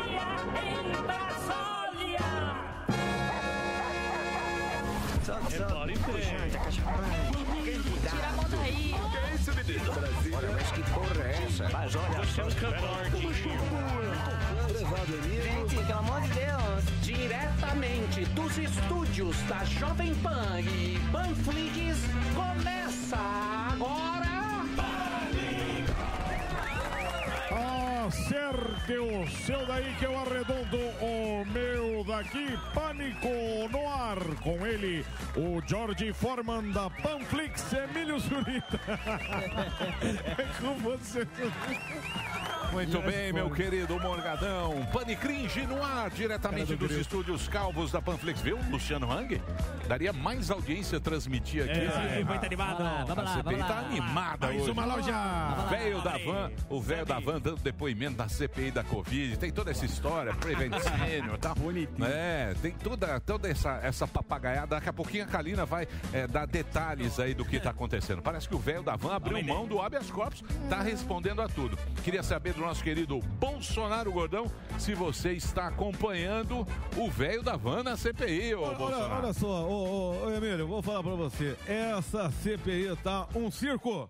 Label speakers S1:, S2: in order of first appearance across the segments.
S1: em Brasília.
S2: Repara em bem.
S3: Tira a mão daí.
S4: Olha, mas que porra é essa?
S5: Mas olha,
S2: Nós temos que cantar, Diguinho.
S4: Levado amigo.
S5: gente, pelo amor de Deus.
S6: Diretamente dos estúdios da Jovem Pan e Panflix, começa agora.
S7: Ah, Acerte o seu daí que eu arredondo o meu daqui. Pânico no ar. Com ele, o George Foreman da Panflix, Emílio Surita. Com você,
S8: Muito bem, meu querido Morgadão. Panicringe no ar, diretamente
S7: Cara do
S8: dos
S7: grill.
S8: estúdios calvos da Panflix. Viu, Luciano Hang? Daria mais audiência
S9: É,
S8: transmitir aqui.
S2: Esse Muito animado.
S8: a CPI tá animada
S7: mais
S8: hoje.
S7: uma loja.
S8: Velho da
S2: Abre.
S8: van, o velho da van dando depoimento da CPI da Covid, tem toda essa história, preventinho e tal.
S7: Tá
S8: Bonitinho. É, tem toda, toda essa, essa papagaiada. Daqui a pouquinho a Kalina vai é, dar detalhes aí do que tá acontecendo. Parece que o velho da van abriu mão do habeas corpus, tá respondendo a tudo. Queria saber do nosso querido Bolsonaro Gordão se você está acompanhando o velho da van na CPI, ô
S7: Olha,
S8: Bolsonaro.
S7: olha só, ô, ô, ô, Emílio, vou falar pra você. Essa CPI tá um circo.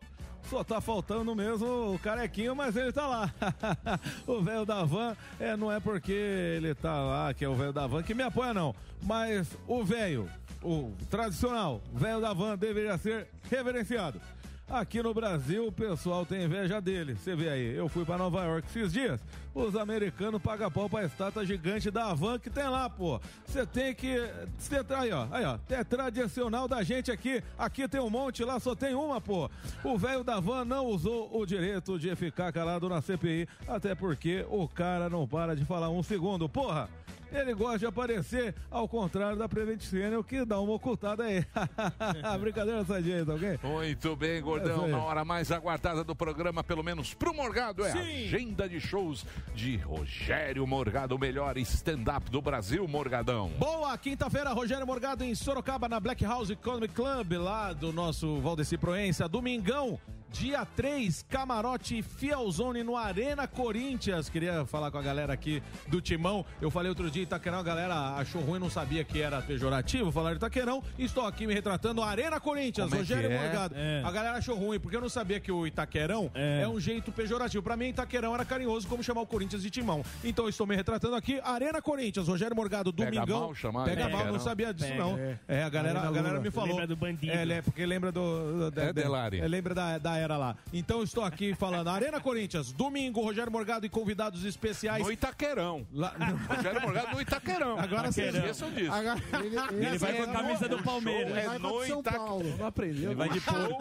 S7: Só tá faltando mesmo o carequinho, mas ele tá lá. o velho da van, é, não é porque ele tá lá, que é o velho da van, que me apoia, não. Mas o velho, o tradicional velho da van, deveria ser reverenciado. Aqui no Brasil, o pessoal tem inveja dele. Você vê aí, eu fui pra Nova York esses dias. Os americanos pagam pau pra estátua gigante da Havan que tem lá, pô. Você tem que. cê tá Aí, ó. Aí, ó. É tradicional da gente aqui. Aqui tem um monte, lá só tem uma, pô. O velho da van não usou o direito de ficar calado na CPI, até porque o cara não para de falar um segundo, porra. Ele gosta de aparecer, ao contrário da Prevent Senior, que dá uma ocultada aí. Brincadeira essa gente, ok?
S8: Muito bem,
S7: É isso
S8: gordão.
S7: aí.
S8: Na hora mais aguardada do programa, pelo menos pro Morgado, é a agenda de shows de Rogério Morgado, o melhor stand-up do Brasil, Morgadão.
S10: Boa quinta-feira, Rogério Morgado em Sorocaba, na Black House Economy Club, lá do nosso Valdeci Proença. Domingão, dia 3, camarote Fielzone no Arena Corinthians. Queria falar com a galera aqui do Timão. Eu falei outro dia em Itaquerão, a galera achou ruim, não sabia que era pejorativo falar de Itaquerão. Estou aqui me retratando Arena Corinthians,
S8: Como é que
S10: Rogério
S8: é?
S10: Morgado.
S7: É.
S10: A galera achou ruim, porque eu não sabia que o Itaquerão
S7: É.
S10: é, um jeito pejorativo. Pra mim, Itaquerão era carinhoso como chamar o Corinthians de Timão. Então, eu estou me retratando aqui, Arena Corinthians, Rogério Morgado,
S8: Pega
S10: Domingão.
S8: mal chamar né?
S10: pega
S8: Itaquerão.
S10: mal, não sabia disso,
S2: Pega,
S10: não.
S7: é.
S10: É, a galera, a galera me falou.
S2: Lembra do bandido.
S10: É, é, porque lembra do. do da-
S8: É, Delari.
S10: é, lembra da, da era lá. Então, eu estou aqui falando. Arena Corinthians, domingo, Rogério Morgado e convidados especiais.
S8: No Itaquerão.
S10: Lá-
S8: Rogério Morgado no Itaquerão.
S10: Agora sim.
S8: Esqueçam disso.
S4: Agora, ele,
S2: Ele vai com a camisa do
S8: Show
S2: Palmeiras.
S8: é no
S4: São
S8: Itaquerão.
S4: Paulo. Não aprendeu.
S2: Ele vai de porco.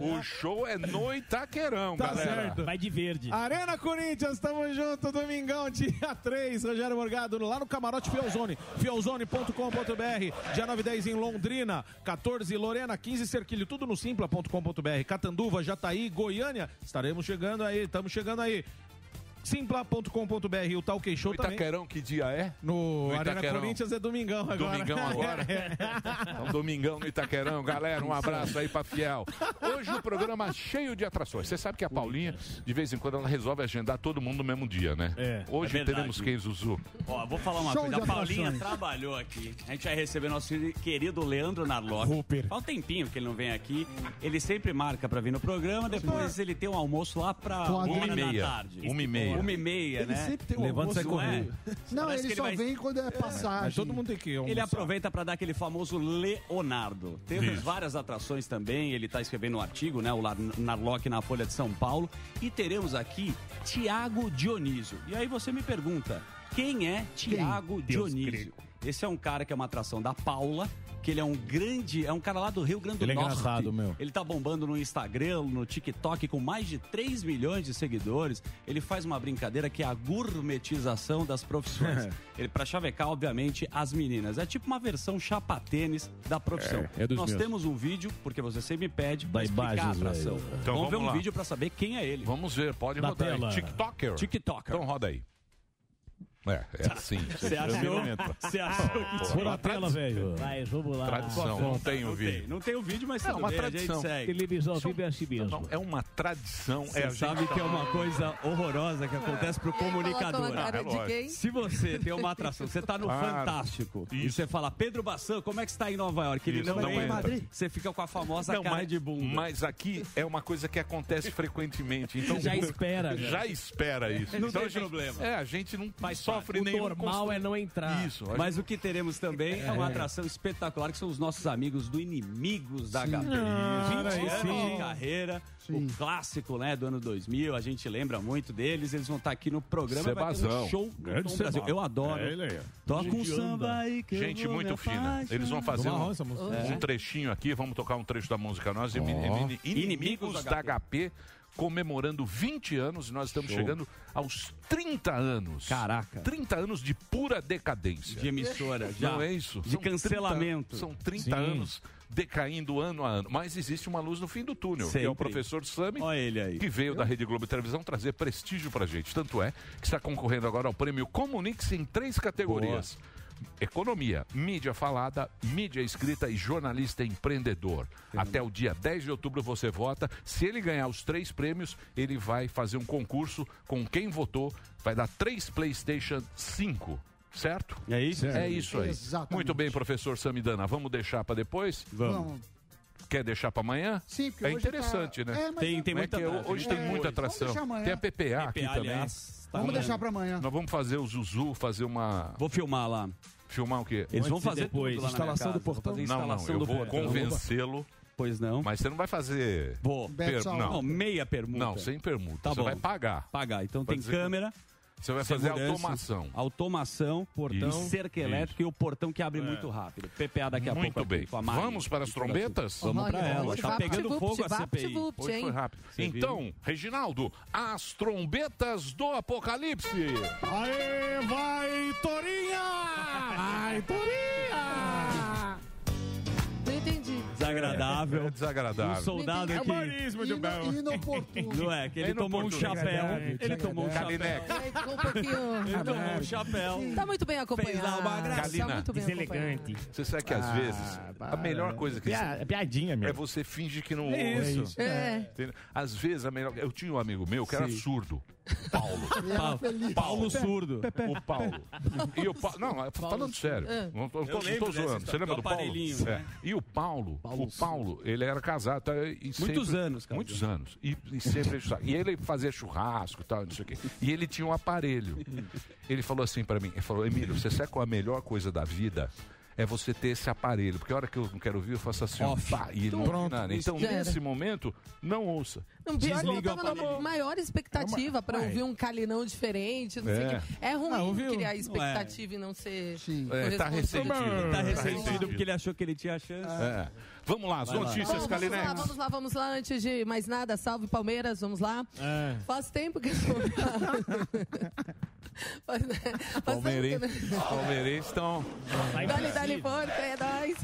S8: O show é no Itaquerão,
S10: Tá
S8: galera.
S10: certo.
S2: Vai de verde.
S10: Arena Corinthians, tamo junto, domingão, dia 3, Rogério Morgado, lá no Camarote Fielzone, fielzone.com.br, dia 9 e 10 em Londrina, 14 Lorena, 15 Cerquilho, tudo no simpla.com.br, Catanduva, Jataí, Goiânia, estaremos chegando aí, estamos chegando aí. Simpla.com.br, o tal
S8: O
S10: Show também.
S8: Itaquerão, que dia é?
S10: No,
S8: No
S10: Arena
S8: Itaquerão.
S10: Corinthians é domingão agora.
S8: Domingão agora.
S2: É.
S8: Então, domingão no Itaquerão, galera. Um abraço aí pra Fiel. Hoje o programa é cheio de atrações. Você sabe que a Paulinha, de vez em quando, ela resolve agendar todo mundo no mesmo dia, né?
S2: É,
S8: Hoje
S5: é verdade.
S8: teremos quem, Zuzu?
S5: Ó, vou falar uma
S4: Show
S5: coisa.
S4: de
S5: A Paulinha
S4: atrações.
S5: trabalhou aqui. A gente vai receber nosso querido Leandro Narlock. Faz um tempinho que ele não vem aqui. Ele sempre marca pra vir no programa. Depois ele tem um almoço lá pra
S4: Claro.
S5: uma
S4: Uma
S8: e
S5: hora
S8: meia.
S5: da tarde.
S8: Uma e meia.
S5: Uma e meia,
S4: Ele
S5: né?
S4: sempre tem um almoço.
S2: Levanta e sai
S5: Não é?
S2: correndo.
S4: Não,
S5: Parece que
S4: ele
S5: ele
S4: só
S5: vai-
S4: vem quando é
S10: Mas
S4: passagem.
S10: todo mundo tem que é um ir almoçar.
S5: Ele aproveita para dar aquele famoso Leonardo. Temos várias atrações também, ele está escrevendo um artigo, né? O Lar- Narlock na Folha de São Paulo. E teremos aqui Tiago Dionísio. E aí você me pergunta, quem é Tiago Dionísio? Esse é um cara que é uma atração da Paula, que ele é um grande, é um cara lá do Rio Grande do
S10: Ele é
S5: Norte.
S10: engraçado, meu.
S5: Ele tá bombando no Instagram, no TikTok, com mais de 3 milhões de seguidores. Ele faz uma brincadeira que é a gourmetização das profissões. Ele para chavecar, obviamente, as meninas. É tipo uma versão chapa-tênis da profissão.
S7: É, é dos
S5: Nós
S7: meus.
S5: temos um vídeo, porque você sempre pede pra
S2: Das
S5: explicar a
S2: imagens,
S5: atração.
S2: velho.
S5: Então,
S8: Então
S5: vamos, ver
S8: vamos
S5: um
S8: lá.
S5: vídeo para saber quem é ele.
S8: Vamos ver, pode
S2: Na
S8: rodar aí.
S2: tela.
S8: TikToker.
S5: TikToker.
S8: Então roda aí. É, é assim.
S5: Você achou? Você achou que
S8: Pô, uma tradição.
S11: Mas vamos lá.
S8: Tradição, não tem o vídeo.
S5: Não tem o vídeo, mas
S8: É
S5: tudo
S8: uma
S5: bem, a
S8: tradição.
S5: gente segue.
S11: Televisão vive a si
S8: Não,
S11: mesmo.
S8: é uma tradição.
S5: Você
S8: é, a gente
S5: sabe
S8: tá-
S5: que é uma coisa horrorosa né, que acontece
S8: É,
S5: pro comunicador.
S8: cara Ah, é de lógico. quem?
S5: Se você tem uma atração, você tá no
S8: Ah,
S5: Fantástico e você fala, Pedro Bassan, como é que está em Nova York? Ele
S8: Isso,
S5: não,
S8: não
S5: lembra.
S8: entra.
S5: Você fica com a famosa
S8: Não,
S5: cara
S8: mas,
S5: de bunda.
S8: mas aqui é uma coisa que acontece frequentemente. Então,
S11: Já espera, né?
S8: Já espera isso.
S5: Não
S8: então,
S5: tem
S8: a gente,
S5: problema.
S8: É, a gente não sofre
S11: O
S8: nenhum
S11: normal é não entrar.
S8: Isso. a
S5: Mas o que teremos também é uma atração espetacular, que são os nossos amigos do Inimigos da HP. 20 anos de carreira, o clássico né, do ano 2000, a gente lembra muito deles, eles vão estar aqui no programa, vai ter
S8: Sebazão. É
S5: um show do
S10: Grande
S5: Tom Brasil.
S10: Sebazão.
S5: Eu adoro. Toca um samba aí que eu
S8: Gente
S5: vou É. me
S8: muito fina.
S5: apaixonar.
S8: Eles vão fazer
S10: Uma
S8: um,
S10: roça, moço.
S8: um trechinho aqui. Vamos tocar um trecho da música nossa. Ini- ini- inimigos
S5: Inimigos
S8: da HP. comemorando 20 anos. Nós estamos chegando aos 30 anos.
S5: Caraca.
S8: 30 anos de pura decadência.
S5: de emissora, já.
S8: Não é isso?
S5: De
S8: São 30
S5: cancelamento.
S8: são 30 anos decaindo ano a ano. Mas existe uma luz no fim do túnel, que é
S5: Sempre.
S8: o professor Sami,
S5: Olha ele aí.
S8: que veio da Rede Globo e Televisão trazer prestígio pra gente. Tanto é que está concorrendo agora ao prêmio Comunix em três categorias. Economia, mídia falada, mídia escrita e jornalista empreendedor. Até o dia 10 de outubro você vota. Se ele ganhar os três prêmios, ele vai fazer um concurso com quem votou. Vai dar três PlayStation 5, certo?
S5: É isso?
S8: É isso aí.
S12: Exatamente.
S8: Muito bem, professor Samidana. Vamos deixar para depois?
S5: Vamos.
S8: Quer deixar para amanhã?
S12: Sim, porque
S8: É
S12: hoje
S8: interessante,
S12: tá...
S8: né?
S12: É, mas
S5: Tem,
S12: eu-
S5: tem
S8: Como é
S5: muita né?
S8: que é? Hoje tem muita atração.
S12: deixar amanhã.
S8: Tem a PPA aqui
S5: PPA,
S8: também.
S5: aliás. tá
S12: Vamos
S5: rolando.
S12: deixar pra
S10: É.
S12: amanhã.
S8: Nós vamos fazer o Zuzu, fazer uma.
S5: Vou filmar lá.
S8: Filmar o quê?
S5: Eles vão
S11: Antes e
S5: fazer
S11: depois.
S5: tudo lá na minha
S10: Instalação
S5: casa.
S10: do portão?
S5: Vou fazer
S8: Não, não,
S5: instalação
S8: eu
S5: do
S8: vou
S5: portão.
S8: convencê-lo,
S5: Pois não.
S8: mas você não vai fazer.
S5: Vou.
S12: Beto
S8: Per-
S12: Salvo.
S5: Não,
S8: Não,
S5: meia permuta.
S8: não, sem permuta.
S5: Tá
S8: você
S5: bom.
S8: vai pagar.
S5: Pagar. Então
S8: Pode
S5: tem
S8: ser que-
S5: câmera,
S8: Você vai fazer
S5: segurança,
S8: automação.
S5: automação, portão,
S8: Isso.
S5: cerca
S8: Isso. É.
S5: elétrica e o portão que abre muito rápido. PPA daqui a
S8: Muito
S5: pouco.
S8: bem.
S5: aqui com a Mari.
S8: Vamos para as trombetas?
S5: Vamos pra ela. Tá pegando fogo a CPI.
S8: Hoje foi rápido.
S5: Você viu?
S8: Então, Reginaldo, as trombetas do Apocalipse.
S10: Aê, vai, Torinha! Vai, Torinha!
S3: Não entendi.
S5: Desagradável.
S8: É
S5: Um
S8: desagradável.
S5: soldado
S3: Entendi.
S5: aqui.
S12: Ino- Inoportuno.
S5: Não é, que ele
S8: Bem no
S5: tomou um
S8: português.
S5: chapéu. Ele tomou um chapéu.
S8: Kalinex.
S3: É, ficou um pouquinho.
S5: Ele tomou um chapéu.
S3: Então, Tá muito bem acompanhado.
S5: Fez lá uma
S3: Tá
S5: graça.
S8: Kalina,
S3: muito bem acompanhado.
S11: Deselegante.
S8: Você sabe que às vezes a melhor coisa que
S11: Pia- é piadinha, meu.
S8: é você fingir que não ouve.
S10: Isso.
S3: É.
S8: Entendeu? Às vezes a melhor. Eu tinha um amigo meu que era
S5: Sim.
S8: surdo. Paulo.
S5: Pa- Paulo Surdo.
S8: o Paulo. E o Pa- Não, falando sério. Não tô, não tô- não tô
S5: lembro dessa
S8: zoando. Você
S5: história,
S8: lembra
S5: do
S8: do Paulo?
S5: aparelhinho,
S8: É.
S5: né?
S8: E o Paulo, o Paulo, ele era casado. tá, e sempre-
S5: anos, cara.
S8: Muitos anos. E, e sempre E ele fazia churrasco e tal, não sei o quê. E ele tinha um aparelho. Ele falou assim pra mim, ele falou, Emílio, você sabe qual é a melhor coisa da vida? É você ter esse aparelho, porque a hora que eu não quero ouvir, eu faço assim. ó,
S5: Off.
S8: pá, e ele não ouve nada. Então,
S3: Já era.
S8: nesse momento, não ouça.
S3: Não, pior que eu
S5: Desliga
S3: tava
S5: o
S3: na
S5: aparelho.
S3: maior expectativa pra ouvir um calinão diferente, não sei o
S8: É.
S3: quê. É ruim
S10: Ah, ouviu?
S3: criar expectativa e não ser
S12: Sim.
S8: É, tá
S3: correspondido.
S8: ressentido.
S5: Tá
S8: Tá
S5: ressentido
S8: ressentido.
S5: porque ele achou que ele tinha chance.
S8: É. Vamos lá, as
S3: Bom,
S8: notícias,
S3: vamos lá,
S8: Kalinex.
S3: vamos lá, vamos lá. Antes de mais nada, salve Palmeiras, vamos lá.
S8: É.
S3: Faz tempo que eu Faz- Faz tempo que eu
S8: Palmeirenses, palmeirenses estão.
S3: Dali, dali, forte, é nóis.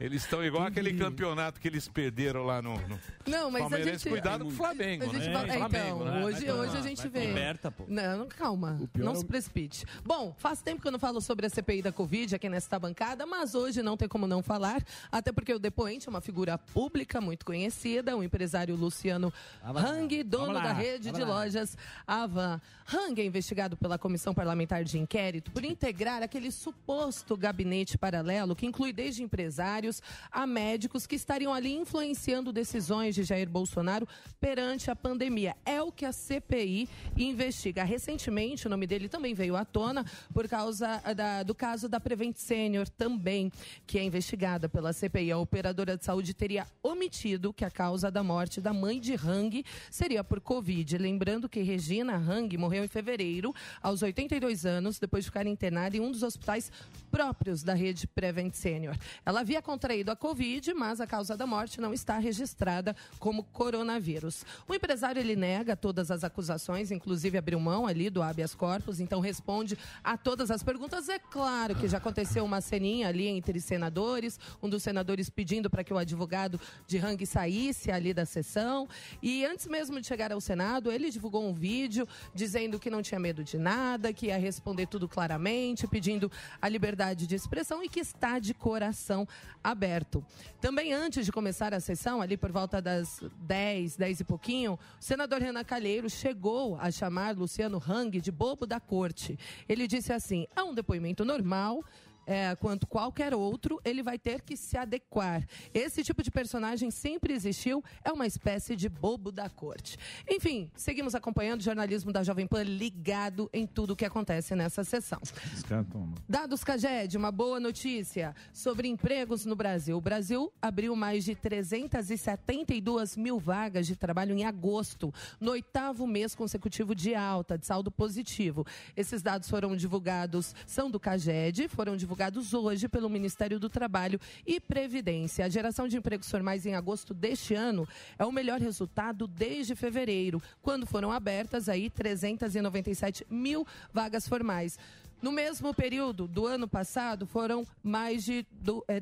S8: Eles estão igual aquele campeonato que eles perderam lá no. no...
S3: Não, mas a
S8: Palmeirense,
S3: gente...
S8: cuidado com o
S3: A
S8: Flamengo, né?
S3: gente vai- é,
S8: Flamengo,
S3: então,
S8: né?
S3: hoje, hoje a gente vê.
S5: Liberta, pô.
S3: Não, calma.
S8: é
S3: Não se precipite. Bom, faz tempo que eu não falo sobre a CPI da Covid aqui nesta bancada, mas hoje não tem como não falar, até porque o depoente é uma figura pública muito conhecida, o empresário Luciano Hang, dono
S11: lá,
S3: da rede de lojas Avan. Hang é investigado pela Comissão Parlamentar de Inquérito por integrar aquele suposto gabinete paralelo que inclui desde empresários a médicos que estariam ali influenciando decisões de Jair Bolsonaro perante a pandemia. É o que a CPI investiga. Recentemente, o nome dele também veio à tona por causa ah, da- do caso da Prevent Senior também, que é investigada pela CPI. A operadora de saúde teria omitido que a causa da morte da mãe de Hang seria por Covid. Lembrando que Regina Hang morreu em fevereiro, aos 82 anos, depois de ficar internada em um dos hospitais próprios da rede Prevent Senior. Ela havia contraído a Covid, mas a causa da morte não está registrada como coronavírus. O empresário ele nega todas as acusações, inclusive abriu mão ali do habeas corpus, então responde a todas as perguntas. É claro que já aconteceu uma ceninha ali entre senadores, um dos senadores pedindo para que o advogado de Hang saísse ali da sessão. E antes mesmo de chegar ao Senado, ele divulgou um vídeo dizendo que não tinha medo de nada nada, que ia responder tudo claramente, pedindo a liberdade de expressão e que está de coração aberto. Também antes de começar a sessão, ali por volta das 10, 10 e pouquinho, o senador Renan Calheiro chegou a chamar Luciano Hang de bobo da corte. Ele disse assim: é um depoimento normal é, quanto qualquer outro, ele vai ter que se adequar. Esse tipo de personagem sempre existiu, é uma espécie de bobo da corte. Enfim, seguimos acompanhando o jornalismo da Jovem Pan ligado em tudo o que acontece nessa sessão.
S11: Os caras tão-
S3: Dados Caged, uma boa notícia sobre empregos no Brasil. O Brasil abriu mais de 372 mil vagas de trabalho em agosto, no oitavo mês consecutivo de alta, de saldo positivo. Esses dados foram divulgados, são do Caged, foram divulgados hoje pelo Ministério do Trabalho e Previdência. A geração de empregos formais em agosto deste ano é o melhor resultado desde fevereiro, quando foram abertas aí 397 mil vagas formais. No mesmo período do ano passado, foram mais de du- eh,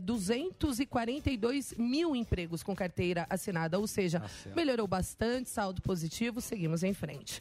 S3: 242 mil empregos com carteira assinada, ou seja, melhorou bastante, saldo positivo, seguimos em frente.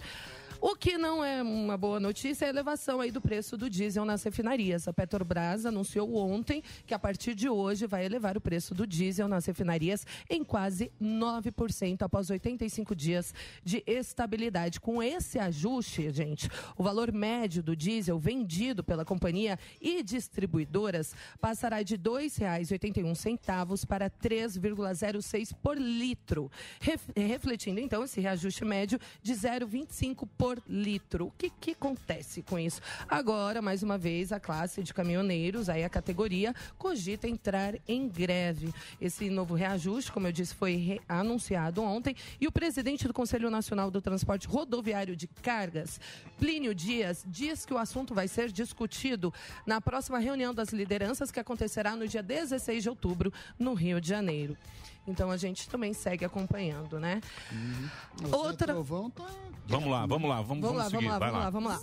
S3: O que não é uma boa notícia é a elevação aí do preço do diesel nas refinarias. A Petrobras anunciou ontem que a partir de hoje vai elevar o preço do diesel nas refinarias em quase 9% após 85 dias de estabilidade. Com esse ajuste, gente, o valor médio do diesel vendido pela companhia e distribuidoras passará de R$ 2,81 para 3,06 por litro, ref- refletindo então esse reajuste médio de 0,25 por litro. O que, que acontece com isso? Agora, mais uma vez, a classe de caminhoneiros, aí a categoria, cogita entrar em greve. Esse novo reajuste, como eu disse, foi re- anunciado ontem e o presidente do Conselho Nacional do Transporte Rodoviário de Cargas, Plínio Dias, diz que o assunto vai ser discutido na próxima reunião das lideranças que acontecerá no dia 16 de outubro, no Rio de Janeiro. Então a gente também segue acompanhando, né?
S7: é
S3: Outra.
S8: Vamos lá, vamos lá, vamos,
S3: Vamos, lá,
S8: vamos seguir.
S3: vamos lá,
S8: vai
S3: vamos lá, vamos lá.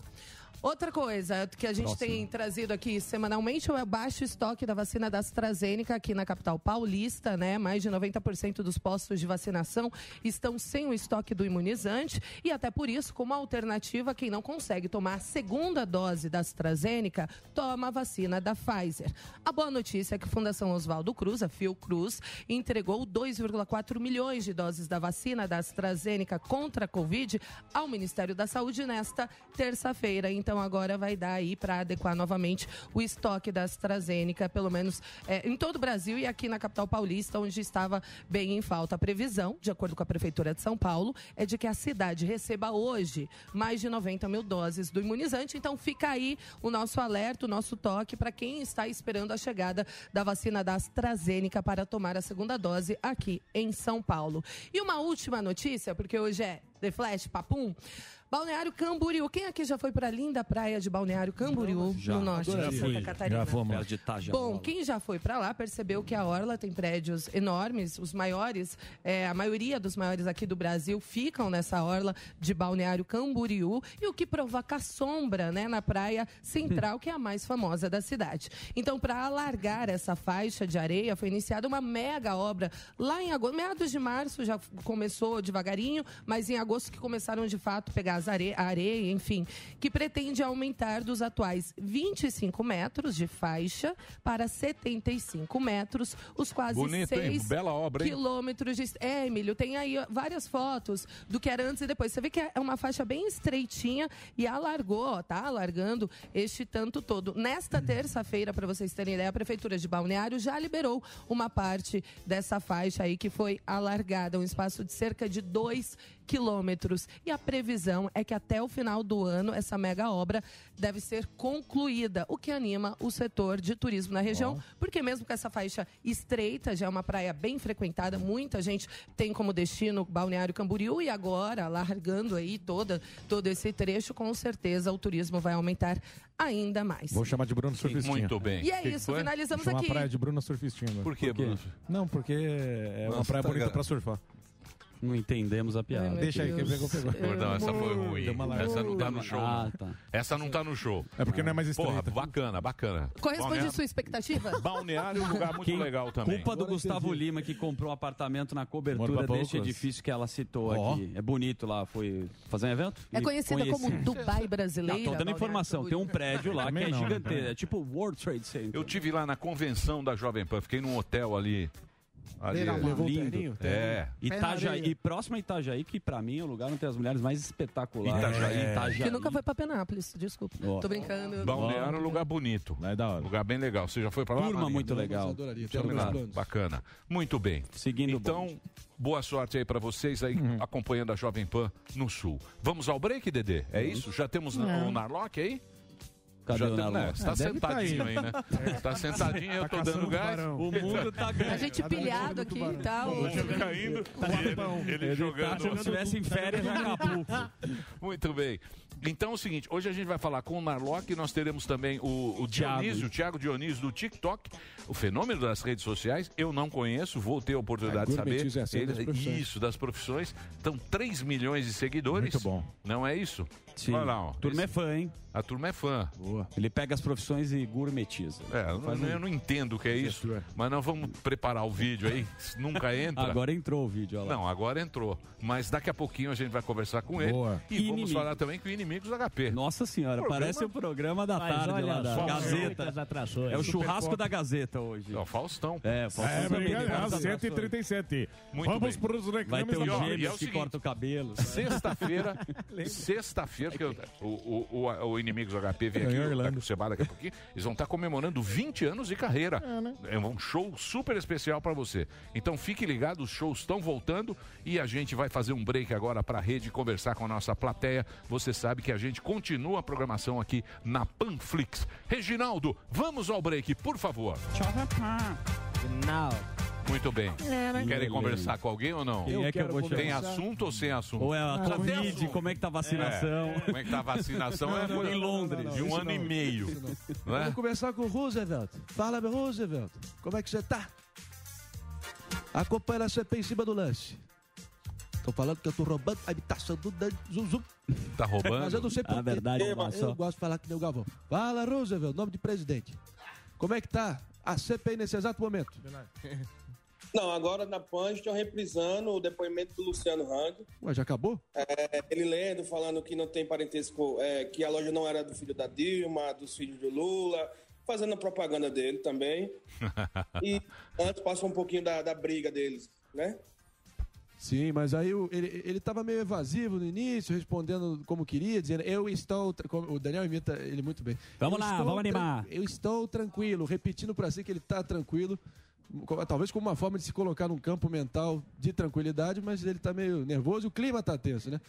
S3: Outra coisa que a gente
S8: Próximo.
S3: tem trazido aqui semanalmente é o baixo estoque da vacina da AstraZeneca aqui na capital paulista, né? Mais de 90% dos postos de vacinação estão sem o estoque do imunizante e até por isso, como alternativa, quem não consegue tomar a segunda dose da AstraZeneca, toma a vacina da Pfizer. A boa notícia é que a Fundação Oswaldo Cruz, a Fiocruz, entregou 2,4 milhões de doses da vacina da AstraZeneca contra a Covid ao Ministério da Saúde nesta terça-feira. Então agora vai dar aí para adequar novamente o estoque da AstraZeneca, pelo menos eh, em todo o Brasil e aqui na capital paulista, onde estava bem em falta. A previsão, de acordo com a Prefeitura de São Paulo, é de que a cidade receba hoje mais de 90 mil doses do imunizante. Então fica aí o nosso alerta, o nosso toque para quem está esperando a chegada da vacina da AstraZeneca para tomar a segunda dose aqui em São Paulo. E uma última notícia, porque hoje é The Flash, papum. Balneário Camboriú. Quem aqui já foi para a linda praia de Balneário Camboriú,
S5: Já.
S3: no norte
S5: Já
S3: de
S5: fui.
S3: Santa Catarina?
S5: Já fomos. Perto de Itajaí.
S3: Bom, quem já foi para lá percebeu que a orla tem prédios enormes, os maiores, é, a maioria dos maiores aqui do Brasil ficam nessa orla de Balneário Camboriú e o que provoca sombra, né, na praia central, que é a mais famosa da cidade. Então, para alargar essa faixa de areia, foi iniciada uma mega obra lá em agosto, meados de março já começou devagarinho, mas em agosto que começaram de fato pegar as are- a areia, enfim, que pretende aumentar dos atuais 25 metros de faixa para 75 metros, os quase
S8: Bonito, hein?
S3: 6
S8: Bela obra, hein?
S3: quilômetros de. É, Emílio, tem aí ó, várias fotos do que era antes e depois. Você vê que é uma faixa bem estreitinha e alargou, ó, tá alargando este tanto todo. Nesta terça-feira, para vocês terem ideia, a Prefeitura de Balneário já liberou uma parte dessa faixa aí que foi alargada, um espaço de cerca de 2 quilômetros. E a previsão é que até o final do ano essa mega obra deve ser concluída, o que anima o setor de turismo na região, porque mesmo com essa faixa estreita, já é uma praia bem frequentada, muita gente tem como destino Balneário Camboriú e agora largando aí toda todo esse trecho, com certeza o turismo vai aumentar ainda mais.
S10: Vou chamar de Bruno Surfistinha.
S8: Muito bem.
S3: E é isso, finalizamos
S10: Vou chamar
S3: aqui.
S10: a praia de Bruno Surfistinha. agora.
S8: Por quê, Bruno?
S10: Não, porque é uma
S8: Nossa,
S10: praia
S8: tá
S10: bonita
S8: gra-
S10: pra surfar.
S5: Não entendemos a piada.
S8: Ai, meu Deixa aí, quem Deus. pegou, pegou. Gordão, então, essa foi ruim. Deu uma Essa não tá no show, não.
S5: Ah, tá.
S8: Essa não tá no show.
S10: É porque não é mais
S8: Porra, bacana, bacana.
S3: Corresponde à
S5: Balneário-
S3: sua expectativa?
S8: Balneário é um lugar muito
S5: Quem-
S8: legal também.
S5: Culpa do
S8: Agora
S5: Gustavo
S8: entendi.
S5: Lima, que comprou um apartamento na
S8: Mora
S5: cobertura
S8: pra
S5: deste
S8: poucas.
S5: edifício que ela citou
S8: Ó.
S5: aqui. É bonito lá, foi fazer um evento?
S3: É
S5: E
S3: conhecida como
S5: conheci.
S3: Dubai
S5: Não,
S3: brasileira.
S5: tô dando informação. Tem um prédio lá que
S8: Também
S5: é
S8: não, né?
S5: gigantesco. É tipo World Trade Center.
S8: Eu tive lá na convenção da Jovem Pan, fiquei num hotel ali. ali
S5: um lindo.
S8: É.
S5: Itajaí. E próximo a Itajaí, que pra mim é o lugar onde tem as mulheres mais espetaculares.
S8: Itajaí.
S5: É.
S3: Que nunca foi pra Penápolis, desculpa.
S5: Ó.
S3: Tô brincando.
S8: Balneário é um lugar bonito. É da hora. Lugar bem legal. Você já foi pra lá?
S5: Turma
S8: Marinho?
S5: muito legal. Eu adoraria, tenho
S8: Legal.
S5: alguns planos.
S8: Bacana. Muito bem.
S5: Seguindo Uhum.
S8: Então, boa sorte aí pra vocês aí acompanhando a Jovem Pan no Sul. Vamos ao break, Dedê? É isso? Já temos
S5: Não.
S8: o Narlock aí?
S5: Uhum. Cadê
S8: Já
S5: o
S8: tem-
S5: Narlock?
S8: né, Você tá
S5: Ah, deve tá
S8: sentadinho
S5: aí.
S8: aí, né? Você tá sentadinho, eu
S5: Tá
S8: tô
S5: caçando
S8: dando gás.
S5: tubarão. O mundo tá ganhando.
S3: A gente pilhado aqui e tal.
S8: caindo. um Ele,
S5: um tá como se tivesse em férias em Acapulco.
S8: Muito bem. Então é o seguinte, hoje a gente vai falar com o Narlock e nós teremos também o, o Dionísio, o Thiago Dionísio do TikTok, o fenômeno das redes sociais, eu não conheço, vou ter a
S5: É
S8: oportunidade
S13: A
S8: de saber.
S13: gourmetização das profissões.
S8: isso, das profissões. Estão 3 milhões de seguidores.
S5: Muito bom.
S8: Não é isso?
S5: Sim.
S8: Olha lá, ó.
S5: Turma é fã, hein?
S8: A turma é fã.
S5: Boa. Ele pega as profissões e gourmetiza. um
S8: É, eu, não- eu não entendo o que é isso, mas nós vamos preparar o vídeo aí, se nunca entra.
S5: Agora entrou o vídeo, olha lá.
S8: Não, agora entrou. Mas daqui a pouquinho a gente vai conversar com ele.
S5: Boa.
S8: E vamos
S5: Inimigos.
S8: falar também com inimigos HP.
S5: Nossa senhora, parece o programa da
S8: Mas
S5: tarde
S8: olha
S5: lá da
S8: só,
S5: Gazeta.
S8: muitas atrações.
S5: É o churrasco
S8: Super
S5: da Gazeta hoje.
S8: Não, Faustão.
S5: É, Faustão.
S11: É,
S5: também,
S11: obrigado,
S5: várias atrações.
S11: 137.
S8: Muito
S11: Vamos
S8: bem.
S11: para os reclames.
S5: Vai ter
S11: da
S5: um
S11: tarde.
S8: é
S5: gêmeos que corta o cabelo.
S8: Sexta-feira, sexta-feira,
S5: É
S8: que eu- o, o, o, o Inimigos HP vem aqui, tá com o Seba daqui a pouquinho, eles vão estar comemorando 20 anos de carreira. É, um show super especial pra você. Então fique ligado, os shows estão voltando e a gente vai fazer um break agora pra rede conversar com a nossa plateia. Você sabe que a gente continua a programação aqui na Panflix. Reginaldo, vamos ao break, por favor.
S5: Não.
S8: Muito bem.
S5: É, né?
S8: Querem
S5: Beleza.
S8: conversar com alguém ou não?
S5: Quem é Eu que eu quero vou chamar?
S8: Tem assunto ou sem assunto?
S5: Ou é a
S8: Só tem
S5: Covid,
S8: assunto.
S5: como é que tá a vacinação?
S8: É, Como é que tá a vacinação?
S5: Não,
S8: é
S5: não, não,
S8: em
S5: não,
S8: Londres.
S5: não, não,
S8: de um
S5: isso
S8: ano
S5: não.
S8: e meio. Não é?
S14: Vamos começar com o Roosevelt. Fala, meu Roosevelt. Como é que você tá? Acompanha a CP em cima do lance. Tô falando que eu tô roubando a habitação do Dan Zuzu.
S8: Tá roubando?
S14: Mas eu não sei
S8: A
S14: porquê.
S8: verdade é uma só.
S14: Eu gosto de falar que nem o Galvão. Fala, Roosevelt, nome de presidente. Como é que tá a CPI nesse exato momento?
S9: Não, agora na PAN estão reprisando o depoimento do Luciano Hang.
S14: Ué, já acabou?
S9: É, ele lendo, falando que não tem parentesco, é, que a loja não era do filho da Dilma, dos filhos do Lula, fazendo a propaganda dele também. E antes passou um pouquinho da, da briga deles, né?
S14: Sim, mas aí o- ele, ele tava meio evasivo no início, respondendo como queria, dizendo, eu estou... tra- como- O Daniel imita ele muito bem.
S5: Vamos
S14: "Eu
S5: lá,
S14: estou
S5: vamos
S14: tran-
S5: animar."
S14: Eu estou tranquilo, repetindo pra si que ele tá tranquilo, co- talvez como uma forma de se colocar num campo mental de tranquilidade, mas ele tá meio nervoso e o clima tá tenso, né?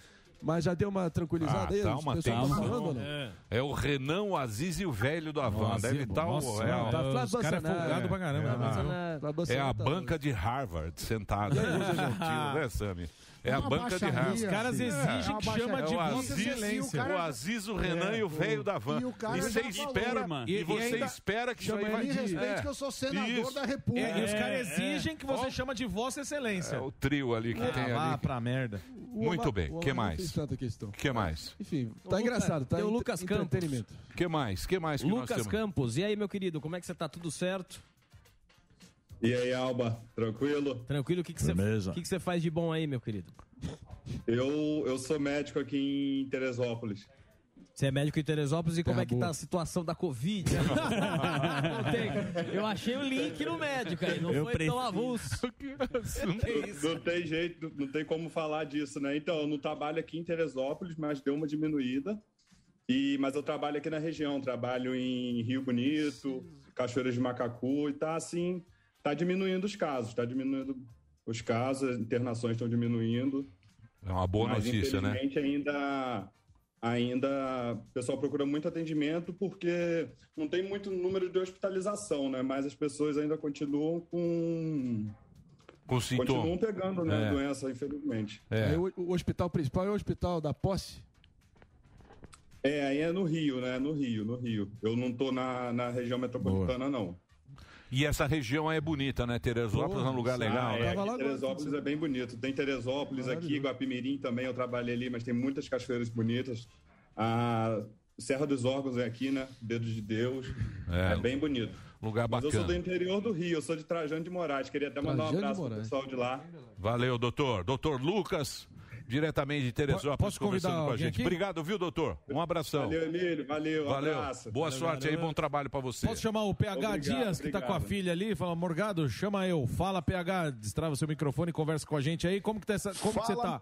S14: Mas já deu uma
S8: Ah,
S14: tranquilizada aí?
S8: tá
S14: o
S8: uma
S14: pessoal tá
S8: tensão.
S14: falando ou não?
S5: né?
S8: É o Renan, o Aziz e o velho do Avan.
S14: Nossa,
S8: Deve estar o.
S14: nossa,
S8: é,
S14: não,
S8: o-
S14: tá Flávio Os cara é Bolsonaro. folgado pra caramba, né?
S8: É,
S14: Flávio
S8: é,
S14: Bolsonaro
S8: a
S14: tá
S8: banca de Harvard sentada. É, gentil, né, Sammy? É a
S14: Uma
S8: banca de
S14: baixaria,
S8: Harvard.
S14: Os caras assim. exigem
S8: É.
S14: que
S8: É
S14: chama
S8: o
S14: de
S8: Aziz,
S14: busca de excelência.
S8: O Aziz, o Renan
S14: É,
S8: e o
S14: o-
S8: velho da van.
S12: e o cara
S8: E você
S12: já falou,
S8: espera,
S12: irmã.
S8: e
S12: E- e
S8: você
S12: ainda
S8: espera que isso aí
S12: chama
S8: vai
S12: ele, respeite
S8: É.
S12: que eu sou senador
S8: Isso.
S12: da República.
S8: É,
S10: E os caras
S12: É, é.
S10: exigem que você chama de Vossa Excelência.
S8: o trio ali que
S10: Ah,
S8: tem
S10: vá
S8: ali.
S10: pra merda.
S8: Muito bem,
S14: o
S8: que
S14: Avan não
S8: mais?
S14: fez tanta questão.
S8: que mais?
S14: Enfim,
S15: O
S14: tá
S15: Lucas-
S14: engraçado, tá?
S15: tem o
S14: ent-
S15: Lucas Campos.
S14: entretenimento.
S8: que mais? que mais que nós
S15: Lucas
S8: temos?
S15: Campos, e aí, meu querido, como é que você tá? Tudo certo?
S16: E aí, Alba, tranquilo?
S15: Tranquilo, o que, que, você,
S16: Beleza.
S15: o que, que você faz de bom aí, meu querido?
S16: Eu, eu sou médico aqui em Teresópolis.
S15: Você é médico em Teresópolis e como é que tá a situação da Covid? Não tem. Eu achei o link no médico aí, não
S16: Eu
S5: Então,
S15: foi
S16: prefiro.
S15: tão avulso.
S16: Não, é não tem jeito, não tem como falar disso, né? Então, eu não trabalho aqui em Teresópolis, mas deu uma diminuída. E, mas eu trabalho aqui na região, trabalho em Rio Bonito, Cachoeiras de Macacu, e tá assim, tá diminuindo os casos, tá diminuindo os casos, as internações estão diminuindo.
S8: É uma boa
S16: Mas,
S8: notícia, né?
S16: infelizmente, ainda, ainda o pessoal procura muito atendimento porque não tem muito número de hospitalização, né? Mas as pessoas ainda continuam com...
S8: Com
S16: Continuam
S8: sintoma.
S16: pegando, né?
S8: É.
S16: A doença, infelizmente.
S14: Aí o, o hospital principal é o hospital da posse?
S16: É, aí é no Rio, né? No Rio, no Rio. Eu não tô na, na região metropolitana, não.
S8: E essa região aí é bonita, né? Teresópolis é um lugar legal.
S16: Ah,
S8: né?
S16: é, aqui Teresópolis é bem bonito. Tem Teresópolis aqui, Guapimirim também, eu trabalhei ali, mas tem muitas cachoeiras bonitas. A Serra dos Órgãos é aqui, né? Dedo de Deus.
S8: É.
S16: É, bem bonito.
S8: Lugar
S16: Mas eu sou do
S8: bacana.
S16: interior do Rio, eu sou de Trajano de Moraes. Queria até mandar
S8: Trajano de
S16: um abraço pro
S8: Moraes.
S16: pessoal de lá.
S8: Valeu, doutor. Doutor Lucas, diretamente de Teresópolis,
S16: Posso convidar
S8: conversando com a
S16: alguém
S8: gente.
S16: aqui?
S8: Obrigado, viu, doutor? Um abração.
S16: Valeu, Emílio. Valeu, um
S8: Valeu.
S16: abraço.
S8: Boa
S16: Valeu,
S8: sorte
S16: valeu.
S8: aí, bom trabalho pra você.
S10: Posso chamar o PH
S16: Obrigado,
S10: Dias, que tá com a
S16: obrigado.
S10: filha ali, fala, Morgado, chama eu. Fala, PH, destrava seu microfone e conversa com a gente aí. Como que, tá essa- como que você
S12: Fala.
S10: tá?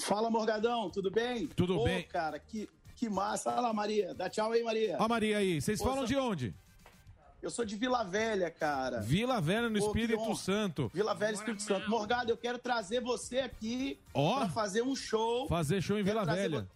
S12: Fala, Morgadão, tudo bem?
S10: Tudo
S12: Ô,
S10: bem.
S12: cara, que, que massa. Olha lá, Maria. Dá tchau aí, Maria.
S10: Ó a Maria aí, vocês
S12: Ô,
S10: falam
S12: só- É.
S10: de onde?
S12: Eu sou de Vila Velha, cara.
S10: Vila Velha, no
S12: Pô, que
S10: Espírito
S12: honra.
S10: Santo.
S12: Vila Velha, Espírito Santo. Morgado, eu quero trazer você aqui
S10: Ó.
S12: pra fazer um show.
S10: Fazer show em
S12: Quero
S10: Vila
S12: trazer
S10: Velha.
S12: vo-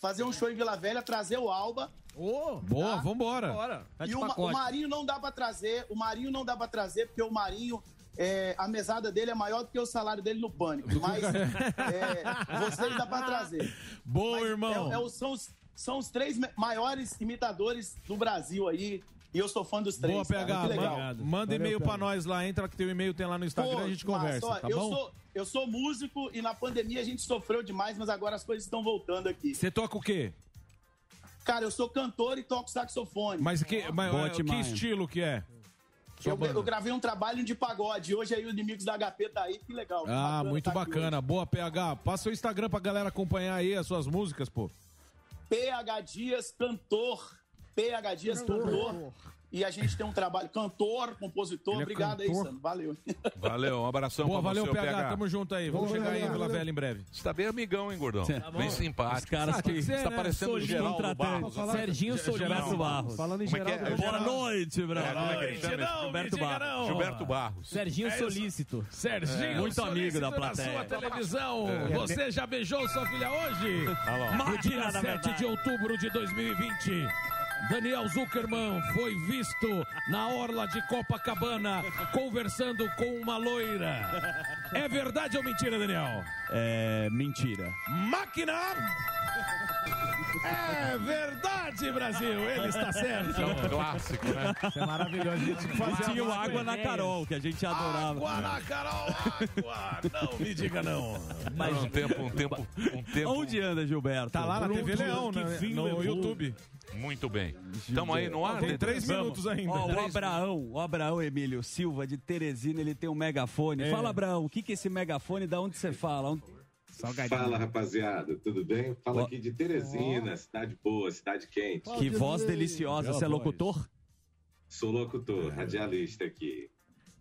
S12: Fazer um show em Vila Velha, trazer o Alba.
S10: Boa, vambora. Tá de
S12: e o, Ma-
S10: pacote.
S12: o Marinho não dá pra trazer, o Marinho não dá pra trazer, porque o Marinho, é, a mesada dele é maior do que o salário dele no pânico. Mas é, vocês dá pra trazer.
S10: Boa,
S12: irmão. É, é o- são, os, são os três me- maiores imitadores do Brasil aí. E eu sou fã dos três.
S10: Boa,
S12: cara,
S10: PH.
S12: que legal.
S10: Manda, manda e-mail pra nós lá, entra que teu e-mail tem lá no Instagram,
S12: Pô,
S10: a gente
S12: mas,
S10: conversa,
S12: ó,
S10: tá
S12: eu
S10: bom?
S12: Sou, eu sou músico e na pandemia a gente sofreu demais, mas agora as coisas estão voltando aqui.
S10: Você toca o quê?
S12: Cara, eu sou cantor e toco saxofone.
S10: Mas que, mas,
S12: Boa
S10: é, que
S12: demais.
S10: estilo que é? Sua
S12: Eu,
S10: banda.
S12: eu gravei um trabalho de pagode. Hoje aí o Inimigos da HP tá aí, que legal.
S10: Ah, muito
S12: tá aqui
S10: bacana. Boa, PH. Passa o Instagram pra galera acompanhar aí as suas músicas, pô.
S12: hoje. PH Dias, cantor. PH Dias,
S4: é
S12: cantor. E a gente tem um trabalho, cantor, compositor.
S8: Ele é
S12: Obrigado aí,
S8: cantor.
S12: Sandro. Valeu.
S8: Valeu, um
S12: Então,
S8: abração
S10: Boa,
S8: pra
S10: valeu,
S8: você,
S10: PH.
S8: PH.
S10: Tamo junto aí. Vamos
S8: Boa,
S10: chegar aí em
S12: né?
S8: valeu,
S10: Vila
S8: valeu.
S10: Velha em breve.
S8: Você tá bem amigão, hein, gordão?
S10: Tá bom.
S8: bem simpático.
S10: Os caras
S8: Você tá,
S10: que-
S8: você tá
S10: né?
S8: parecendo o
S10: Solinho
S8: Geraldo
S10: contratante.
S8: Barros.
S10: Fala- Serginho Solinho
S8: Geraldo
S10: Barros. Falando em
S8: Como é que é?
S10: Geraldo Barros.
S8: Geraldo-
S10: Boa noite, Brau.
S8: É, como é que ele chama?
S10: Não,
S8: Gilberto
S10: me diga
S8: Barros.
S10: não.
S8: Gilberto Barros. É
S10: Serginho Solícito. Serginho,
S11: Muito amigo da plateia.
S10: sua televisão.
S11: É.
S10: Você já beijou sua filha hoje?
S11: Tá bom.
S10: No
S11: Máquina
S10: dia
S11: da
S10: 7 de outubro de 2020. Daniel Zuckerman foi visto na orla de Copacabana conversando com uma loira. É verdade ou mentira, Daniel?
S5: É mentira.
S10: Máquina! É verdade, Brasil! Ele está certo!
S5: É um clássico, né?
S11: Isso é maravilhoso. A gente tinha que fazer
S5: Tinha o
S11: alguma
S5: Água na
S11: coisa.
S5: Carol, que a gente adorava.
S11: Água na
S10: Carol,
S11: água! Não me diga não.
S5: Mas
S8: um tempo, um tempo, um tempo.
S5: Onde anda, Gilberto?
S8: Tá lá na
S5: Por
S8: TV
S5: onde-
S8: Leão,
S5: que
S8: né?
S5: fim
S8: No
S5: levou?
S8: YouTube. Muito bem. Estamos aí no ar?
S5: Tem
S8: né?
S5: Vamos. Ó, o
S8: Três-
S5: Abraão, o Abraão Emílio Silva, de Teresina, ele tem um megafone.
S13: É.
S5: Fala, Abraão, o que, que é esse megafone? Da onde você fala? Onde-
S13: Fala, rapaziada, tudo bem? Fala aqui de Teresina, cidade boa, cidade quente.
S5: Que voz deliciosa. Você é locutor?
S13: Sou locutor, radialista aqui.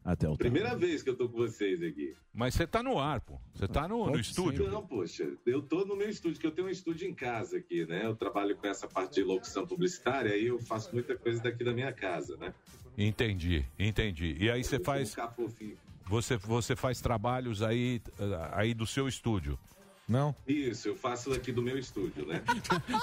S5: Até
S8: É
S5: o
S13: Primeira vez que eu tô com vocês aqui.
S8: Mas você tá no ar, pô. Você tá no, no estúdio.
S13: Não, poxa, eu tô no meu estúdio, que eu tenho um estúdio em casa aqui, né? Eu trabalho com essa parte de locução publicitária e eu faço muita coisa daqui da minha casa, né? Um
S8: Entendi, entendi. E aí você faz.
S13: Cafofinho.
S8: Você, você faz trabalhos aí, eh, aí do seu estúdio.
S10: Não.
S13: Isso, eu faço daqui do meu estúdio, né?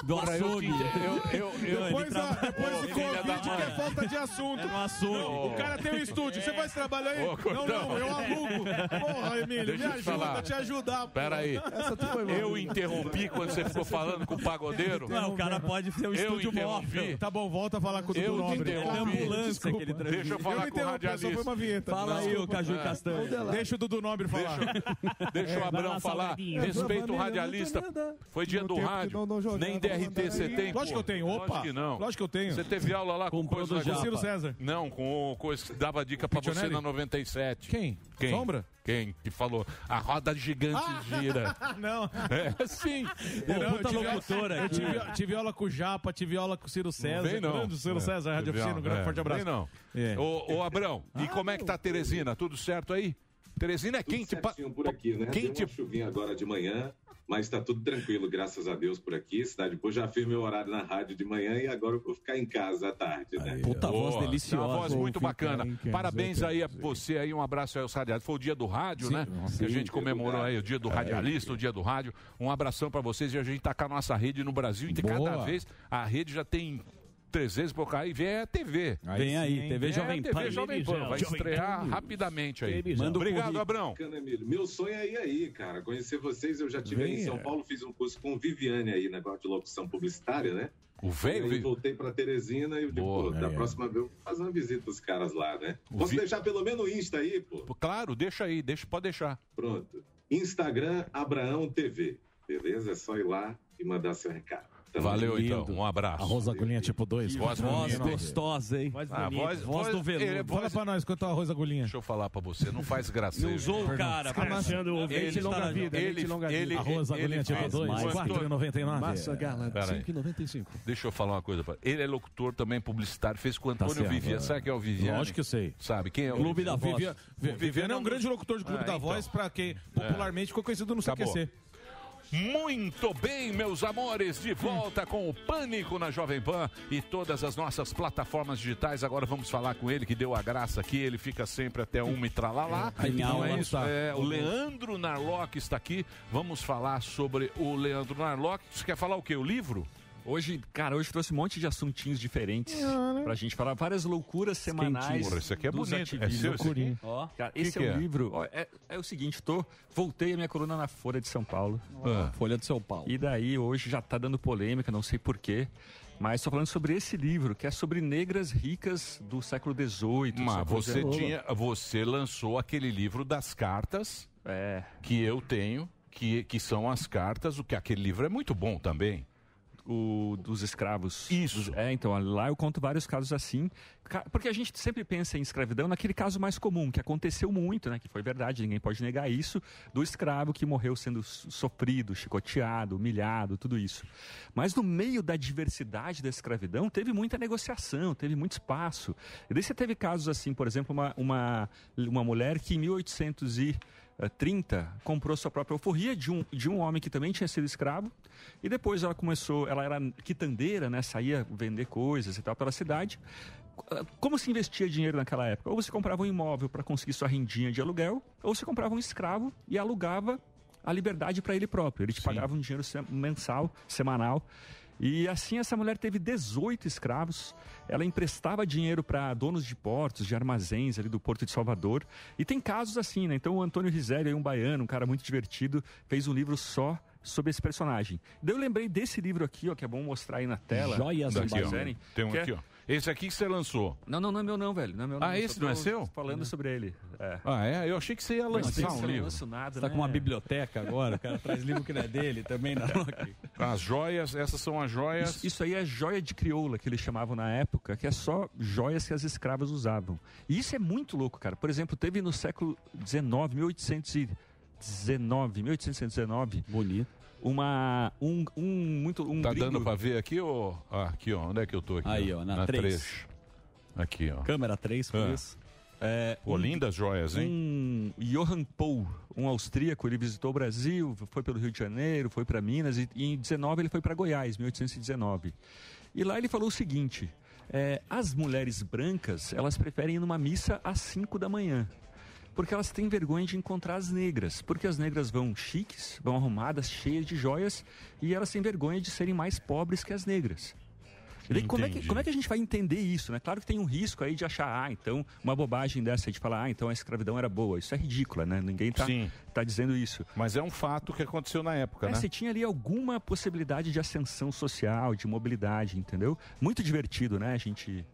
S5: Do
S8: Pra eu
S5: açougue.
S8: te- eu- eu- eu-
S10: Depois,
S8: ele
S10: da,
S8: traba-
S10: depois
S8: Ô,
S10: do
S8: filha da
S10: Covid,
S8: mãe.
S10: que é falta de assunto.
S8: no açougue.
S10: Não, o cara tem um estúdio. Você faz trabalho aí?
S8: Ô,
S10: não,
S8: gordão.
S10: não, eu alugo. Porra, Emílio,
S8: Deixa eu
S10: me
S8: te
S10: ajuda
S8: falar.
S10: a te ajudar. pô.
S8: Pera aí. Eu interrompi quando você ficou falando com o pagodeiro?
S10: Não, o cara pode ter um
S8: eu
S10: estúdio
S8: interrompi.
S10: móvel. Tá bom, volta a falar com o
S8: Eu
S10: Dudu Nobre.
S8: interrompi. É a ambulância que ele transmite. Deixa eu falar com o
S10: interrompi,
S8: radialista.
S10: Só foi uma vinheta.
S8: Fala aí,
S10: Desculpa.
S8: ô, Caju
S10: É.
S8: Castanho.
S10: Deixa o Dudu Nobre falar.
S8: Deixa
S10: É,
S8: o Abrão falar. Respeito o radialista. Foi dia do
S10: tempo que
S8: rádio.
S10: não- não jogava,
S8: Nem DRT você tem.
S10: Lógico
S8: pô.
S10: que eu tenho, opa.
S8: Lógico que não.
S10: Lógico que eu tenho.
S8: Você teve aula lá com,
S10: Com o
S8: coisa
S10: Bruno
S8: legal.
S10: Japa. Ciro César.
S8: Não, com o coisa que dava dica pra você
S10: Piccionelli?
S8: na 97.
S10: Quem?
S8: Quem?
S10: Sombra? Ah!
S8: Quem? Que falou, a roda gigante gira.
S5: Ah,
S10: Não.
S8: É, sim.
S10: Não, eu tive-
S8: locutora
S10: Eu
S8: aqui.
S10: tive, tive aula com o Japa, tive aula com o Ciro César.
S8: Vem não.
S10: Grande Ciro César, Rádio
S8: Teve
S10: Oficina, um
S8: aula,
S10: grande
S8: é.
S10: forte abraço.
S8: Vem não.
S10: É.
S8: Ô, ô, Abrão,
S13: Ah,
S8: e como é que tá a Teresina? Tudo certo aí? Teresina é quente pra...
S13: por aqui, né? Deu
S8: Quente
S13: uma chuvinha agora de manhã, mas tá tudo tranquilo, graças a Deus, por aqui. Cidade Boa, já fiz meu horário na rádio de manhã e agora eu vou ficar em casa à tarde, né?
S8: Puta
S5: voz deliciosa.
S8: Uma voz um muito
S5: Vou ficar
S8: bacana.
S5: em casa,
S8: Parabéns aí a você aí, um abraço aí aos radialistas. Foi o dia do rádio, né? que a gente comemorou aí o dia do radialista, o dia do rádio. Um abração pra vocês e a gente tá com a nossa rede no Brasil. E tem cada
S5: Boa.
S8: vez a rede já tem 300 por cá e vem a TV.
S5: Aí Vem aí, sim, hein? TV
S8: Vem a
S5: Jovem Pan.
S8: TV Jovem Pan. Vai
S5: Jovem
S8: estrear
S5: Pan.
S8: rapidamente aí.
S5: Manda o
S8: Obrigado,
S5: currículo.
S8: Abrão.
S13: Bacana, Emílio. Meu sonho é ir aí, cara. Conhecer vocês, eu já tive aí em São Paulo, fiz um curso com Viviane aí, negócio de locução publicitária, né?
S8: O velho
S13: E aí
S8: veio?
S13: voltei pra Teresina e eu digo, pô, da
S8: é.
S13: próxima vez eu vou fazer uma visita pros caras lá, né?
S8: O
S13: Posso
S8: vi-
S13: deixar pelo menos o Insta aí, pô?
S8: Claro, deixa aí, deixa, pode deixar.
S13: Pronto. Instagram Abraão TV. Beleza? É só ir lá e mandar seu recado. Tamo
S8: Valeu,
S13: junto.
S8: então. Um abraço.
S10: Arroz agulhinha tipo 2.
S8: Voz bonita.
S5: gostosa, hein?
S10: Voz, é
S8: Ah,
S10: bonita.
S8: voz- voz- ele- voz-
S10: Fala pra nós quanto é o arroz agulhinha.
S8: Deixa eu falar pra você, não faz gracinha.
S10: Não usou o cara,
S8: Perdão.
S10: amassando o
S8: Ele-
S10: leite longa vida,
S8: ele-
S10: leite longa vida.
S8: ele-
S10: Arroz,
S8: ele
S10: agulhinha tipo
S8: fez
S10: dois,
S8: mais.
S10: R$4,99.
S14: Massa Gala,
S8: Pera aí.
S14: 5,95.
S8: Deixa eu falar uma coisa. pra- Ele é locutor também, publicitário, fez com o
S10: Tá
S8: Antônio
S10: certo,
S8: Vivian.
S10: é.
S8: Sabe quem é o Vivian?
S10: Lógico que eu sei.
S8: Sabe quem é o
S10: Clube da Voz.
S8: Vivian-
S10: Vi-
S8: O
S10: Vivian é um grande
S8: gru-
S10: locutor de Clube
S8: Ah,
S10: da
S8: então.
S10: Voz, pra quem popularmente ficou conhecido no
S8: Acabou.
S10: CQC.
S8: Muito bem, meus amores, de volta com o Pânico na Jovem Pan e todas as nossas plataformas digitais. Agora vamos falar com ele, que deu a graça aqui, ele fica sempre até uma e tralalá.
S10: É, aí tem
S8: Então
S10: aula,
S8: é isso,
S10: tá.
S8: é, o Leandro Narlock está aqui, vamos falar sobre o Leandro Narlock. Você quer falar o quê? O livro?
S17: Hoje, cara, hoje trouxe um monte de assuntinhos diferentes
S8: Ah, né?
S17: pra gente falar. Várias loucuras semanais.
S8: Porra, esse aqui é
S17: dos
S8: bonito. É
S17: ativistas.
S8: seu esse aqui?
S17: Ó, cara,
S8: Que
S17: esse
S8: que
S17: é um
S8: é?
S17: livro. ó, é, é o seguinte, tô, voltei a minha coluna na Folha de São Paulo.
S8: Ah.
S17: Folha de São Paulo. E daí hoje já tá dando polêmica, não sei porquê. Mas tô falando sobre esse livro, que é sobre negras ricas do século XVIII. do
S8: Mas
S17: século
S8: você
S17: XIX.
S8: tinha, você lançou aquele livro das cartas
S17: É.
S8: que eu tenho, que, que são as cartas, o que aquele livro é muito bom também.
S17: o dos escravos. Isso. É, então, lá eu conto vários casos assim. Ca- Porque a gente sempre pensa em escravidão naquele caso mais comum, que aconteceu muito, né? Que foi verdade, ninguém pode negar isso, do escravo que morreu sendo so- sofrido, chicoteado, humilhado, tudo isso. Mas no meio da diversidade da escravidão, teve muita negociação, teve muito espaço. E daí você teve casos assim, por exemplo, uma, uma, uma mulher que em 1800 e eh, 30, comprou sua própria alforria de um, de um homem que também tinha sido escravo. E depois ela começou, ela era quitandeira, né? Saía vender coisas e tal pela cidade. Eh, Como se investia dinheiro naquela época? Ou você comprava um imóvel para conseguir sua rendinha de aluguel, ou você comprava um escravo e alugava a liberdade para ele próprio. Ele te pagava um dinheiro sem- mensal, semanal. E assim essa mulher teve 18 escravos. Ela emprestava dinheiro para donos de portos, de armazéns ali do Porto de Salvador. E tem casos assim, né? Então o Antônio Risério, aí um baiano, um cara muito divertido, fez um livro só sobre esse personagem. Daí eu lembrei desse livro aqui, ó, que é bom mostrar aí na tela.
S8: Joias
S17: se
S8: do
S17: vocês
S8: Baiano.
S17: quiserem,
S8: Tem um
S17: que é-
S8: aqui, ó. Esse aqui que você lançou.
S17: Não, não, não é meu não, velho. Não é meu,
S8: Ah,
S17: Eu
S8: esse
S17: só tô
S8: não é seu?
S17: Falando sobre ele. É.
S8: Ah, é? Eu achei que você ia
S17: Mas
S8: lançar
S17: pensa,
S8: um
S17: eu não
S8: livro.
S17: lanço nada,
S8: Você
S5: tá
S17: né?
S5: com uma biblioteca agora, o cara traz livro que não é dele também na
S8: As joias, essas são as joias.
S17: Isso, isso aí é joia de crioula, que eles chamavam na época, que é só joias que as escravas usavam. E isso é muito louco, cara. Por exemplo, teve no século XIX, 1819, 1819.
S5: Bonito.
S17: Uma. Um, um muito. Um
S8: Tá
S17: gringo-
S8: dando pra ver aqui ou. Ah, aqui, ó. Onde é que eu tô aqui?
S17: Aí, ó, na três.
S8: três. Aqui, ó. Ah.
S5: Câmera 3,
S17: por isso. É,
S5: um
S8: Pô, lindas joias, hein?
S17: Um Johann Paul, um austríaco, ele visitou o Brasil, foi pelo Rio de Janeiro, foi para Minas e, e em 19 ele foi para Goiás, 1819. E lá ele falou o seguinte: é, as mulheres brancas elas preferem ir numa missa às 5 da manhã. Porque elas têm vergonha de encontrar as negras. Porque as negras vão chiques, vão arrumadas, cheias de joias, e elas têm vergonha de serem mais pobres que as negras. E daí, como, é que,
S18: Entendi.
S17: como é que a gente vai entender isso, né? Claro que tem um risco aí de achar, ah, então, uma bobagem dessa de falar, ah, então a escravidão era boa. Isso é ridícula, né? Ninguém tá,
S8: Sim.
S17: tá dizendo isso.
S8: Mas é um fato que aconteceu na época,
S17: É,
S8: né?
S17: Você tinha ali alguma possibilidade de ascensão social, de mobilidade, entendeu? Muito divertido, né, a gente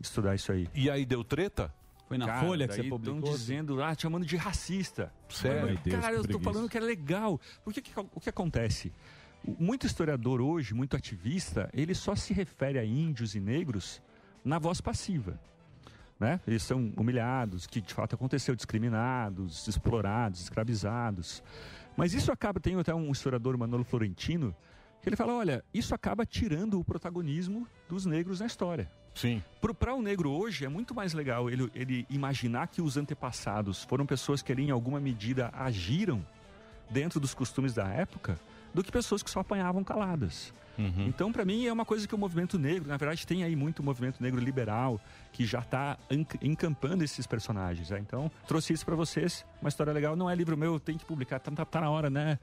S17: estudar isso aí.
S8: E aí deu treta?
S5: Foi na
S17: Cara,
S5: Folha que
S17: daí
S5: você publicou?
S17: Estão dizendo, ah, chamando de racista.
S5: Sério?
S17: Mas,
S5: Meu Deus,
S17: cara,
S5: que
S17: eu tô
S5: preguiça.
S17: falando que é legal. Porque que- o que acontece? O- Muito historiador hoje, muito ativista, ele só se refere a índios e negros na voz passiva. Né? Eles são humilhados, que de fato aconteceu, discriminados, explorados, escravizados. Mas isso acaba, tem até um historiador, Manolo Florentino, que ele fala, olha, isso acaba tirando o protagonismo dos negros na história.
S8: Sim.
S17: Para o negro hoje é muito mais legal ele, ele imaginar que os antepassados foram pessoas que ali em alguma medida agiram dentro dos costumes da época do que pessoas que só apanhavam caladas. Então, para mim, é uma coisa que o movimento negro, na verdade, tem aí muito movimento negro liberal que já está encampando esses personagens. né? Então, trouxe isso para vocês, uma história legal. Não é livro meu, tem que publicar, tá, tá- tá na hora, né?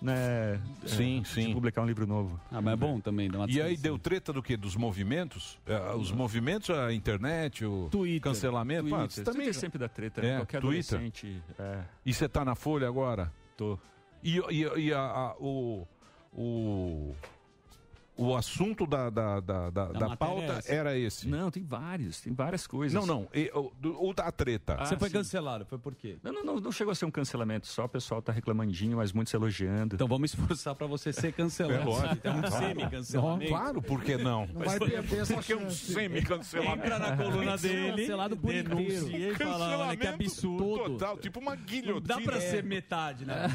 S17: né
S8: Sim,
S17: é, sim. De publicar um livro novo.
S5: Ah, mas é bom também. Dá uma
S8: E aí deu treta do quê? Dos movimentos? Ah, Os movimentos, a internet, o cancelamento? Ah, você
S17: Twitter.
S8: também
S17: Twitter sempre dá treta, né?
S8: É,
S17: Qualquer
S8: Twitter.
S17: adolescente. É.
S8: E você tá na Folha agora?
S17: Tô.
S8: E, e- e a- a- o, o, o assunto da, da, da, da, da
S17: matéria é
S8: pauta
S17: essa.
S8: era esse.
S17: Não, tem vários, tem várias coisas.
S8: Não, não. e- o, do- o da treta.
S17: Ah, Você foi sim.
S8: cancelado, foi por quê?
S17: Não, não, não, não chegou a ser um cancelamento só, o pessoal tá reclamandinho, mas muitos elogiando. Então
S5: vamos esforçar para você ser cancelado.
S17: É lógico.
S5: Então, um semi-cancelamento.
S8: Claro, por que não?
S5: Não vai perder essa
S8: Porque é um
S5: chance.
S8: semi-cancelamento.
S5: Entra na coluna dele,
S15: Cancelado por
S5: denuncia
S15: inteiro.
S5: e fala, olha, que absurdo.
S8: Total, tipo uma guilhotina.
S5: Não dá pra
S19: É.
S5: ser metade, né?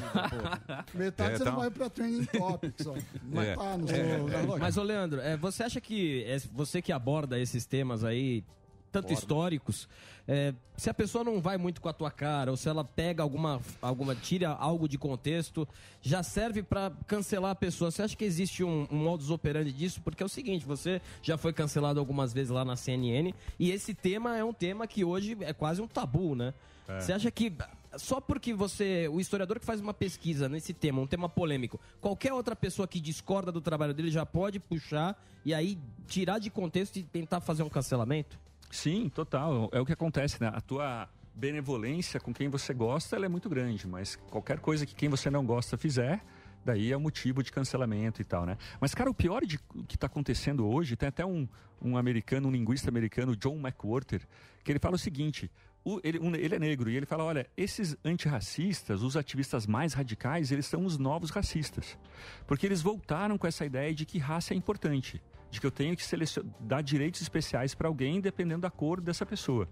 S18: Metade
S15: É,
S18: você
S15: tá.
S18: não vai pra Training Topics, ó. Não
S15: É.
S18: tá no
S15: É.
S18: seu- na
S15: Mas, ô Leandro, é, você acha que é, você que aborda esses temas aí, tanto históricos, é, se a pessoa não vai muito com a tua cara, ou se ela pega alguma, alguma tira algo de contexto, já serve pra cancelar a pessoa. Você acha que existe um, um modus operandi disso? Porque é o seguinte, você já foi cancelado algumas vezes lá na CNN, e esse tema é um tema que hoje é quase um tabu, né?
S19: É.
S15: Você acha que só porque você, o historiador que faz uma pesquisa nesse tema, um tema polêmico, qualquer outra pessoa que discorda do trabalho dele já pode puxar e aí tirar de contexto e tentar fazer um cancelamento?
S17: Sim, total. É o que acontece, né? A tua benevolência com quem você gosta, ela é muito grande, mas qualquer coisa que quem você não gosta fizer, daí é um motivo de cancelamento e tal, né? Mas, cara, o pior de o que está acontecendo hoje, tem até um, um americano, um linguista americano, John McWhorter, que ele fala o seguinte... o- ele, um- ele é negro e ele fala: olha, esses antirracistas, os ativistas mais radicais, eles são os novos racistas. Porque eles voltaram com essa ideia de que raça é importante de que eu tenho que selecion- dar direitos especiais para alguém dependendo da cor dessa pessoa.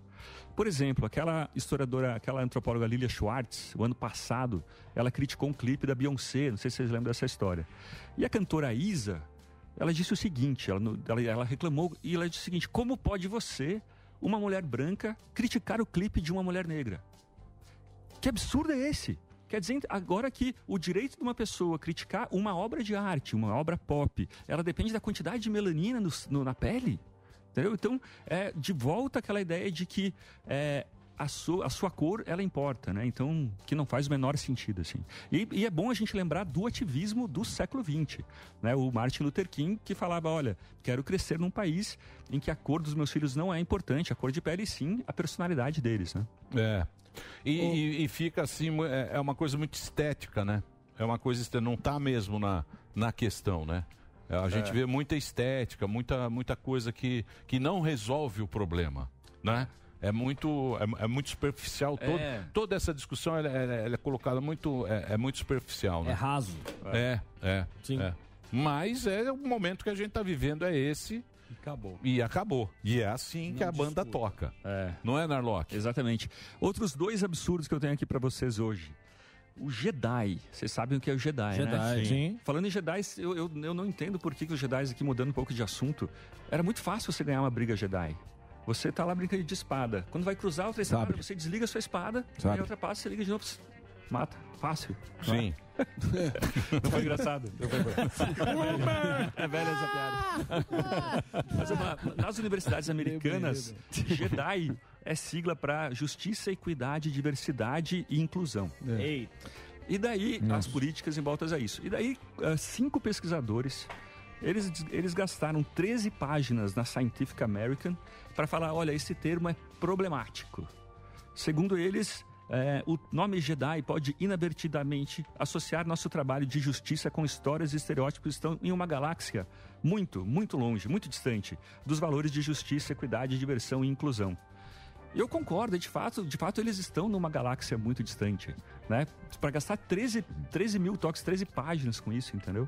S17: Por exemplo, aquela historiadora, aquela antropóloga Lilia Schwartz, o ano passado, ela criticou um clipe da Beyoncé, não sei se vocês lembram dessa história. E a cantora Isa, ela disse o seguinte, ela, no- ela- ela reclamou e ela disse o seguinte, como pode você, uma mulher branca, criticar o clipe de uma mulher negra? Que absurdo é esse? Quer dizer, agora que o direito de uma pessoa criticar uma obra de arte, uma obra pop, ela depende da quantidade de melanina no- no- na pele? Entendeu? Então, é, de volta aquela ideia de que é, a, su- a sua cor, ela importa, né? Então, que não faz o menor sentido, assim. E, e é bom a gente lembrar do ativismo do século XX, né? O Martin Luther King que falava, olha, quero crescer num país em que a cor dos meus filhos não é importante, a cor de pele sim, a personalidade deles, né?
S8: É. E, e- e fica assim, mu- é, é uma coisa muito estética, né? É uma coisa que não tá mesmo na, na questão, né? É, A gente
S17: É.
S8: vê muita estética, muita, muita coisa que, que não resolve o problema, né? É muito, é, é muito superficial. Todo,
S17: É.
S8: Toda essa discussão ela, ela- ela é colocada muito, é, é muito superficial, né?
S17: É raso.
S8: É, é. Sim. Mas é o momento que a gente está vivendo é esse.
S5: Acabou.
S8: E acabou. E é assim que a banda toca. Não é, Narlock?
S17: Exatamente. Outros dois absurdos que eu tenho aqui pra vocês hoje. O Jedi. Vocês sabem o que é o Jedi, né?
S10: Jedi, Sim. sim.
S17: Falando em Jedi, eu, eu, eu não entendo por que, que os Jedi, aqui mudando um pouco de assunto, era muito fácil você ganhar uma briga Jedi. Você tá lá brincando de espada. Quando vai cruzar outra espada, você desliga a sua espada,
S5: Sabe.
S17: aí ultrapassa, você liga de novo, pss, mata. Fácil.
S8: Sim.
S17: Não foi engraçado. É velha essa piada. Mas uma- nas universidades americanas, JEDI é sigla para Justiça, Equidade, Diversidade e Inclusão. E daí, as políticas em voltas a isso. E daí, ah, cinco pesquisadores, eles, eles gastaram 13 páginas na Scientific American para falar, olha, esse termo é problemático. Segundo eles, é, o nome Jedi pode inadvertidamente associar nosso trabalho de justiça com histórias e estereótipos que estão em uma galáxia muito, muito longe, muito distante dos valores de justiça, equidade, diversão e inclusão. E Eu concordo, de fato, de fato eles estão numa galáxia muito distante, né? Para gastar 13, 13 mil toques, 13 páginas com isso, entendeu?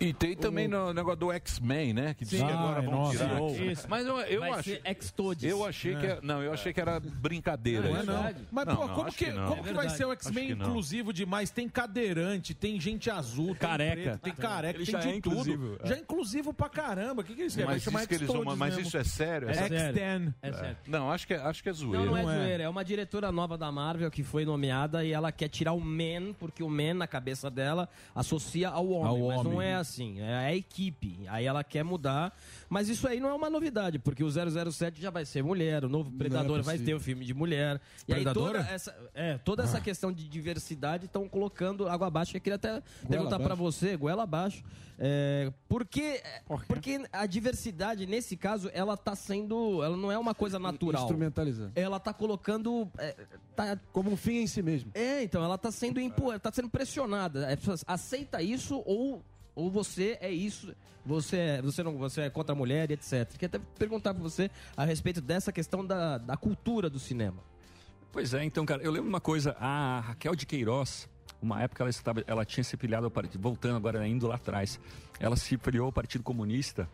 S8: E tem também
S17: O-
S8: no negócio do X-Men, né? Que diz
S17: Sim.
S8: que agora
S17: Ai,
S8: vão
S17: nossa,
S8: tirar.
S17: isso. Isso.
S8: Mas eu, eu
S17: Vai
S8: acho.
S17: ser X-Todes.
S8: Eu achei que
S17: É.
S8: era- não, eu achei que era brincadeira.
S10: Não é
S8: isso.
S10: não. Mas, pô, como,
S8: acho
S10: que,
S8: não. É
S10: como que vai ser o X-Men
S8: Acho que não.
S10: inclusivo demais? Tem cadeirante, tem gente azul, tem
S8: Careca.
S10: preto, tem careca,
S8: Ele
S10: tem
S8: já
S10: de
S8: é
S10: tudo.
S8: inclusivo, é.
S10: Já é inclusivo pra caramba. O que, que eles querem? Vai
S8: Mas,
S10: chamar
S8: isso, que eles vão,
S10: X-Todes
S8: mas
S10: mesmo.
S8: isso é sério?
S10: É
S8: sério.
S10: X-Ten.
S15: É sério.
S8: Não, acho que, é- acho que é zoeira.
S15: Não, não é zoeira, é uma diretora nova da Marvel que foi nomeada e ela quer tirar o man, porque o man na cabeça dela associa ao homem,
S10: Ao
S15: mas não
S10: homem.
S15: é assim, é a equipe. Aí ela quer mudar, mas isso aí não é uma novidade, porque o 007 já vai ser mulher, o novo Predador vai
S10: é possível.
S15: ter o filme de mulher. E
S10: Predadora? Ah.
S15: aí toda essa, é, toda essa questão de diversidade estão colocando água abaixo. Eu queria até perguntar
S10: abaixo.
S15: pra você, goela abaixo, é, por que- porque a diversidade nesse caso ela tá sendo, ela não é uma coisa natural.
S14: Instrumentalizando.
S15: Ela tá colocando. é, tá-
S14: Como um fim em si mesmo.
S15: É, então, ela tá sendo impu... tá sendo pressionada. As pessoas aceita isso ou ou você é isso, você é, você não, você é contra a mulher e etc. Queria até perguntar pra você a respeito dessa questão da, da cultura do cinema.
S17: Pois é, então, cara, eu lembro uma coisa, a Raquel de Queiroz, uma época ela, estava, ela tinha se filiado ao partido, voltando agora, né, indo lá atrás, ela se filiou ao Partido Comunista,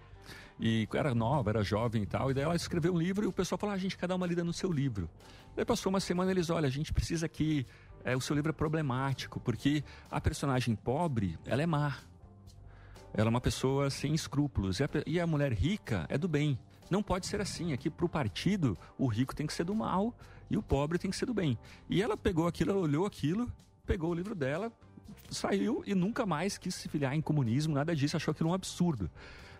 S17: e era nova, era jovem e tal, e daí ela escreveu um livro e o pessoal falou, ah, gente, cada uma lida no seu livro. Daí passou uma semana eles, olha, a gente precisa que é, o seu livro é problemático, porque a personagem pobre, ela é má, ela é uma pessoa sem escrúpulos. E a, pe- e a mulher rica é do bem. Não pode ser assim. Aqui, para o partido, o rico tem que ser do mal e o pobre tem que ser do bem. E ela pegou aquilo, ela olhou aquilo, pegou o livro dela, saiu e nunca mais quis se filiar em comunismo, nada disso, achou aquilo um absurdo.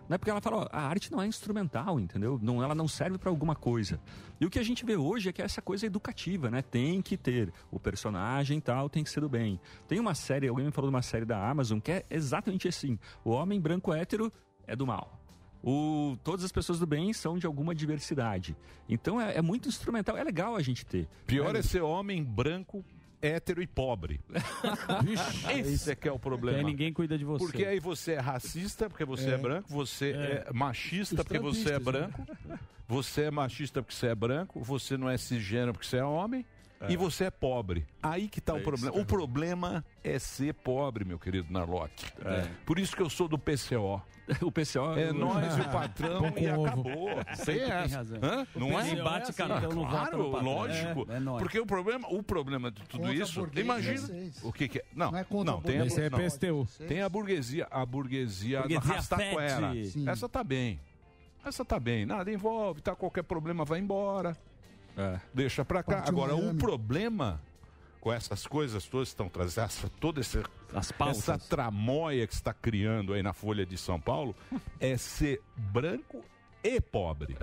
S17: Não é porque ela fala, ó, a arte não é instrumental, entendeu? Não, ela não serve para alguma coisa. E o que a gente vê hoje é que é essa coisa educativa, né? Tem que ter o personagem e tal, tem que ser do bem. Tem uma série, alguém me falou de uma série da Amazon que é exatamente assim: o homem branco hétero é do mal. O, todas as pessoas do bem são de alguma diversidade. Então é, é muito instrumental, é legal a gente ter.
S8: Pior é ser homem branco, hétero e pobre. Esse é que é o problema.
S19: Aí ninguém cuida de você.
S8: Porque aí você é racista porque você é,
S19: É.
S8: branco, você é,
S19: É.
S8: machista
S19: Os
S8: porque você é
S19: trumpistas, né?
S8: branco, você é machista porque você é branco, você não é cisgênero porque você é homem. E você é pobre. Aí que tá
S19: É
S8: o
S19: isso,
S8: problema.
S19: cara.
S8: O problema é ser pobre, meu querido Narlock.
S19: É.
S8: Por isso que eu sou do PCO.
S17: O PCO
S8: é nós e o patrão
S19: Pão com
S8: e
S19: ovo.
S8: acabou.
S19: Sempre
S8: Sem
S19: tem
S8: essa.
S19: razão.
S8: Hã?
S19: O
S8: Não é?
S19: PCO é assim,
S8: cara,
S19: então não vota
S8: claro,
S19: no patrão.
S8: lógico.
S19: É, é nóis.
S8: porque o problema, o problema de tudo
S19: Contra a
S8: isso,
S19: burguesia,
S8: imagina
S19: vocês.
S8: o que, que é. Não,
S19: Não
S8: não,
S19: é contra a
S8: tem a,
S19: burguesia. Esse é
S8: não.
S19: PSTU.
S8: Tem a burguesia, a burguesia,
S19: Burguesia
S8: rastaquera.
S19: fede. Sim.
S8: Essa tá bem. Essa tá bem, nada envolve, tá qualquer problema vai embora. Deixa pra cá.
S19: Partiu
S8: Agora o
S19: Miami.
S8: problema com essas coisas todas que estão trazendo, essa, toda essa,
S19: pautas.
S8: essa tramóia que está criando aí na Folha de São Paulo, é ser branco e pobre.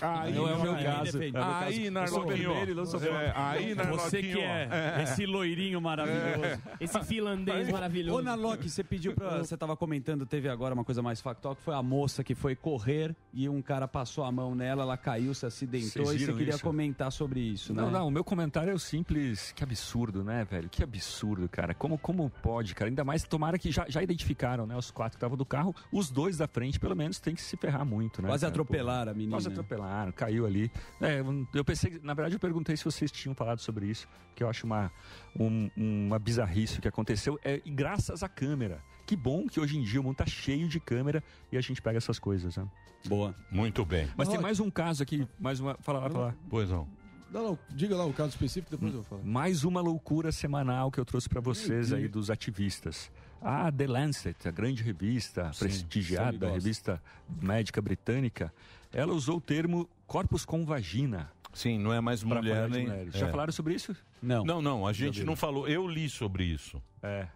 S8: Aí
S19: Não é o
S8: não
S19: meu
S8: é.
S19: caso.
S8: Aí,
S19: Não é o meu caso. Eu sou
S8: Narloquinho,
S19: vermelho, não sou
S8: é,
S19: branco.
S8: aí,
S19: Você
S8: Narloquinho,
S19: que é
S8: ó,
S19: esse loirinho maravilhoso, esse finlandês maravilhoso. Ô, Narlock, você pediu pra. Você tava comentando, teve agora uma coisa mais factual, que foi a moça que foi correr e um cara passou a mão nela, ela caiu, se
S17: Vocês
S19: acidentou e você
S17: viram
S19: queria
S17: isso?
S19: comentar sobre isso, né?
S17: Não, não, o meu comentário é o simples. Que absurdo, né, velho? Que absurdo, cara. Como, como pode, cara? Ainda mais, tomara que já, já identificaram, né? Os quatro que estavam do carro, os dois da frente, pelo menos, tem que se ferrar muito, né?
S19: Quase
S17: cara? Pô,
S19: atropelaram a menina.
S17: Quase atropelaram, caiu ali. É, eu- eu pensei, que- na verdade, eu perguntei se vocês tinham falado sobre isso, que eu acho uma, um- uma bizarrice o que aconteceu. É, e graças à câmera. Que bom que hoje em dia o mundo tá cheio de câmera e a gente pega essas coisas, né?
S19: Boa.
S8: Muito bem.
S17: Mas tem mais um caso aqui, mais uma. Fala lá, fala lá.
S8: Pois não.
S14: Não, não, diga lá o caso específico, depois eu
S8: Hum.
S14: falo.
S17: Mais uma loucura semanal que eu trouxe para vocês
S14: Meu
S17: aí
S14: Deus.
S17: dos ativistas. A The Lancet, a grande revista
S19: sempre
S17: prestigiada,
S19: gosto.
S17: revista médica britânica, ela usou o termo corpus com vagina.
S8: Sim, não é mais
S17: pra
S8: mulher,
S17: falar de
S8: nem-
S17: mulheres. Já
S8: é.
S17: falaram sobre isso?
S8: Não. Não, a gente
S17: vi.
S8: não falou. Eu li sobre isso.
S17: É.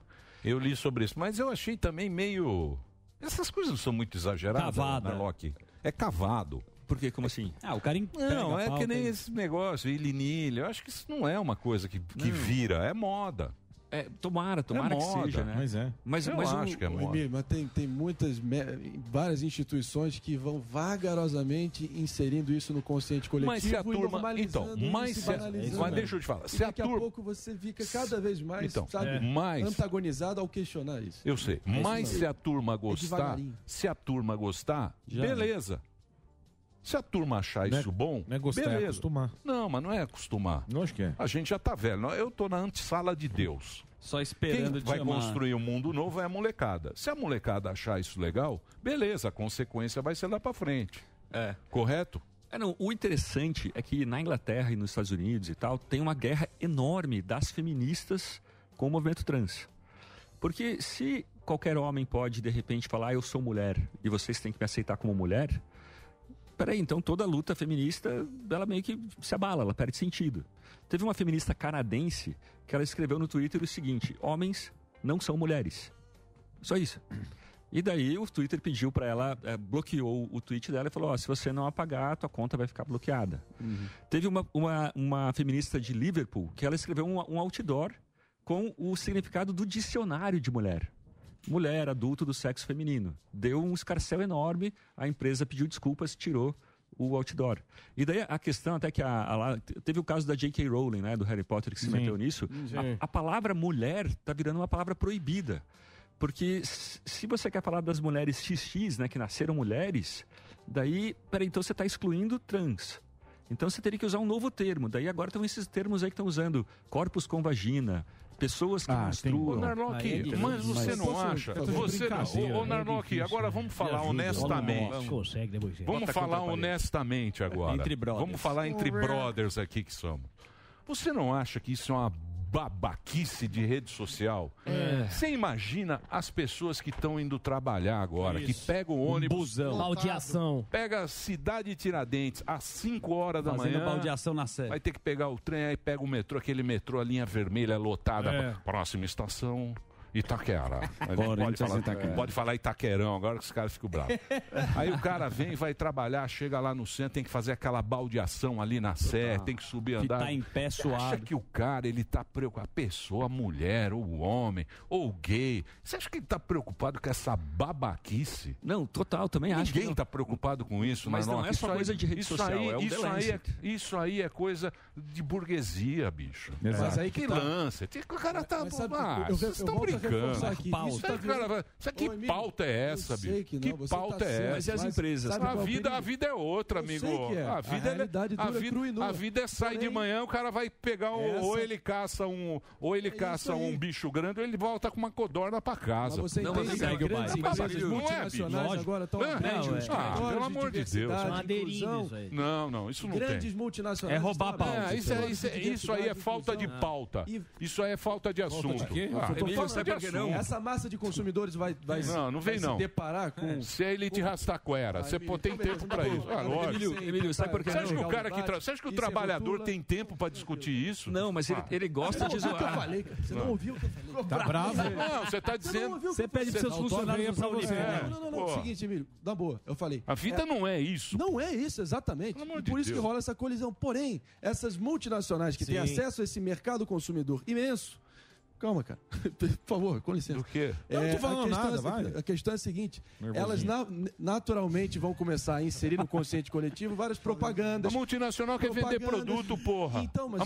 S8: Eu li sobre isso, mas eu achei também meio. Essas coisas não são muito exageradas,
S19: Cavada.
S8: Narlock. É cavado.
S17: Por quê? Como assim?
S19: Ah, o cara
S8: Não, é
S19: pega a
S8: que nem
S19: pauta.
S8: esse negócio, ilinilha. Eu acho que isso não é uma coisa que, que vira, é moda.
S17: É, tomara, tomara
S8: É
S17: que
S8: moda.
S17: seja, né?
S8: Mas é.
S17: Mas,
S8: Eu
S17: mas o-
S8: acho que é
S14: Ô,
S8: moda.
S14: Emílio, mas tem, tem muitas, me- várias instituições que vão vagarosamente inserindo isso no consciente coletivo
S8: Mas se a
S14: e
S8: turma.
S14: normalizando
S8: Então,
S14: e
S8: mas,
S14: se
S8: se a-
S14: banalizando.
S8: mas deixa eu te falar.
S14: E
S8: Se a
S14: daqui a,
S8: turma.
S14: pouco você fica cada vez mais,
S8: Então,
S14: sabe,
S8: é. mas-
S14: antagonizado ao questionar isso.
S8: Eu sei.
S14: isso
S8: Mas
S14: mesmo.
S8: se a turma
S14: É
S8: gostar,
S14: devagarinho.
S8: se a turma gostar,
S14: Já.
S8: beleza. Se a turma achar
S7: Não é-
S8: isso bom,
S7: não é gostar, é
S8: beleza.
S7: acostumar.
S8: Não, mas não é acostumar.
S7: Não acho que é.
S8: A gente já tá velho. Eu tô na antessala de Deus.
S19: Só esperando
S8: Quem
S19: de
S8: vai
S19: chamar.
S8: construir um mundo novo é a molecada. Se a molecada achar isso legal, beleza, a consequência vai ser lá pra frente.
S17: É.
S8: Correto?
S17: É, não, o interessante é que na Inglaterra e nos Estados Unidos e tal, tem uma guerra enorme das feministas com o movimento trans. Porque se qualquer homem pode, de repente, falar "Ah, eu sou mulher e vocês têm que me aceitar como mulher, peraí, então toda luta feminista, ela meio que se abala, ela perde sentido. Teve uma feminista canadense que ela escreveu no Twitter o seguinte, homens não são mulheres. Só isso. E daí o Twitter pediu pra ela, eh, bloqueou o tweet dela e falou: ó, se você não apagar, a tua conta vai ficar bloqueada. Teve uma, uma, uma feminista de Liverpool que ela escreveu um, um outdoor com o significado do dicionário de mulher. Mulher, adulto do sexo feminino. Deu um escarcel enorme, a empresa pediu desculpas, tirou o outdoor. E daí a questão até que a, a lá- teve o caso da J.K. Rowling, né, do Harry Potter que se
S19: Sim.
S17: meteu nisso.
S19: Sim.
S17: A, a palavra mulher tá virando uma palavra proibida. Porque s- se você quer falar das mulheres XX, né, que nasceram mulheres, daí, peraí, então você está excluindo trans. Então você teria que usar um novo termo. Daí agora estão esses termos aí que estão usando corpos com vagina, pessoas que menstruam.
S8: Ô, Narlock, é mas você não acha? Você não. Ô,
S17: é
S8: Ô, Narlock, agora vamos falar honestamente. Vamos falar honestamente agora.
S5: Entre brothers.
S8: Vamos falar entre brothers aqui que somos. Você não acha que isso é uma babaquice de rede social?
S20: É.
S8: Você imagina as pessoas que estão indo trabalhar agora, que
S20: Isso.
S8: pegam o
S20: Um
S8: ônibus.
S20: busão. Baldeação.
S8: Pega a cidade de Tiradentes às 5 horas da
S5: Fazendo
S8: manhã.
S5: baldeação na série.
S8: Vai ter que pegar o trem, aí pega o metrô, aquele metrô, a linha vermelha lotada.
S5: É.
S8: Próxima estação. Itaquera. A gente pode,
S5: Corinthians,
S8: falar,
S5: Itaquera.
S8: pode falar Itaquerão, agora que os caras ficam bravos. Aí o cara vem, vai trabalhar, chega lá no centro, tem que fazer aquela baldeação ali na Sé,
S17: Tá.
S8: tem que subir
S5: Ficar
S8: andar.
S5: Ah. tá em pé
S8: Você Acha
S5: suado.
S8: que o cara, ele tá preocupado, a pessoa, a mulher, ou o homem, ou o gay, você acha que ele tá preocupado com essa babaquice?
S17: Não, total, também
S8: Ninguém
S17: acho que não.
S8: tá preocupado com isso,
S17: Mas não
S8: Nanoca.
S17: é só
S8: Isso aí-
S17: coisa de rede
S8: isso
S17: social,
S8: aí-
S17: é o
S8: isso
S17: The
S8: aí é
S17: Lancet.
S8: isso aí é coisa de burguesia, bicho.
S14: Exato. Mas aí que tá.
S8: lança. Tem- O cara tá.
S14: Mas sabe,
S8: ah,
S14: eu- eu-
S8: vocês
S14: eu
S8: estão
S14: volto a reforçar
S8: brincando.
S14: aqui, isso
S8: Pauta.
S14: tá
S8: Sabe, é cara,
S14: virando-
S8: sabe que
S14: Ô, Emílio,
S8: pauta é essa,
S14: eu
S8: bicho?
S14: sei que não, você
S8: pauta
S14: tá
S8: é
S14: certo,
S8: essa?
S14: Mas e as mas empresas? sabe
S8: A
S14: qual é o
S8: vida,
S14: perigo?
S8: a vida é outra,
S14: Eu sei
S8: amigo.
S14: que é.
S8: A
S14: A
S8: vida
S14: realidade
S8: a
S14: dura,
S8: vida-
S14: crua e nua.
S8: A vida é sai de
S14: Porém,
S8: manhã, o cara vai pegar um.
S14: essa- É
S8: Ou ele caça um. Ou ele caça um bicho grande, ou ele volta com uma codorna pra casa.
S14: Mas você Não, entende mas que segue o grandes baile. empresas
S8: Não é, bicho?
S14: multinacionais
S8: Lógico.
S14: agora estão
S8: Não,
S14: abrindo
S8: não,
S14: os
S8: é.
S14: escritórios
S8: Ah, Pelo
S14: de
S8: amor de Deus.
S14: diversidade, São madeirinhas, inclusão. velho.
S8: Não, não, isso não
S14: Grandes
S8: tem.
S14: multinacionais É roubar estão abrindo pauta,
S8: É, Isso, é-
S14: escritórios
S8: isso, é-
S14: tipo de
S8: isso aí é
S14: diversidade,
S8: falta de
S14: inclusão.
S8: pauta.
S14: E-
S8: Isso aí é falta de assunto.
S14: Falta de quê?
S8: Ah,
S14: Eu tô
S8: Emílio,
S14: falando
S8: sabe
S14: de
S8: por que não?
S14: assunto. Essa massa de consumidores vai, vai se-
S8: Não, não vem
S14: vai se
S8: não.
S14: deparar com.
S8: Se é elite rastaquera,
S17: Ah,
S8: você pô, tem tempo pra isso. Ah, lógico.
S17: Emílio, Emílio, sabe por que
S8: Você acha
S17: não?
S8: que o cara que tra- Você acha que o
S17: Isso é
S8: trabalhador
S17: rotula.
S8: tem tempo pra discutir isso?
S17: Não, mas ele-
S8: Ah.
S17: ele gosta de
S14: Eu
S17: zoar.
S14: falei, cara, você não
S8: Não.
S14: ouviu o que eu falei.
S8: Tá bravo, hein? Não, você tá dizendo- Você pede pros seus funcionários usar o livro.
S14: Não, não, não, não.
S8: Pô.
S14: É o seguinte, Emílio, na boa, eu falei.
S8: A vida não é isso.
S14: Não é isso, exatamente. E por
S8: de
S14: isso que
S8: Deus.
S14: rola essa colisão. Porém, essas multinacionais que têm
S8: Sim.
S14: acesso a esse mercado consumidor imenso. Calma, cara. Por favor, com licença. O
S8: quê?
S7: Eu
S14: É,
S7: não tô falando nada, vai.
S14: A questão é a seguinte:
S7: Nervosinho.
S14: elas na- naturalmente vão começar a inserir no consciente coletivo várias propagandas.
S8: A multinacional quer vender
S14: propagandas.
S8: produto, porra.
S14: Então, mas,
S8: A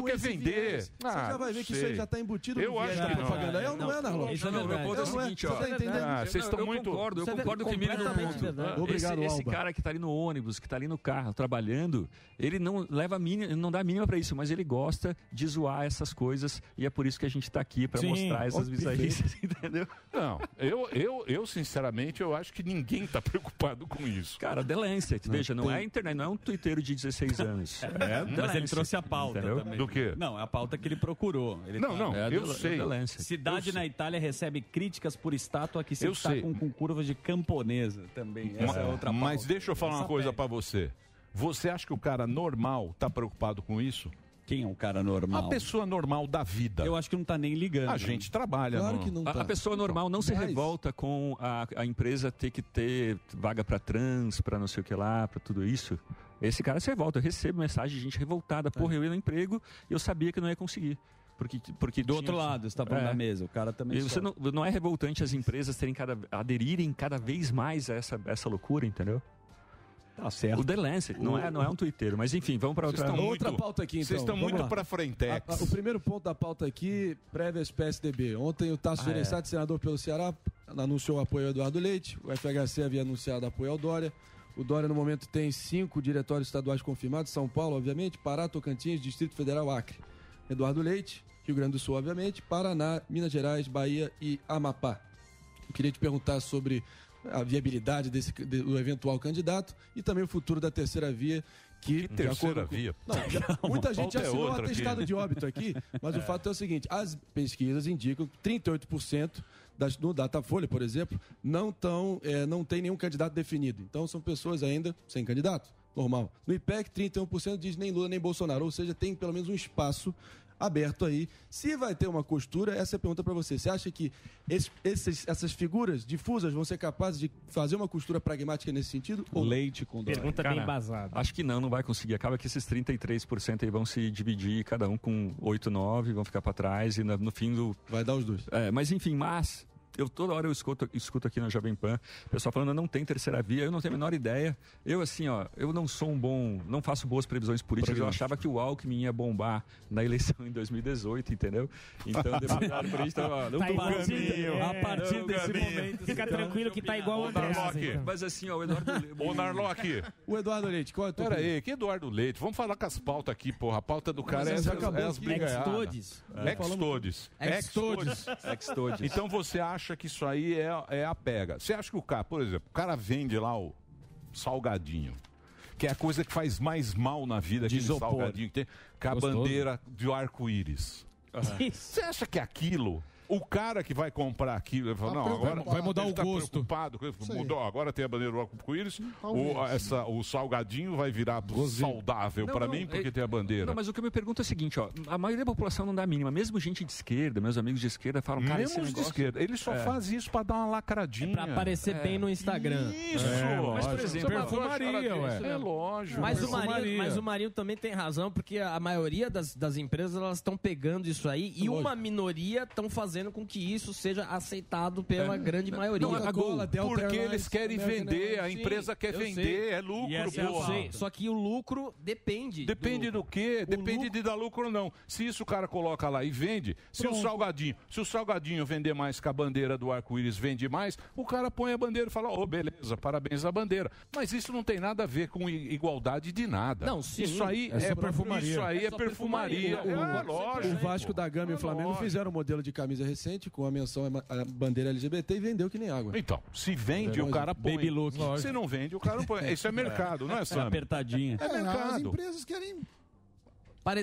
S14: mas com
S8: quer
S14: esse
S8: vender.
S14: viés, Você
S8: Ah,
S14: já vai ver
S8: não
S14: que isso aí
S8: sei.
S14: já está embutido
S8: Eu
S14: no viés
S8: acho
S14: da
S8: que não.
S14: propaganda. Eu não é, Narlock.
S17: Isso é verdade.
S14: Eu
S17: Meu ponto é o
S14: não
S17: seguinte, ó.
S14: Você tá entendendo?
S17: Ah, vocês estão
S14: Eu
S17: muito. Concordo, eu
S14: Você tá
S17: concordo com o Emílio no
S14: completamente
S17: ponto.
S14: verdade.
S17: Ah,
S14: Obrigado,
S17: esse, esse
S14: Alba.
S17: cara que tá ali no ônibus, que tá ali no carro trabalhando, ele não leva a mínima, ele não dá a mínima pra isso, mas ele gosta de zoar essas coisas e é por isso que a gente tá aqui pra
S8: Sim.
S17: mostrar essas
S8: Ó,
S17: bizarrices, entendeu?
S8: Não, eu, eu, eu sinceramente, eu acho que ninguém tá preocupado com isso.
S17: Cara, The Lancet, veja, não
S8: tem-
S17: é a internet, não é um twitteiro de 16 anos.
S8: É,
S17: The
S8: mas
S17: Lancet,
S8: ele trouxe a pauta também. Do quê?
S17: Não, é a pauta que ele procurou. Ele
S5: tá-
S8: Não, não,
S17: é a
S8: eu
S17: The-
S8: sei.
S17: The Lancet.
S19: Cidade na Itália recebe críticas por estátua que se
S8: Eu
S5: tá
S8: sei.
S19: destacam com curvas de camponesa também. Essa
S8: Ma-
S19: é outra pauta.
S8: Mas deixa eu falar uma
S19: Essa
S8: coisa pra você. Você acha que o cara normal tá preocupado com isso?
S19: Quem é um cara normal?
S8: A pessoa normal da vida. Eu
S19: acho que não tá nem ligando.
S8: A gente trabalha.
S17: A,
S14: tá.
S19: tá.
S17: a pessoa
S19: Então,
S17: normal não se revolta com a, a empresa ter que ter vaga pra trans, pra não sei o que lá, pra tudo isso. Esse cara se revolta. Eu recebo mensagem de gente revoltada.
S19: É.
S17: Porra, eu ia no emprego e eu sabia que eu não ia conseguir. Porque, porque É.
S19: Do outro lado, você tá falando da mesa, o cara também
S17: E você não,
S19: solta.
S17: não é revoltante as empresas terem cada, aderirem cada vez mais a essa, essa loucura, entendeu?
S19: Tá certo.
S17: O The Lancet, não, é, não é um twitteiro, mas enfim, vamos pra outra.
S14: outra pauta aqui, então. Vamos lá. A- a- O primeiro ponto da pauta aqui, prévias PSDB. Ontem o Tasso
S17: Ah,
S14: Gereissati, senador pelo Ceará, anunciou apoio ao Eduardo Leite. O FHC havia anunciado apoio ao Dória. O Dória, no momento, tem cinco diretórios estaduais confirmados. São Paulo, obviamente, Pará, Tocantins, Distrito Federal, Acre. Eduardo Leite, Rio Grande do Sul, obviamente, Paraná, Minas Gerais, Bahia e Amapá. Eu queria te perguntar sobre a viabilidade desse, de- do eventual candidato e também o futuro da terceira via, que, de
S8: terceira
S14: acordo com-
S8: via?
S14: Não, já-
S8: Calma,
S14: muita gente
S8: falta
S14: já assinou o
S8: outra aqui.
S14: atestado de óbito é aqui, mas
S8: É.
S14: o fato é o seguinte, as pesquisas indicam que 38% das, no Datafolha, por exemplo, não, tão, é, não tem nenhum candidato definido. Então, são pessoas ainda sem candidato, normal. No IPEC, 31% diz nem Lula nem Bolsonaro, ou seja, tem pelo menos um espaço aberto aí. Se vai ter uma costura, essa é a pergunta para você. Você acha que es- esses- essas figuras difusas vão ser capazes de fazer uma costura pragmática nesse sentido? Ou...
S19: Leite com
S17: Cara, Acho que não, não vai conseguir. Acaba que esses 33% aí vão se dividir, cada um com 8, 9, vão ficar pra trás e na- no fim do.
S14: Vai dar os dois.
S17: mas enfim, mas. eu toda hora eu escuto, escuto aqui na Jovem Pan, o pessoal falando, não tem terceira via, eu não tenho a menor ideia. Eu, assim, ó, eu não sou um bom, não faço boas previsões políticas, eu achava que o Alckmin ia bombar na eleição em 2018, entendeu? Então, deputado por isso, então, ó, não
S20: Tá
S17: tô Então,
S20: igual-
S17: caminho,
S20: é,
S17: a partir
S20: não
S14: um
S17: desse
S20: caminho.
S17: momento.
S20: Fica tranquilo que tá igual o
S17: Ô,
S20: André
S17: Narlock,
S20: Asa, então.
S17: Mas assim, ó, o Eduardo...
S8: Ô, Narlock.
S14: O Eduardo Leite, qual é a tua
S8: Pera
S14: opinião?
S8: aí, que Eduardo Leite? Vamos falar com as pautas aqui, porra. A pauta do cara é,
S14: Mas
S8: as-
S14: já acabou
S8: é as
S14: aqui.
S8: brigaiadas.
S14: Ex-todes.
S8: É. Ex-todes.
S14: Ex-todes.
S8: Ex-todes. Então você acha que isso aí é, é a pega. Você acha que o cara, por exemplo, o cara vende lá o salgadinho. Que é a coisa que faz mais mal na vida aquele
S5: isopor.
S8: salgadinho que tem. Com a
S5: Gostoso.
S8: bandeira do arco-íris. Você acha que é aquilo... O cara que vai comprar aquilo, ele fala,
S10: Tá
S8: não, agora
S10: preocupado. Vai mudar
S8: ele
S10: o
S8: tá
S10: gosto.
S8: preocupado com isso.
S10: Isso aí. Hum,
S8: Mudou, agora tem a bandeira do arco-íris,
S17: Talvez.
S8: o, essa, o salgadinho vai virar saudável
S17: Não,
S8: pra
S17: não,
S8: mim porque
S17: é-
S8: tem a bandeira.
S17: Não, mas o que eu me pergunto é o seguinte, ó. A maioria da população não dá a mínima. Mesmo gente de esquerda, meus amigos de esquerda falam, cara,
S8: Mesmo
S17: esse
S8: os de
S17: negócio...
S8: esquerda, eles só fazem isso pra dar uma lacradinha.
S15: Pra aparecer
S17: É.
S15: bem no Instagram.
S8: Isso! É,
S15: mas por
S8: lógico.
S15: exemplo,
S8: Perfumaria,
S15: uma-
S8: ué.
S15: Isso mesmo.
S8: É lógico,
S15: Mas o, Marinho,
S8: perfumaria.
S15: mas o Marinho também tem razão, porque a maioria das, das empresas elas estão pegando isso aí e uma minoria estão fazendo com que isso seja aceitado pela grande maioria.
S8: Não, a Gol, porque eles querem vender, a
S15: Sim,
S8: empresa quer
S15: eu sei.
S8: vender, é lucro,
S15: E essa é a
S8: porra.
S15: falta. Só que o lucro depende.
S8: Depende do, quê? Depende
S15: lucro-
S8: de dar lucro ou não. Se isso o cara coloca lá e vende, se o salgadinho, se o salgadinho vender mais que a bandeira do arco-íris vende mais, o cara põe a bandeira e fala, ô, beleza, parabéns à bandeira. Mas isso não tem nada a ver com i- igualdade de nada.
S14: Não, sim.
S8: Isso aí é,
S14: só
S8: perfumaria. Isso aí é,
S14: só
S8: perfumaria.
S14: O,
S8: É, lógico.
S14: o Vasco da Gama e o Flamengo fizeram um modelo de camisa recente com a menção à bandeira LGBT e vendeu que nem água.
S8: Então, se vende, o cara põe.
S14: Baby look.
S8: Se não vende, o cara não põe. Isso é mercado, não é, Sam?
S18: É,
S8: É
S18: As
S8: mercado.
S18: empresas querem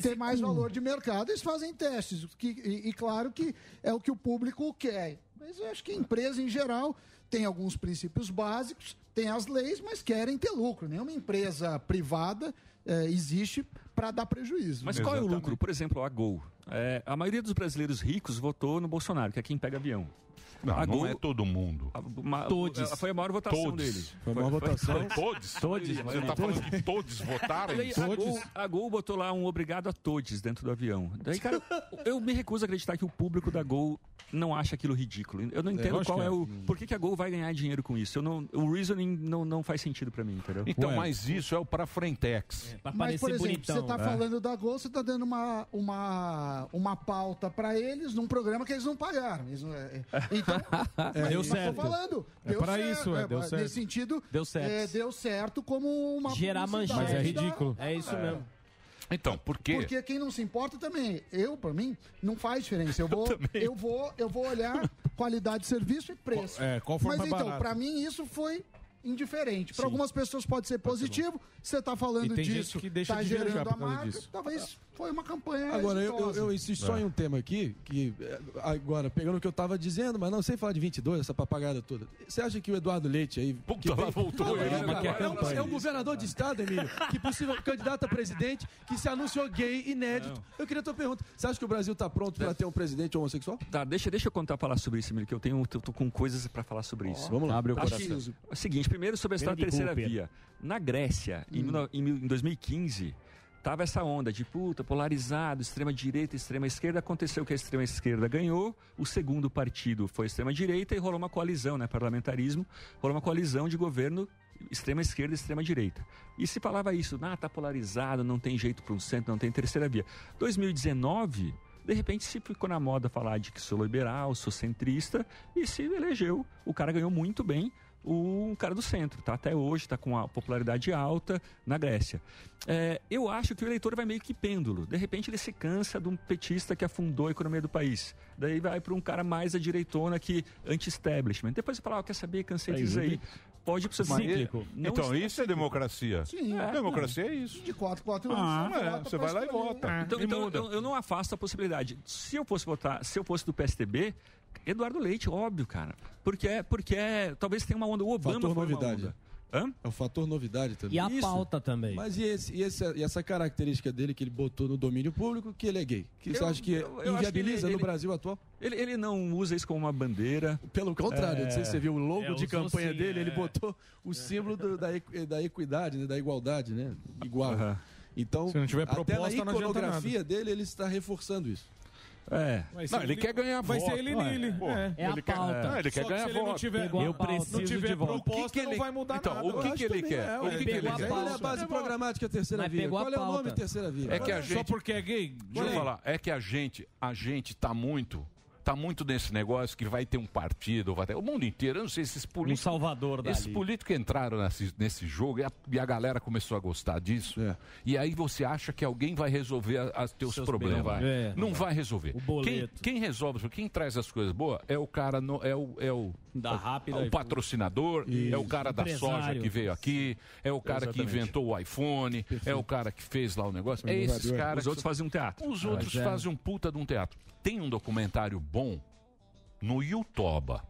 S18: ter mais valor de mercado, eles fazem testes. o que- e, e claro que é o que o público quer. Mas eu acho que a empresa, em geral, tem alguns princípios básicos, tem as leis, mas querem ter lucro. Nenhuma empresa privada eh, existe para dar prejuízo.
S17: Mas qual é o lucro? Por exemplo, a Gol. É, a maioria dos brasileiros ricos votou no Bolsonaro, que é quem pega avião.
S8: Não, não é todo mundo.
S17: Uma-
S8: Todes.
S17: Foi a maior votação
S8: Todes.
S17: dele.
S8: Foi a maior votação. Todes?
S17: Todes.
S8: Você tá falando que todes votaram?
S17: E aí, a, Gol,
S8: Todes?
S17: a Gol botou lá um obrigado a todes dentro do avião. Daí, cara, eu me recuso a acreditar que o público da Gol não acha aquilo ridículo. Eu não entendo
S8: lógico
S17: qual
S8: que
S17: é
S8: é.
S17: o... Por que, que a Gol vai ganhar dinheiro com isso? Eu não, o reasoning não, não faz sentido pra mim, entendeu?
S8: Então, mas isso é o pra frentex.
S18: Mas, por exemplo, você está
S10: né?
S17: É.
S18: falando da Gol, você está dando uma, uma, uma pauta para eles num programa que eles não pagaram. Eles não- é- é- Então,
S10: É,
S18: mas
S10: deu
S18: eu tô
S10: certo.
S18: falando.
S10: É
S18: deu
S10: pra
S18: certo,
S10: isso, é, deu
S18: mas
S10: certo.
S18: Nesse sentido,
S10: Deu certo.
S18: é, deu certo como uma
S15: Gerar
S18: publicidade
S15: manchete.
S18: da-
S15: É isso
S18: É.
S15: mesmo.
S8: Então, por quê?
S18: Porque quem não se importa também, eu, para mim, não faz diferença. Eu vou, eu, vou, eu vou olhar qualidade de serviço e preço.
S10: É, qual for
S18: Mas
S10: mais
S18: então,
S10: barato.
S18: para mim, isso foi indiferente. Para algumas pessoas pode ser positivo. Você está falando
S10: E tem gente
S18: disso,
S10: que deixa
S18: tá
S10: de viajar
S18: gerando a
S10: por causa
S18: marca.
S10: disso.
S18: Talvez foi uma campanha
S14: Agora, eu, eu,
S18: exitosa.
S14: eu insisto só
S18: É.
S14: em um tema aqui, que eh, agora, pegando o que eu tava dizendo, mas não sei falar de 22, essa papagada toda. Você acha que o Eduardo Leite aí. Puta, que
S8: lá voltou
S14: Não,
S8: ele,
S14: é,
S8: né,
S14: é
S8: cara?
S14: um- é um governador de estado, Emílio, que possível candidato a presidente, que se anunciou gay, inédito. Eu queria a tua pergunta. Você acha que o Brasil tá pronto para ter um presidente homossexual?
S17: Tá, deixa, deixa eu contar falar sobre isso, Emílio, que eu tenho eu tô com coisas pra falar sobre isso.
S14: vamos lá. Abre o
S17: Acho
S14: coração.
S17: que- é o seguinte, primeiro sobre a história da
S14: Grande
S17: terceira
S14: Cooper. Hum.
S17: via. Na Grécia, em, mil- em mil- em 2015, tava essa onda de puta, polarizado, extrema direita, extrema esquerda. Aconteceu que a extrema esquerda ganhou, o segundo partido foi a extrema direita e rolou uma coalizão, né, parlamentarismo, rolou uma coalizão de governo extrema esquerda e extrema direita. E se falava isso, ah, tá polarizado, não tem jeito para um centro, não tem terceira via. 2019, de repente se ficou na moda falar de que sou liberal, sou centrista e se elegeu. O cara ganhou muito bem, um cara do centro, tá? Até hoje tá com a popularidade alta na Grécia. É, eu acho que o eleitor vai meio que pêndulo. De repente ele se cansa de um petista que afundou a economia do país. Daí vai para um cara mais a direitona que anti-establishment. Depois ele fala, ah, quer saber, cansei
S8: É,
S17: disso aí.
S8: exatamente.
S17: Pode para
S8: Mas-
S17: você Não
S8: Então,
S17: está
S8: isso é democracia.
S18: Sim.
S8: democracia é isso.
S18: De 4 4 anos.
S8: Ah,
S18: você
S8: é,
S18: vota
S8: você
S18: pra
S8: vai lá e
S18: escolher.
S8: vota.
S17: Então, então, eu, eu não afasto a possibilidade. Se eu fosse votar, se eu fosse do PSDB, Eduardo Leite, óbvio, cara. Porque é, porque é, talvez tenha uma onda. O Obama
S14: Fator
S17: foi uma
S14: novidade.
S17: onda. Hã?
S14: É o fator novidade também.
S17: E a pauta
S14: também. Mas e, esse- e esse- e essa característica dele que ele botou no domínio público, que ele é gay? Que você
S17: Eu-
S14: acha que
S17: eu- eu acho que
S14: inviabiliza
S17: ele-
S14: no
S17: ele-
S14: Brasil atual?
S17: Ele, ele não usa isso como uma bandeira.
S14: Pelo contrário, não sei se você viu o logo
S17: É,
S14: de
S17: usou
S14: campanha
S17: sim,
S14: dele,
S17: é.
S14: ele botou o símbolo do- da, equ- da equidade, né, da igualdade, né? Igual. Então,
S10: Se não tiver
S14: até na
S10: proposta, não adianta
S14: iconografia dele, ele está reforçando isso.
S17: É.
S7: Vai ser
S8: Não, ele
S7: li-
S8: quer ganhar
S7: vai
S8: voto.
S7: ser ele nele.
S8: Pô,
S7: É. É a
S8: ele quer-
S7: pauta.
S8: Não, ele quer
S7: Só que
S8: ganhar
S7: se ele não
S8: voto.
S7: tiver- Pegou a Eu pauta. preciso
S8: Não tiver
S7: de voto.
S8: proposta,
S7: O que que
S8: não
S7: ele-
S8: vai mudar então,
S7: nada.
S8: O que,
S7: Eu
S8: que
S7: acho
S8: ele
S7: também,
S8: quer?
S7: é,
S8: O que, que
S7: pegou
S8: ele
S7: a
S8: quer?
S14: Qual é a base programática Terceira Via? Qual é o nome Terceira Via?
S8: É que a
S14: Olha,
S8: gente...
S14: Só porque é gay?
S8: Deixa eu
S14: Olha aí.
S8: falar, é que a gente, a gente tá muito, tá muito nesse negócio que vai ter um partido, vai ter, o mundo inteiro, eu não sei, esses políticos...
S15: salvador dali.
S8: Esses políticos entraram nesse, nesse jogo e a, e a galera começou a gostar disso.
S14: É.
S8: E aí você acha que alguém vai resolver a- as teus
S17: Seus
S8: problemas.
S17: problemas. É,
S8: não
S17: não
S8: vai resolver. Quem,
S17: boleto.
S8: quem resolve, quem traz as coisas boas é o cara, no- é o... É o
S5: Da
S8: é
S5: rápida.
S8: o patrocinador, é o cara da
S5: Empresário.
S8: soja que veio aqui, é o cara que
S5: Exatamente.
S8: inventou o iPhone, é o cara que fez lá o negócio.
S5: O
S8: É esses
S5: inovador.
S8: caras.
S5: Os outros fazem um teatro.
S8: Os
S5: Ah,
S8: outros
S5: mas é.
S8: fazem um puta de um teatro. Tem um documentário bom no Youtuba.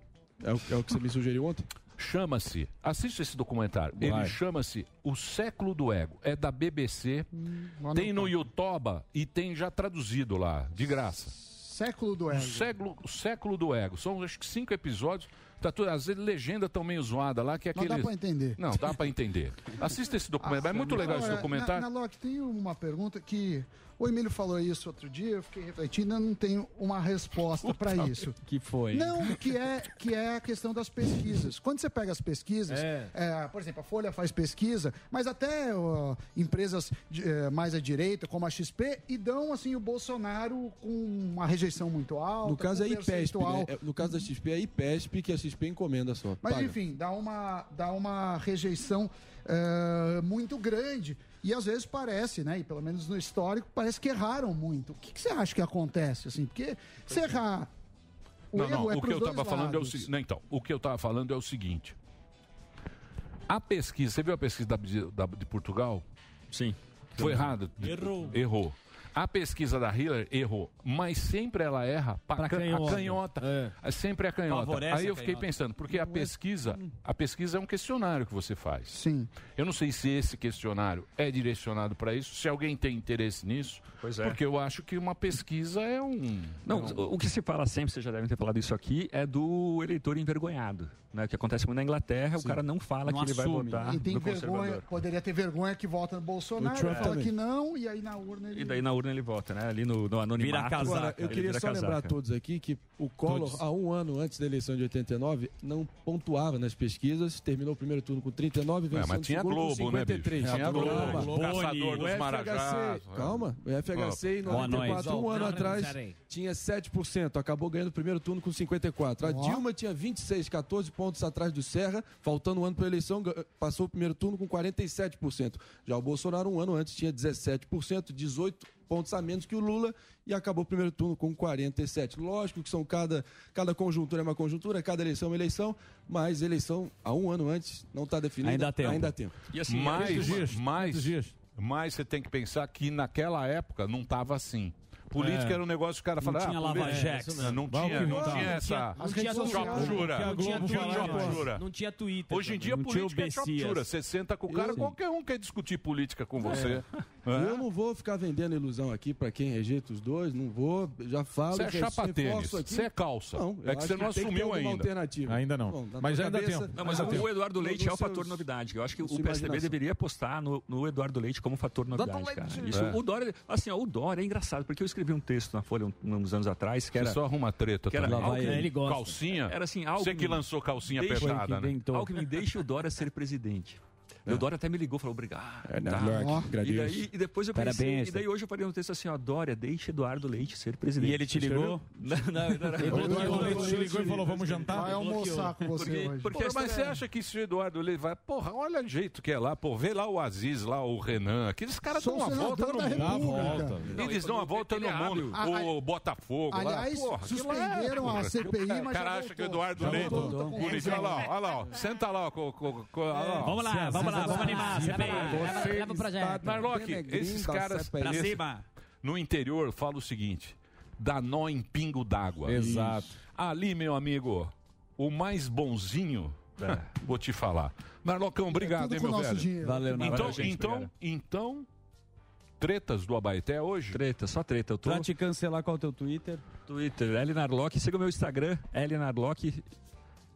S14: É o, é o que você me sugeriu ontem?
S8: Chama-se, assista esse documentário. Ele
S14: Vai.
S8: chama-se O Século do Ego. É da BBC.
S14: Hum,
S8: tem no Youtuba e tem já traduzido lá, de graça.
S18: Século do
S8: O
S18: ego.
S8: século, o século do ego. São acho que cinco episódios. Tá tudo, as legendas estão meio zoadas lá, que é
S18: Não
S8: aquele.
S18: dá pra entender. Ah,
S8: Não, dá pra entender. Assista esse documentário. é muito legal esse
S18: Agora,
S8: documentário.
S18: Na, na Loki, tem uma pergunta que o Emílio falou isso outro dia, eu fiquei refletindo, eu não tenho uma resposta para isso.
S15: Que foi?
S18: Não, que é, que é a questão das pesquisas. Quando você pega as pesquisas,
S15: É.
S18: é, por exemplo, a Folha faz pesquisa, mas até ó, empresas de- eh, mais à direita, como a XP, e dão assim o Bolsonaro com uma rejeição muito alta.
S14: No caso
S18: com
S14: é
S18: um
S14: IPESP, né?
S18: percentual
S14: É, No caso da XP é IPESP que a XP encomenda só.
S18: mas
S14: paga.
S18: enfim, dá uma, dá uma rejeição eh, muito grande. E às vezes parece, né? E pelo menos no histórico, parece que erraram muito. O que, que você acha que acontece? Assim? Porque se errar. O
S8: é. não,
S18: erro
S8: não,
S18: é
S8: o que
S18: pros
S8: eu
S18: dois
S8: tava falando é o
S18: lados.
S8: seguinte. Então, o que eu tava falando é o seguinte. A pesquisa, você viu a pesquisa da, da- de Portugal?
S17: Sim.
S8: Foi errado?
S17: Errou.
S8: Errou. A pesquisa da Hillary errou, mas sempre ela erra para
S17: Pra
S8: can, a
S17: canhota.
S8: canhota. Ah, Sempre é a canhota.
S17: Favorece
S8: Aí eu
S17: a
S8: fiquei
S17: canhota.
S8: pensando, porque a pesquisa, a pesquisa é um questionário que você faz.
S18: Sim.
S8: Eu não sei se esse questionário é direcionado para isso, se alguém tem interesse nisso, pois
S17: é.
S8: porque eu acho que uma pesquisa é um
S17: Não, o- o que se fala sempre, vocês já devem ter falado isso aqui, é do eleitor envergonhado. Né? O que acontece muito na Inglaterra, o cara não fala que ele vai votar
S18: E tem
S17: no
S18: vergonha,
S17: conservador.
S18: poderia ter vergonha que vota no Bolsonaro,
S17: O Trump
S18: fala
S17: também.
S18: que não, e aí na urna ele.
S17: E daí na urna ele vota, né? Ali no, no anonimato.
S14: Agora, eu
S17: ele
S14: queria
S17: vira
S14: só lembrar a
S17: casaca.
S14: todos aqui que o Collor,
S17: Todos.
S14: há um ano antes da eleição de 89, não pontuava nas pesquisas, terminou o primeiro turno com 39, venceu
S8: É, mas
S14: no
S8: tinha
S14: segundo com
S8: Globo, né, bicho?
S14: 53.
S8: Tinha Globo,
S14: Calma.
S8: Globo, Caçador
S14: O
S8: dos
S14: FHC
S8: Marajás.
S14: Calma, o FHC em
S8: Boa noite.
S14: 94, um ano
S8: Não,
S14: atrás,
S8: Sarei.
S14: tinha 7%, acabou ganhando o primeiro turno com 54. A Dilma tinha 26, 14 pontos atrás do Serra, faltando um ano para a eleição, ga- passou o primeiro turno com 47%. Já o Bolsonaro, um ano antes, tinha 17%, 18 pontos a menos que o Lula e acabou o primeiro turno com 47. Lógico que são cada, cada conjuntura é uma conjuntura, cada eleição é uma eleição, mas eleição há um ano antes não está definida.
S8: Ainda há tempo.
S14: Ainda há tempo.
S8: assim, mais, mais, mais você tem que pensar que naquela época não estava assim. Política
S14: É.
S8: era um negócio que o cara
S14: Não
S8: falava.
S14: tinha
S8: ah,
S14: Lava
S8: política-
S14: Jax.
S8: Não, não
S14: Bom
S8: tinha,
S14: que
S8: não
S14: não.
S8: tinha
S14: Não
S8: essa.
S14: tinha- as redes
S8: Chop
S14: sociais.
S8: Jura.
S14: Não tinha
S8: Não tinha
S14: Twitter,
S8: Chop Jura.
S14: não tinha Twitter
S8: Hoje em dia a
S14: também. Não tinha
S8: política é Chop
S14: Obesias.
S8: Jura. Você senta com o cara,
S14: Eu-
S8: qualquer um quer discutir política com você.
S14: É.
S8: É.
S14: Eu não vou ficar vendendo ilusão aqui pra quem rejeita os dois, não vou, já falo.
S8: Você é
S14: já
S8: chapa tênis,
S14: reforço aqui.
S8: você é calça.
S14: Não, eu
S8: é que
S14: acho
S8: você não
S14: tem que ter
S8: assumiu
S14: alguma
S8: ainda.
S14: Alternativa.
S7: Ainda não.
S14: Bom, na
S7: Mas
S14: tua
S7: ainda
S14: cabeça-
S7: tem.
S17: Não, mas um-
S14: Ah,
S8: um
S17: o Eduardo
S14: nos
S17: Leite é o
S14: seus-
S17: fator novidade. Eu acho que o
S14: sua
S17: PSDB
S14: imaginação. um
S17: deveria apostar no, no Eduardo Leite como fator novidade,
S14: Leite.
S17: cara. Isso,
S8: É.
S17: O Dória, assim, ó, o Dória é engraçado, porque eu escrevi um texto na Folha um- uns anos atrás que
S8: Você
S17: era...
S8: só arruma treta
S17: que era
S8: também.
S17: Alckmin-
S8: É, ele gosta. Calcinha?
S17: Era assim,
S8: Você
S17: Alckmin,
S8: que lançou calcinha
S17: deixa-
S8: apertada,
S17: Foi que
S8: né?
S5: então.
S17: inventou. Alckmin, deixa o Dória ser presidente. E o Dória até me ligou, falou, obrigado.
S5: É, né,
S17: tá.
S5: Lorque,
S17: Ó. e,
S5: agradeço.
S17: daí, e depois eu pensei,
S5: Parabéns. né?
S17: e daí hoje eu falei um texto assim, ó, Dória, deixa Eduardo Leite ser presidente.
S5: E ele te ligou?
S17: Não, não, não, não.
S7: O
S8: é
S7: Eduardo Leite
S8: um
S7: te ligou e falou, vamos jantar?
S18: Vai almoçar com você
S17: Porque-
S18: hoje.
S17: porque
S8: Porra,
S17: a
S8: mas você
S17: história-
S8: acha que se o Eduardo Leite vai. Porra, olha o jeito que é lá, pô. Vê lá o Aziz, lá o Renan. Aqueles caras
S18: Sou
S8: dão uma
S18: senador
S8: volta no
S18: da
S8: mundo.
S18: República.
S8: Não, Eles dão uma volta no mundo.
S18: Ah,
S8: O Botafogo.
S18: aliás,
S8: lá. Porra, que lá é,
S18: suspenderam a
S8: porra.
S18: CPI,
S8: O
S18: mas
S8: cara
S18: já
S8: acha que
S18: voltou.
S8: o Eduardo
S18: Já
S8: Leite.
S18: voltou, tá com
S8: Bonito, olha lá,
S18: razão.
S8: ó, olha lá. ó. Senta lá, ó, co- co- co- olha lá, ó.
S20: Vamos lá,
S8: Cê-
S20: vamos
S8: cê-
S20: lá,
S8: cê-
S20: vamos animar,
S8: cê- cê-
S20: leva- leva-
S8: cê-
S20: leva o projeto.
S8: Narlock,
S20: Penegrinho
S8: esses
S20: da
S8: caras.
S20: CPI. Pra
S8: esses-
S20: cima.
S8: No interior, fala o seguinte: dá nó em pingo d'água.
S5: Exato.
S8: Isso. Ali, meu amigo, o mais bonzinho. Vou te falar.
S14: é
S8: Narlocão, obrigado,
S21: É
S5: tudo
S8: hein,
S5: com
S8: meu
S5: nosso
S8: velho.
S5: dinheiro. Valeu, Narlock.
S8: Então,
S5: Valeu, gente,
S8: então,
S5: obrigado.
S8: então, tretas do Abaeté hoje?
S17: Treta, só treta. Eu tô...
S5: Pra te cancelar, qual é o teu Twitter?
S17: Twitter, L Narlock. Siga o meu Instagram, L Narlock.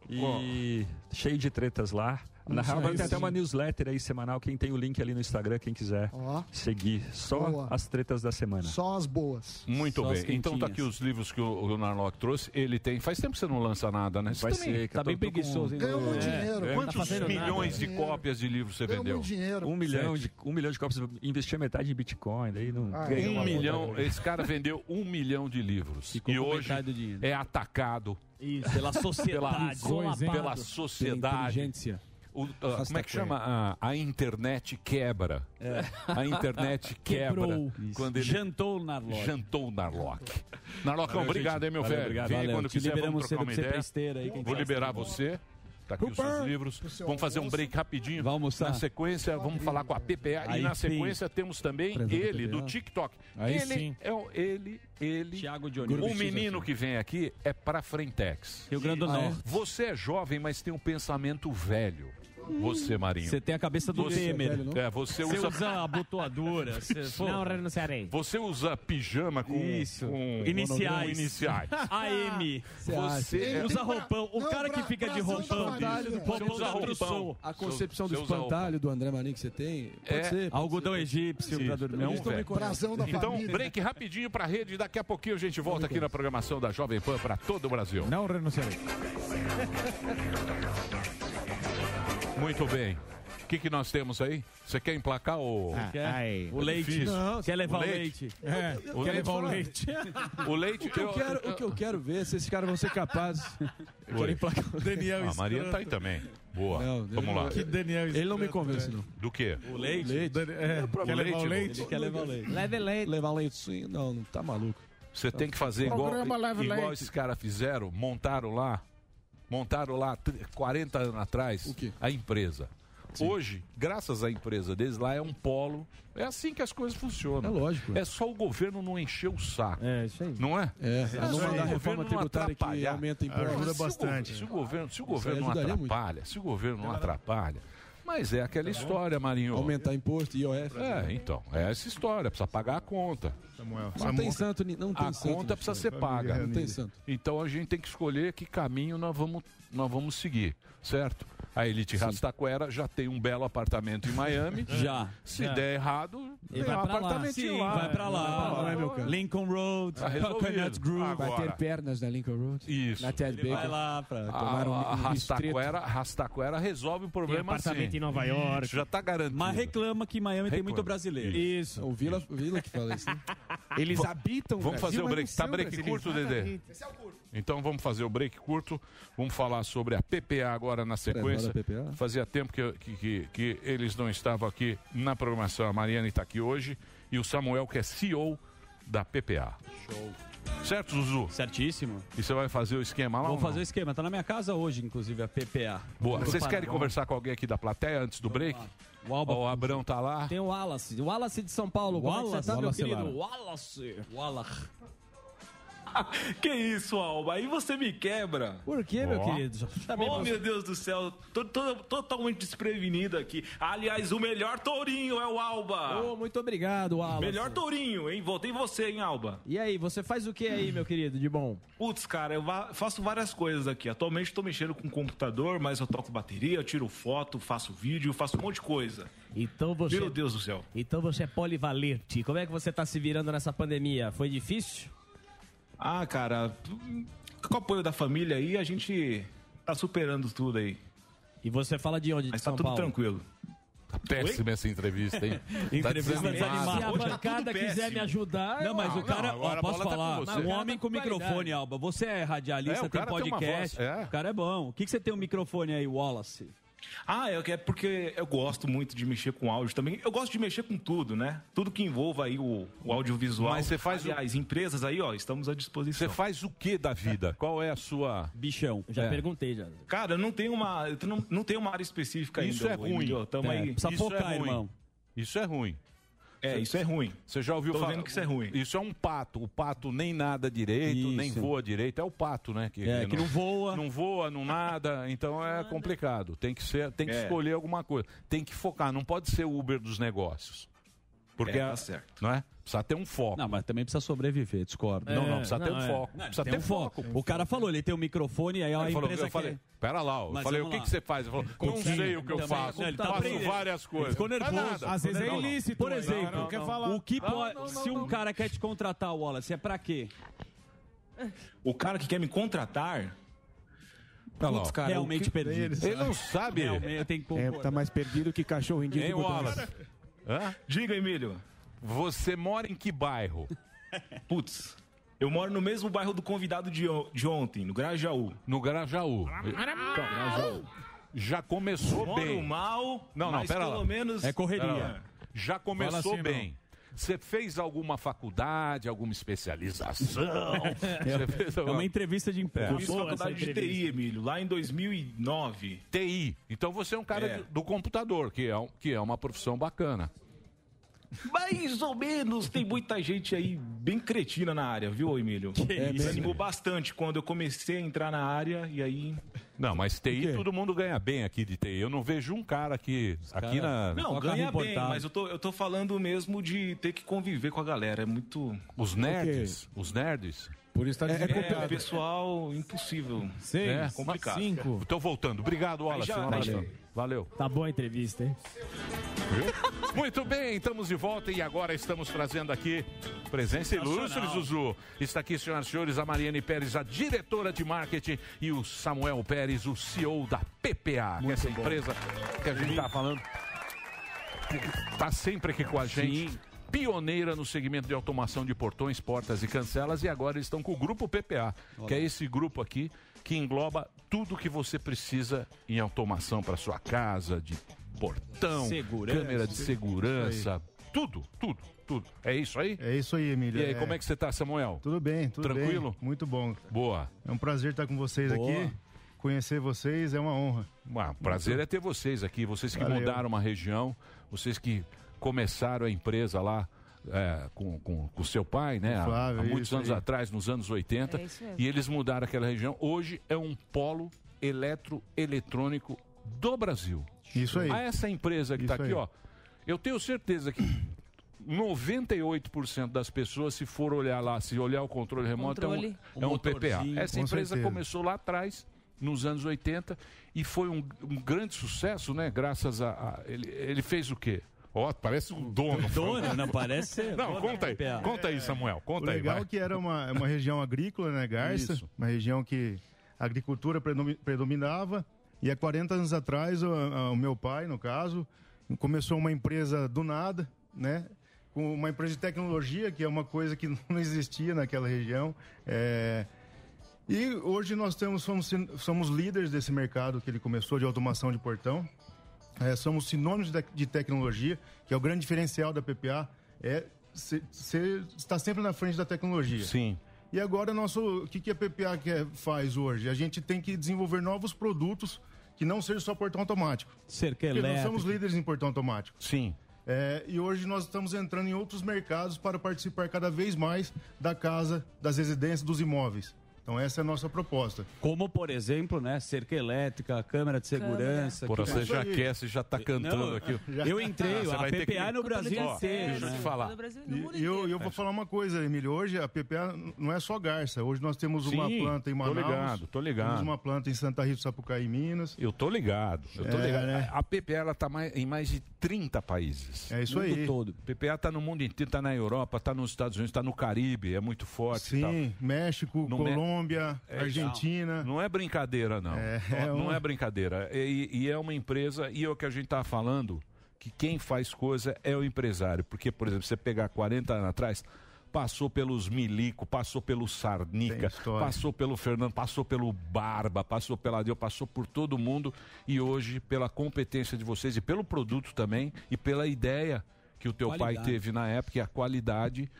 S17: E cheio de tretas lá. Na
S11: Isso
S17: Harvard
S11: aí,
S17: tem até
S11: sim.
S17: uma newsletter aí semanal. Quem tem o link ali no Instagram, quem quiser
S18: Ó.
S17: seguir. Só
S18: Boa.
S17: as tretas da semana.
S18: Só as boas.
S8: Muito
S17: Só as
S8: bem. Então tá
S17: quentinhas.
S8: aqui os livros que o, o Narlock trouxe. Ele tem. Faz tempo que você não lança nada, né? Você
S17: Vai
S8: também
S17: ser, que eu tô- tô com- Ganhou muito dinheiro. Não tá
S8: É. Quantos
S17: fazendo nada.
S8: milhões de cópias de livros você vendeu?
S17: Um milhão, de, um milhão de cópias. Investia metade em Bitcoin. Daí não
S14: Ah, é?
S17: ganhou
S8: um
S17: uma
S8: milhão,
S17: outra.
S8: esse cara vendeu um milhão de livros. e
S17: com
S8: hoje
S17: metade do dinheiro.
S8: é atacado
S17: Isso, pela
S8: pela,
S17: sociedade, solapado.
S8: pela sociedade.
S17: Pela inteligência.
S8: O, ah,
S17: Afasta
S8: como é que
S17: a
S8: chama? Ah, A, internet quebra.
S5: É.
S8: A internet quebra.
S5: Quebrou.
S8: Quando ele
S5: Jantou o Narlock.
S8: Jantou o Narlock. Narlocão,
S5: Valeu,
S8: obrigado,
S5: gente.
S8: hein, meu
S5: Valeu,
S8: velho.
S5: obrigado.
S8: Vem
S5: Valeu.
S8: quando
S5: Te
S8: quiser,
S5: liberamos
S8: vamos
S5: cedo
S8: trocar uma
S5: pra você
S8: ideia.
S5: pra esteira aí, quem
S8: Vou
S5: sabe.
S8: liberar você. Tá aqui os seus livros. Vamos fazer um break rapidinho. Vamos Na sequência, vamos falar com a PPA.
S5: Aí
S8: e na
S5: sim.
S8: sequência temos também
S5: Presidente
S8: ele,
S5: PPA.
S8: do TikTok.
S5: Aí
S8: ele
S5: sim.
S8: é o- ele, ele.
S5: Thiago
S8: O menino que vem aqui é pra Frentex.
S5: Rio Grande do
S8: Ah, é?
S5: Norte.
S8: Você é jovem, mas tem um pensamento velho. Você, Marinho.
S15: Você tem a cabeça do
S8: Você-
S15: Temer.
S8: É, você usa-
S15: a abotoadura. Você...
S8: Não,
S15: renunciarei.
S8: Você usa pijama com, com-
S15: Iniciais.
S8: com iniciais.
S15: AM.
S8: Você
S15: Usa
S8: é-
S15: roupão. O cara que fica de roupão.
S8: Você usa roupão.
S14: A concepção
S8: Você
S14: do
S8: usa roupão.
S14: espantalho do André Marinho que você tem, pode
S8: É.
S14: ser.
S8: Algodão egípcio
S14: pra dormir.
S8: Não,
S14: Eles tão me
S8: velho.
S14: conhecendo. Brasão da
S8: então,
S14: família.
S8: break rapidinho pra rede. Daqui a pouquinho a gente volta aqui na programação da Jovem Pan pra todo o Brasil.
S10: Não renunciarei.
S8: Muito bem. O que, que nós temos aí? Você quer emplacar o...
S10: Ah,
S14: É
S10: ai.
S8: o leite?
S10: Não, quer levar o leite? É,
S8: O
S10: quer
S8: leite?
S10: levar o
S8: foi-
S10: leite?
S8: O leite...
S14: O que eu quero, o que eu quero ver é se esses caras vão ser capazes.
S8: Oi. Ah, a Maria tá aí também. Boa.
S14: Não,
S8: Vamos lá.
S14: que Daniel Ele não me convence, não.
S8: Do quê?
S14: O leite? leite. É,
S8: Quer levar o leite?
S14: Ele quer levar o leite.
S8: Leve leite.
S14: Levar leite, sim. Não, não tá maluco.
S8: Você tem que fazer igual,
S14: Programa Leve
S8: igual
S14: Leite.
S8: esses caras fizeram, montaram lá, montaram lá tr- 40 anos atrás a empresa. Hoje, graças à empresa deles, lá é um polo. É assim que as coisas funcionam. É lógico. É só o governo não encher o saco. É, isso aí. Não é?
S14: É,
S8: Se
S14: não
S8: o
S14: mandar
S8: governo
S14: reforma
S8: não
S14: tributária que
S8: atrapalhar-
S14: aumenta imposto.
S8: Porra,
S14: Ajuda
S8: Ah, se o go-
S14: bastante.
S8: Se o governo, se o
S14: Isso aí
S8: governo não
S14: ajudaria muito.
S8: atrapalha, se o governo não atrapalha. Mas é aquela história, Marinho.
S14: Tá Aumentar imposto, IOF.
S8: É, então. É essa história. Precisa pagar a conta.
S14: Não tem santo, ni- não tem
S8: a
S14: santo
S8: conta
S14: nisso,
S8: precisa
S14: né?
S8: ser paga.
S14: Não tem santo.
S8: Então a gente tem que escolher que caminho nós vamos, nós vamos seguir, certo? A Elite Rastaquera já tem um belo apartamento em Miami.
S5: Já.
S8: Se
S5: Já.
S8: der errado,
S5: É. E
S8: tem
S5: vai
S8: um
S5: pra lá.
S8: apartamentinho
S5: Sim,
S8: lá.
S5: vai pra lá.
S8: Vai
S5: Vai, meu cara. Lincoln Road,
S8: Tá resolvido.
S5: Coconut Grove.
S14: Vai
S8: Agora.
S14: ter pernas na Lincoln Road.
S8: Isso.
S14: Na Ted Baker.
S17: Ah,
S14: tomar um,
S8: a, a
S14: um bistrito.
S8: Rastaquera, Rastaquera resolve o problema
S14: apartamento
S8: assim.
S14: em Nova York.
S8: Já tá garantido.
S5: Mas reclama que Miami tem
S8: Reclama.
S5: muito brasileiro.
S14: Isso. O Vila, Vila que fala isso. né?
S8: Va- Vamos
S14: é um
S8: fazer o break. Tá break curto, Dedê?
S18: Esse é o curto.
S8: Então vamos fazer o break curto. Vamos falar sobre a PPA agora na sequência.
S14: Prepara a PPA.
S8: Fazia tempo que, que- que- que eles não estavam aqui na programação. A Mariane está aqui hoje e o Samuel, que é CEO da PPA.
S5: Show.
S8: Certo, Zuzu?
S5: Certíssimo.
S8: E você vai fazer o esquema lá?
S5: Vou
S8: ou não?
S5: fazer o esquema. Tá na minha casa hoje, inclusive, a PPA. Vou
S8: Boa. Vocês
S5: parar.
S8: querem
S5: Vamos.
S8: conversar com alguém aqui da plateia antes do break?
S5: O, Alba-
S8: Ó, o Abrão tá lá.
S15: Tem o Wallace. O Wallace de São Paulo. Como é que
S5: Wallace?
S15: você tá, meu
S5: Wallace
S15: querido?
S5: Lara.
S15: Wallace. Wallace.
S20: Que isso, Alba? Aí você me quebra.
S15: Por quê, meu
S20: Ó.
S15: querido? Também
S20: oh,
S15: você-
S20: meu Deus do céu. Tô, tô- totalmente desprevenido aqui. Aliás, o melhor tourinho é o Alba.
S15: Ô, muito obrigado, Wallace.
S20: melhor tourinho, hein? Voltei você, hein, Alba?
S15: E aí, você faz o que aí, meu querido, de bom?
S20: Putz, cara, eu va- faço várias coisas aqui. Atualmente tô mexendo com computador, mas eu troco bateria, eu tiro foto, faço vídeo, faço um monte de coisa.
S15: Então você...
S20: Meu Deus do céu.
S15: Então você é polivalente. Como é que você tá se virando nessa pandemia? Foi difícil?
S20: Ah, cara, com o apoio da família aí, a gente tá superando tudo aí.
S15: E você fala de onde?
S20: Mas
S15: de
S20: tá
S15: São
S20: tudo
S15: Paulo?
S20: tranquilo.
S8: Tá péssima essa entrevista, hein?
S5: Entrevista
S8: desanimado.
S5: desanimada.
S8: Hoje tá
S15: bancada
S8: tudo
S15: quiser
S8: péssimo.
S15: me ajudar,
S5: Não, mas
S15: eu-
S5: o cara,
S8: Não, agora
S5: ó,
S8: a
S5: posso
S8: bola tá
S5: falar,
S8: com você.
S5: um homem com
S15: qualidade.
S5: microfone, Alba. Você é radialista,
S20: É, o
S5: tem
S20: cara tem uma
S5: podcast.
S20: voz, é.
S5: O cara é bom. O que, que você tem um microfone aí, Wallace?
S20: Ah, é que- é porque eu gosto muito de mexer com áudio também. Eu gosto de mexer com tudo, né? Tudo que envolva aí o, o audiovisual.
S8: Mas você faz o-
S20: Aliás, empresas aí, ó, estamos à disposição.
S8: Você faz o que da vida? Qual é a sua.
S5: Bichão.
S8: É.
S15: perguntei, já.
S20: Cara, eu não tem uma, eu não, não tenho uma área específica
S8: Isso é
S20: ainda.
S8: ruim.
S20: Tamo aí.
S8: Isso é ruim. Isso é ruim.
S20: É, isso é ruim.
S8: Você já ouviu
S20: Tô
S8: falar?
S20: vendo que isso é ruim.
S8: Isso é um pato. O pato nem nada direito, nem
S5: Isso.
S8: voa direito. É o pato, né? Que,
S5: É, que não
S8: voa. Não voa, não nada. Então é complicado. Tem que, ser, tem que
S5: É.
S8: escolher alguma coisa. Tem que focar. Não pode ser o Uber dos negócios. Porque
S5: É, tá
S8: a-
S5: certo.
S8: Não é? Precisa ter um foco.
S5: Não, mas também precisa sobreviver, discordo.
S8: É, Não, não, precisa ter um foco.
S5: Não,
S8: Precisa
S5: tem
S8: ter
S5: um
S8: foco.
S5: foco. O cara falou, ele tem um microfone, aí a
S8: Ele falou,
S5: empresa
S8: eu falei,
S5: quer-
S8: pera lá, eu
S5: Mas
S8: falei,
S5: vamos
S8: o que
S5: lá.
S8: que você faz? Ele falou, não
S5: Confia,
S8: sei o que eu
S5: também.
S8: faço,
S5: Não, ele tá
S8: faço
S5: aprendendo.
S8: várias coisas.
S5: Ele ficou
S8: Não dá
S5: nervoso.
S8: nada.
S5: Às vezes é
S8: Não, não.
S5: ilícito. Por exemplo,
S8: não, não, não.
S5: o que
S8: Não,
S5: pode-
S8: não, não,
S5: se um cara quer te contratar, Wallace, é pra quê?
S20: O cara que quer me contratar.
S5: Putz, cara, realmente
S20: o que-
S5: perdido.
S20: Ele não sabe.
S5: Realmente, eu tenho que
S20: É,
S5: concordar.
S20: tá
S21: mais perdido que cachorro indico.
S8: Hein,
S21: do Botafogo.
S8: Wallace? Hã?
S20: Diga, Emílio.
S8: Você mora em que bairro?
S20: Putz, eu moro no mesmo bairro do convidado de, on- de ontem, no Grajaú.
S8: No Grajaú. Já começou
S20: Moro
S8: bem.
S20: mal,
S8: não, não,
S20: mas
S8: pera
S20: pelo
S8: lá.
S20: menos- É correria.
S8: Pera lá. Já começou
S20: Fala assim,
S8: bem. Você fez alguma faculdade, alguma especialização? Você fez
S5: É
S8: alguma-
S5: uma entrevista de
S20: Eu
S5: emprego.
S20: fiz faculdade de TI, Emílio, lá em 2009.
S8: TI. Então você é um cara
S20: É.
S8: do- do computador, que é, um- que é uma profissão bacana.
S20: Mais ou menos, tem muita gente aí bem cretina na área, viu, Emílio?
S8: isso,
S20: Desanimou
S8: velho.
S20: bastante quando eu comecei a entrar na área e aí.
S8: Não, mas TI todo mundo ganha bem aqui de TI. Eu não vejo um cara aqui, aqui na.
S20: Não, ganha bem, mas eu tô, eu tô falando mesmo de ter que conviver com a galera. É muito.
S8: Os nerds, os nerds.
S20: Por isso
S8: tá
S20: é,
S8: desempregado.
S20: pessoal impossível.
S8: né?
S20: é complicado.
S8: Cinco. Estou Então, voltando. Obrigado, Wallace.
S20: já-
S8: Um abraço.
S20: Valeu.
S8: Valeu.
S21: Tá boa a entrevista, hein?
S8: Viu? Muito bem, estamos de volta e agora estamos trazendo aqui presença ilustre,
S20: Sensacional.
S8: Zuzu. Está aqui, senhoras e senhores, a Mariane Pérez, a diretora de marketing, e o Samuel Pérez, o CEO da PPA, que é essa empresa que a gente está falando. Está sempre aqui com a gente. Pioneira no segmento de automação de portões, portas e cancelas, e agora eles estão com o grupo PPA, que é esse grupo aqui que engloba tudo que você precisa em automação para sua casa, de portão,
S5: Segurança.
S8: câmera de segurança, tudo, tudo, tudo. É isso aí?
S22: É isso aí, Emílio.
S8: E aí, como é que você tá, Samuel?
S22: Tudo bem, tudo bem.
S8: Tranquilo?
S22: Muito bom.
S8: Boa.
S22: É um prazer estar com vocês
S8: Boa.
S22: aqui. Conhecer vocês é uma honra.
S8: Ah, Prazer é ter vocês aqui, vocês que
S22: Valeu.
S8: mudaram uma região, vocês que começaram a empresa lá é, com, com, com seu pai, né? Há-
S22: Flávio,
S8: há muitos
S22: isso
S8: anos
S22: aí.
S8: atrás, nos anos 80.
S22: É isso mesmo.
S8: e eles mudaram aquela região. Hoje é um polo eletroeletrônico do Brasil.
S22: Isso aí.
S8: A essa empresa que está
S22: Isso
S8: aqui,
S22: aí.
S8: ó. Eu tenho certeza que 98% das pessoas, se for olhar lá, se olhar o controle remoto,
S22: Controle.
S8: é um, é
S22: O
S8: um PPA.
S22: motorzinho.
S8: Essa
S22: Com
S8: empresa
S22: certeza.
S8: começou lá atrás, nos anos 80, e foi um, um grande sucesso, né? Graças a. a- ele, ele fez o quê? Ó, parece um dono.
S5: Dono, não, parece ser
S8: Não,
S5: dono
S8: conta aí.
S5: do PPA.
S8: Conta aí, Samuel.
S22: o
S8: Conta aí.
S22: legal
S8: vai.
S22: é que era uma, é uma região agrícola, né, Garça?
S8: Isso.
S22: Uma região que a agricultura predomi- predominava. E há 40 anos atrás, o, a- o meu pai, no caso, começou uma empresa do nada, né? Com uma empresa de tecnologia, que é uma coisa que não existia naquela região. É, E hoje nós temos, somos, somos líderes desse mercado que ele começou de automação de portão. É, somos sinônimos de, de tecnologia, que é o grande diferencial da PPA, é se- ser- estar sempre na frente da tecnologia.
S8: Sim.
S22: E agora, nosso, o que, que a PPA quer, faz hoje? A gente tem que desenvolver novos produtos que não sejam só portão automático.
S5: Cerca
S22: Porque nós
S5: elétrica.
S22: somos líderes em portão automático.
S8: Sim.
S22: É, e hoje nós estamos entrando em outros mercados para participar cada vez mais da casa, das residências, dos imóveis. Então essa é a nossa proposta.
S5: Como, por exemplo, né, cerca elétrica, câmera de segurança.
S8: Pô,
S5: que-
S8: você já quer, você já tá cantando
S5: Não,
S8: aqui.
S5: Eu entrei,
S8: Ah, você
S5: a
S8: vai ter
S5: PPA
S8: que-
S5: no Brasil
S8: Ó,
S5: inteiro.
S8: Deixa eu
S5: né?
S8: te falar.
S22: E eu, eu vou falar uma coisa, Emílio. Hoje a PPA não é só Garça. Hoje nós temos uma
S8: Sim,
S22: planta em
S8: tô
S22: Manaus.
S8: ligado, tô ligado.
S22: Temos uma planta em Santa Rita do Sapucaí, Minas.
S8: Eu tô ligado. Eu tô
S22: É,
S8: ligado.
S22: né?
S8: A PPA ela tá mais- em mais de 30 países.
S22: É isso
S8: mundo
S22: aí.
S8: todo. PPA tá no mundo inteiro, tá na Europa, tá nos Estados Unidos, tá no Caribe, é muito forte. e tal.
S22: Sim, México,
S8: No Me-
S22: Colômbia,
S8: É,
S22: Argentina.
S8: Não é brincadeira, não.
S22: é
S8: não, não
S22: uma-
S8: é brincadeira. E, e é uma empresa, e é o que a gente tá falando, que quem faz coisa é o empresário. Porque, por exemplo, você pegar 40 anos atrás, passou pelos Milico, passou pelo
S22: Tem
S8: Sarnica,
S22: história.
S8: passou pelo Fernando, passou pelo Barba, passou pela Adeu, passou por todo mundo. E hoje, pela competência de vocês e pelo produto também, e pela ideia que o teu pai
S22: Qualidade.
S8: teve na época e a qualidade,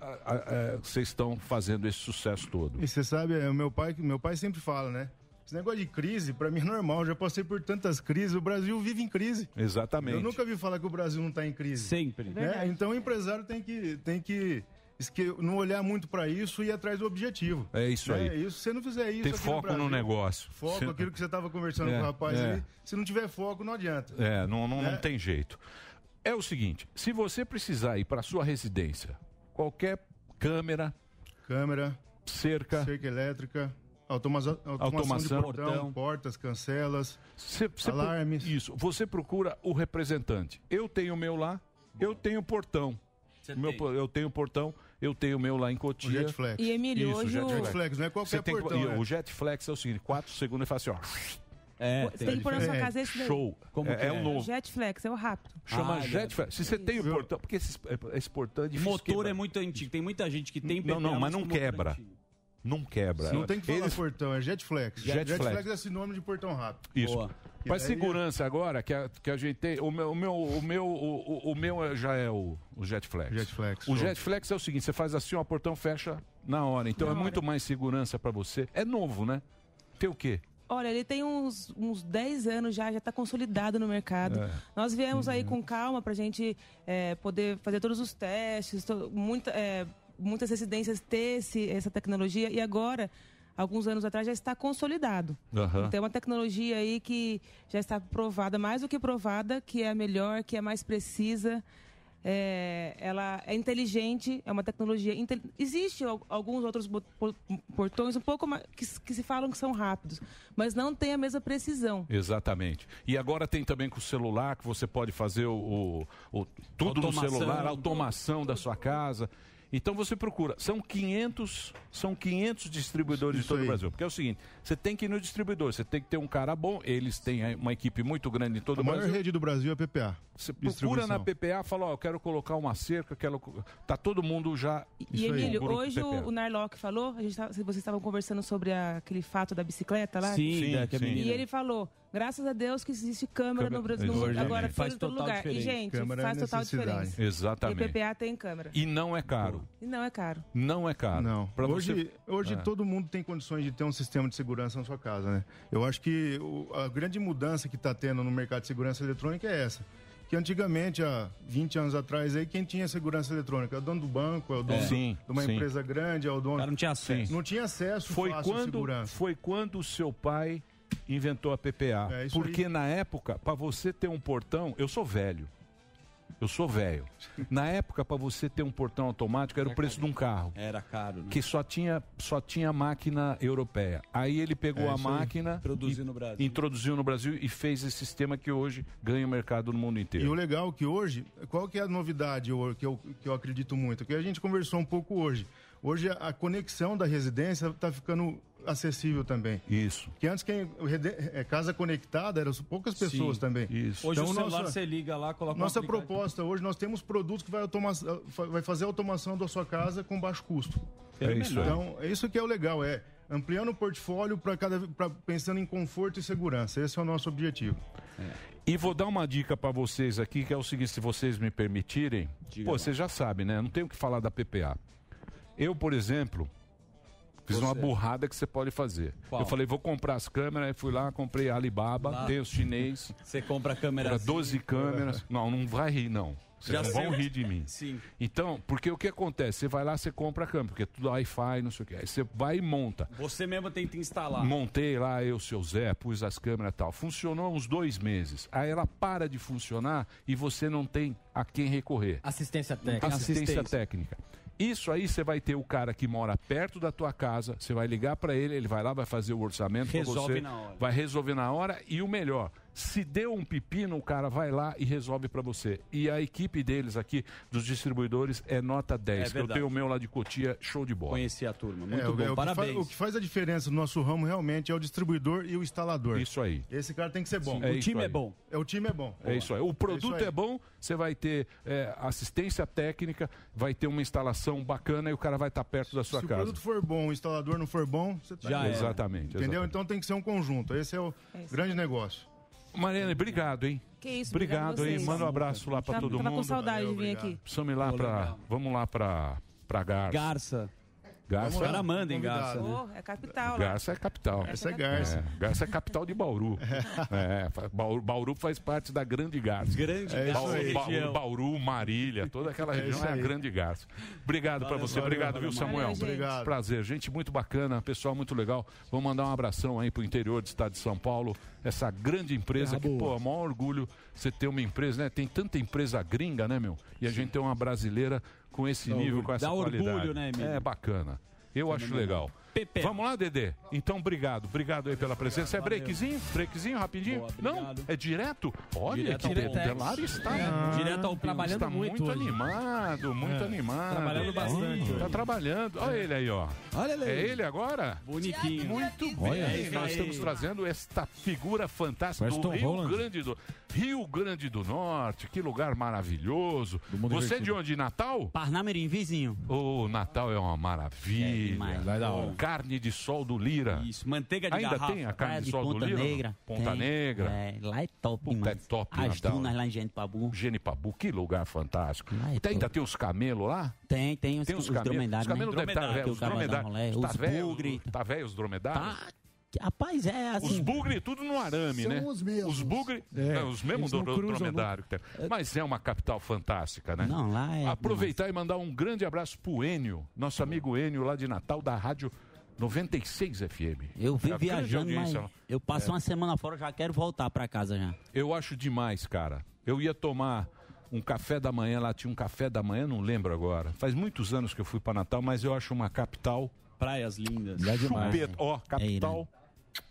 S8: a- a- a- vocês estão fazendo esse sucesso todo.
S22: E você sabe, é, o meu pai, meu pai sempre fala, né? Esse negócio de crise, pra mim é normal. Eu já passei por tantas crises. O Brasil vive em crise.
S8: Exatamente.
S22: Eu nunca vi falar que o Brasil não está em crise.
S5: Sempre.
S22: Né?
S5: Verdade.
S22: Então o empresário tem que, tem que esque- não olhar muito para isso e ir atrás do objetivo.
S8: É isso
S22: Né?
S8: aí.
S22: Isso, se você não fizer isso.
S8: Ter
S22: aqui
S8: foco no
S22: Brasil,
S8: negócio.
S22: Foco,
S8: Se-
S22: aquilo que você estava conversando
S8: É,
S22: com o rapaz
S8: é.
S22: ali. Se não tiver foco, não adianta.
S8: É, não, não,
S22: É.
S8: não tem jeito. É o seguinte, se você precisar ir para sua residência, qualquer câmera,
S22: câmera,
S8: cerca,
S22: cerca elétrica, automaza- automação,
S8: Automação.
S22: de portão,
S8: Portão.
S22: portas, cancelas,
S8: Você pro-
S22: alarme.
S8: Isso. Você procura o representante. Eu tenho o meu lá, eu tenho o portão. O meu po- eu tenho o portão, eu tenho o meu lá em Cotia.
S22: Jetflex. E, Emílio,
S8: Isso,
S22: hoje o-
S8: Jetflex.
S22: Jetflex, não é qualquer
S8: Você tem que-
S22: portão,
S8: e
S22: é.
S8: O Jetflex é o seguinte, quatro segundos e faz assim, ó.
S23: Você É, tem que pôr na sua casa esse daí.
S8: Show. é, é um novo.
S23: Jetflex, é o rápido.
S8: Chama
S23: Ah,
S8: Jetflex. Se você tem o portão, porque esse, esse portão é
S5: O
S8: difícil.
S5: motor
S8: quebrar.
S5: é muito antigo. Tem muita gente que tem
S8: Não, não,
S5: PPA,
S8: mas não
S5: com motor
S8: quebra.
S5: antigo.
S8: Não quebra.
S22: Não tem que falar
S8: Eles-
S22: portão, é jetflex.
S8: Jetflex.
S22: é sinônimo de portão rápido.
S8: Isso.
S22: E
S8: Mas
S22: daí-
S8: segurança agora, que a, que a gente tem. O meu, o meu, o meu, o, o- o meu é- já é o, o Jetflex.
S22: Jetflex,
S8: O
S22: show.
S8: Jetflex é o seguinte: você faz assim, ó, o portão fecha na hora. Então
S23: Na
S8: é
S23: hora.
S8: muito mais segurança pra você. É novo, né? Tem o quê?
S23: Olha, ele tem uns, uns 10 anos já, já está consolidado no mercado.
S8: É.
S23: Nós viemos aí com calma para a gente é, poder fazer todos os testes, to- muita- é, muitas residências ter esse- essa tecnologia e agora, alguns anos atrás, já está consolidado.
S8: Aham.
S23: Então é uma tecnologia aí que já está provada, mais do que provada, que é a melhor, que é mais precisa. É, ela é inteligente, é uma tecnologia. Inte... Existe al- alguns outros bo- por- portões um pouco mais, que, s- que se falam que são rápidos, mas não tem a mesma precisão.
S8: Exatamente. E agora tem também com o celular que você pode fazer o, o- o- tudo
S5: Automação.
S8: no celular, a automação da sua casa. Então você procura. São 500, são 500 distribuidores de todo o Brasil. Porque é o seguinte, você tem que ir no distribuidor, você tem que ter um cara bom, eles têm aí uma equipe muito grande em todo
S22: A
S8: o
S22: maior
S8: Brasil.
S22: rede do Brasil é PPA.
S8: Procura na
S22: distribuição.
S8: PPA, fala, ó, eu quero colocar uma cerca, quero co- tá todo mundo já um
S23: E, Emílio,
S8: Grupo
S23: hoje
S8: PPA.
S23: o, o Narlock falou, a gente tava- vocês estavam conversando sobre a- aquele fato da bicicleta lá.
S8: Sim, Sim, da- que a sim. menina-
S23: E ele falou, graças a Deus que existe câmera,
S8: Câmera-
S23: no Brasil, no-
S8: Exatamente.
S23: agora
S8: Faz
S23: faz todo
S8: total
S23: lugar. E,
S8: diferença.
S23: gente,
S8: Câmera é
S23: faz total
S8: necessidade.
S23: diferença.
S8: Exatamente.
S23: E PPA tem câmera.
S8: E não é caro.
S23: E não é caro.
S8: Não é caro.
S22: Não.
S8: Pra
S22: hoje
S8: você-
S22: hoje
S8: É.
S22: todo mundo tem condições de ter um sistema de segurança na sua casa, né? Eu acho que o- a grande mudança que está tendo no mercado de segurança eletrônica é essa. Que antigamente, há 20 anos atrás, aí, quem tinha segurança eletrônica? É o dono do banco, é o dono
S8: É. Sim,
S22: de uma
S8: sim.
S22: empresa grande, é o dono.
S8: cara não tinha acesso.
S22: Não tinha acesso
S8: foi
S22: fácil à
S8: quando
S22: segurança.
S8: foi quando o seu pai inventou a PPA
S22: É, isso
S8: porque na época para você ter um portão eu sou velho eu sou velho na época para você ter um portão automático era o preço de um carro
S5: Era caro, né?
S8: que só tinha só tinha máquina europeia aí ele pegou
S5: É
S8: a
S5: isso aí.
S8: máquina
S5: Produziu
S8: e-
S5: no Brasil.
S8: introduziu no Brasil e fez esse sistema que hoje ganha o mercado no mundo inteiro
S22: E o legal é que hoje, qual que é a novidade eu- que eu, que eu acredito muito? Que a gente conversou um pouco hoje. Hoje a- a conexão da residência está ficando acessível também.
S8: Isso.
S22: Que antes quem rede- eh, casa conectada eram poucas pessoas
S5: Sim,
S22: também.
S5: Isso. Hoje
S22: Então,
S5: o celular
S22: nossa-
S5: você liga lá, coloca um
S22: nossa
S5: aplicativo.
S22: proposta hoje, nós temos produtos que vai, automa- fa- vai fazer a automação da sua casa com baixo custo.
S8: É isso aí.
S22: Então, é isso que é o legal, é ampliando o portfólio para cada pra- pensando em conforto e segurança. Esse é o nosso objetivo.
S8: É. E vou dar uma dica pra vocês aqui, que é o seguinte, se vocês me permitirem. pô, vocês já sabem, né? Não tenho o que falar da PPA. Eu, por exemplo, fiz uma burrada que você pode fazer.
S5: Qual?
S8: Eu falei, vou comprar as câmeras, aí fui lá, comprei a Alibaba,
S5: Lá.
S8: tem os chinês.
S5: Você compra a câmera.
S8: Compra assim. 12 câmeras. Não, não vai rir, não. Vocês
S5: Já
S8: não
S5: sei
S8: vão
S5: o-
S8: rir de mim.
S5: Sim.
S8: Então, porque o que acontece? Você vai lá, você compra a câmera, porque é tudo Wi-Fi, não sei o quê. Aí você vai e monta.
S5: Você mesmo tenta instalar.
S8: Montei lá, eu, seu Zé, pus as câmeras e tal. Funcionou uns dois meses. Aí ela para de funcionar e você não tem a quem recorrer.
S15: Assistência técnica.
S8: Assistência, técnica. Isso aí você vai ter o cara que mora perto da tua casa, você vai ligar para ele, ele vai lá, vai fazer o orçamento pra
S5: Resolve
S8: você,
S5: na hora.
S8: vai resolver na hora e o melhor, se deu um pepino, o cara vai lá e resolve para você. E a equipe deles aqui dos distribuidores é nota 10,
S5: É
S8: que eu
S5: verdade.
S8: tenho o meu lá de Cotia, show de bola.
S5: Conheci a turma.
S8: Muito
S22: É, o-
S8: bom,
S22: é, o que
S8: parabéns.
S22: faz- o que faz a diferença no nosso ramo realmente é o distribuidor e o instalador.
S8: Isso aí.
S22: Esse cara tem que ser bom.
S8: Sim, é O isso time aí. é bom.
S22: É o time é bom.
S8: É isso aí. O produto é,
S22: isso aí.
S8: bom, você vai ter é, assistência técnica, vai ter uma instalação bacana e o cara vai estar perto da sua
S22: Se o
S8: casa.
S22: produto for bom, o instalador não for bom, você tá
S8: Já
S22: bem.
S8: era. Exatamente,
S22: Entendeu?
S8: exatamente.
S22: Então tem que ser um conjunto. Esse é o grande negócio.
S8: Mariana, obrigado, hein?
S23: Que isso, obrigado
S8: Obrigado, hein?
S23: vocês.
S8: Manda um abraço lá pra
S23: Tava-
S8: todo
S23: Tá- tava
S8: mundo.
S23: com saudade de vir aqui.
S8: Precisamos ir lá pra. Vamos lá pra, pra Garça.
S5: Garça.
S8: Garça.
S5: Os caras mandam em Garça, né?
S1: Oh, é capital lá.
S8: Garça é capital.
S1: Essa é Garça.
S8: É, Garça é capital de Bauru. É, fa- Bauru, Bauru faz parte da Grande Garça.
S5: Grande
S8: é
S5: Garça.
S8: Bauru,
S5: Isso aí.
S8: Bauru, Bauru, Marília, toda aquela
S5: É
S8: região
S5: isso
S8: é, a
S5: aí.
S8: Grande Garça. Obrigado pra
S5: Valeu,
S8: você.
S5: valeu,
S8: Obrigado,
S5: valeu,
S8: viu,
S5: Mauro.
S8: Samuel?
S5: Valeu, gente. Obrigado.
S8: Prazer. Gente muito bacana, pessoal muito legal. Vou mandar um abração aí pro interior do estado de São Paulo. Essa grande empresa que, pô, é o maior orgulho você ter uma empresa, né? Tem tanta empresa gringa, né, meu? E a gente tem uma brasileira com esse
S5: Dá
S8: nível,
S5: orgulho.
S8: com essa
S5: Dá orgulho,
S8: qualidade.
S5: né, Emílio?
S8: É bacana. Eu acho legal. Vamos lá, Dedê? Então, obrigado. Obrigado aí pela presença. É breakzinho? Breakzinho, rapidinho? Não? É direto? Olha,
S5: Direto
S8: que
S5: ao ponto.
S8: Dedelar está...
S5: É, direto ao
S8: trabalho.
S5: trabalhando
S8: Está
S5: muito
S8: muito
S5: hoje.
S8: animado, muito
S5: É,
S8: animado.
S5: trabalhando bastante
S8: Tá
S5: hoje. É.
S8: trabalhando. Olha ele aí, ó.
S5: Olha ele aí.
S8: É ele agora?
S5: Bonitinho.
S8: Muito bem.
S5: Olha aí.
S8: Nós estamos trazendo esta figura fantástica
S5: Parece
S8: do
S5: Tom
S8: Rio
S5: Holland.
S8: Grande do... Rio Grande do Norte, que lugar maravilhoso. Você é de onde? Natal?
S4: Parnamirim, vizinho.
S8: O Natal é uma maravilha.
S4: É demais. Vai dar hora.
S8: Carne de sol do Lira. Isso,
S4: manteiga de
S8: Ainda
S4: garrafa.
S8: tem a
S4: Praia
S8: carne de
S4: de
S8: sol
S4: Ponta
S8: do Lira?
S4: Negra.
S8: Ponta
S4: Tem.
S8: Negra.
S4: É, lá é top,
S8: Puta,
S4: demais.
S8: é top.
S4: As
S8: Natal.
S4: dunas lá em Genipabu. é
S8: Genipabu, que lugar fantástico. Tem- ainda tem os camelos lá?
S4: Tem, tem os,
S8: Tem
S4: os
S8: os camelos.
S4: dromedários.
S8: Os camelos
S4: né?
S8: devem estar
S4: Que
S8: velhos.
S4: o
S8: Os
S4: cavalo dá
S8: dromedários.
S4: rolé,
S8: Tá
S4: Os
S8: velho,
S4: bugre. Tá
S8: Tá velho os dromedários?
S4: Rapaz, é assim.
S8: Os bugre tudo no arame,
S4: São
S8: né?
S4: os mesmos.
S8: bugre,
S4: É,
S8: não, Né, os
S4: eles
S8: mesmos do,
S4: não
S8: do
S4: cruzam né?
S8: dromedário. que tem. Mas é uma capital fantástica, né?
S4: Não, lá é
S8: Aproveitar e mandar um grande abraço pro Enio, nosso amigo Enio lá de Natal, da Rádio 96 FM.
S4: Eu
S8: É
S4: vim
S8: a grande
S4: viajando, mas
S8: audiência lá.
S4: eu passo
S8: É.
S4: uma semana fora, eu já quero voltar pra casa já.
S8: Eu acho demais, cara. Eu ia tomar um café da manhã lá, tinha um café da manhã, não lembro agora. Faz muitos anos que eu fui pra Natal, mas eu acho uma capital.
S4: Praias lindas.
S8: Chupeta, ó,
S4: É.
S8: capital.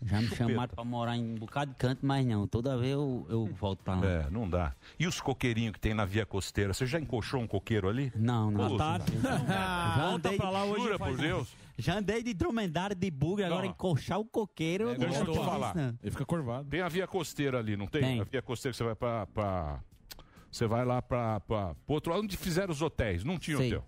S4: Já me
S8: Chupeta.
S4: chamaram pra morar em um bocado de canto, mas não. Toda vez eu, eu volto pra lá.
S8: É, não dá. E os coqueirinhos que tem na via costeira? Você já encoxou um coqueiro ali?
S4: Não, não.
S8: Pô,
S4: Tá.
S8: já andei- Jura por
S4: faz-
S8: Deus.
S4: Já andei de dromedário de bugre, agora
S8: Não. É,
S4: encoxar o coqueiro. não
S8: Deixa eu te
S4: gosto
S8: falar.
S4: disso, não.
S8: Ele fica corvado. Tem a via costeira ali, não tem?
S4: Tem.
S8: A via costeira que você vai pra. pra- Você vai lá pra, pra, pro outro lado onde fizeram os hotéis. Não tinha
S4: Sei.
S8: hotel.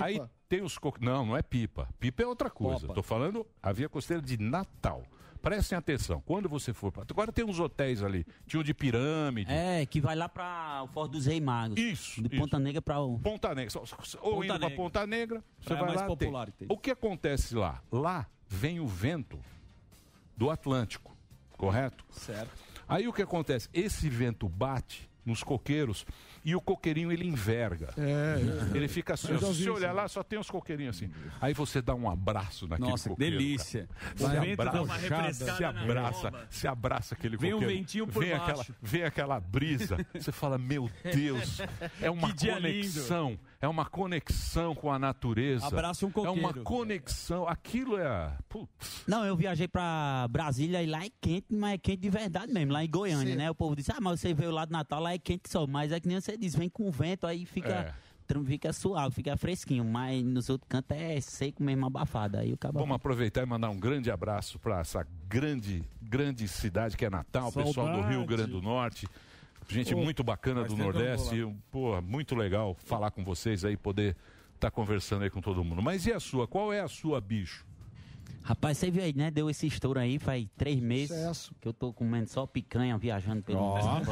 S8: Aí tem os. co- Não, não é pipa. Pipa é outra coisa. Tô falando a via costeira de Natal. Prestem atenção. Quando você for pra. Agora tem uns hotéis ali. Tinha o de pirâmide.
S4: É, que vai lá pra o Forte dos Reis Magos.
S8: Isso.
S4: De Ponta Negra pra o.
S8: Ponta Negra. Só- só- Ou
S4: Ponta
S8: indo pra
S4: Negra.
S8: Ponta Negra, você
S4: Praia
S8: vai
S4: mais
S8: lá.
S4: popular
S8: tem.
S4: que tem.
S8: O que acontece lá? Lá vem o vento do Atlântico, correto? Certo. Aí o que acontece? Esse vento bate nos coqueiros e o coqueirinho ele enverga.
S5: É.
S8: Ele fica assim.
S5: Eu
S8: ó.
S5: já
S8: Se
S5: ouvi
S8: você
S5: isso,
S8: olhar
S5: né?
S8: lá, só tem uns coqueirinhos assim. Aí você dá um abraço naquele
S5: Nossa, que
S8: coqueiro.
S5: delícia.
S8: cara.
S5: Vai,
S8: Se
S5: vento dá
S8: abraça,
S5: uma refrescada
S8: se
S5: na
S8: abraça,
S5: relva.
S8: se abraça aquele
S5: Vem um
S8: coqueiro.
S5: ventinho por
S8: vem
S5: baixo.
S8: Aquela, vem aquela brisa. Você fala, meu Deus, é uma
S5: Que dia
S8: conexão. É uma conexão com a natureza.
S4: Abraça um coqueiro.
S8: É uma conexão. Aquilo é. Putz.
S4: Não, eu viajei pra Brasília e lá é quente, mas é quente de verdade mesmo, lá em Goiânia,
S8: Sim.
S4: né? O povo disse, ah, mas você veio lá do Natal, lá é quente só, mas é que nem você diz, vem com vento, aí
S8: É.
S4: fica, tran- fica suave, fica fresquinho, mas nos outros cantos é seco mesmo, abafado, aí o cabelo...
S8: Vamos aproveitar e mandar um grande abraço para essa grande, grande cidade que é Natal, o pessoal do
S5: Saudade.
S8: Rio Grande do Norte. Gente
S5: Pô,
S8: muito bacana
S5: faz
S8: do
S5: tempo que eu não
S8: Nordeste.
S5: vou
S8: Pô, muito legal falar com vocês aí, poder estar conversando aí com todo mundo. Mas e a sua? Qual é a sua, bicho?
S4: Rapaz, você viu aí, né? Deu esse estouro aí, faz três meses
S18: Sucesso.
S4: que eu tô comendo só picanha, viajando pelo
S5: Ó.
S4: mundo.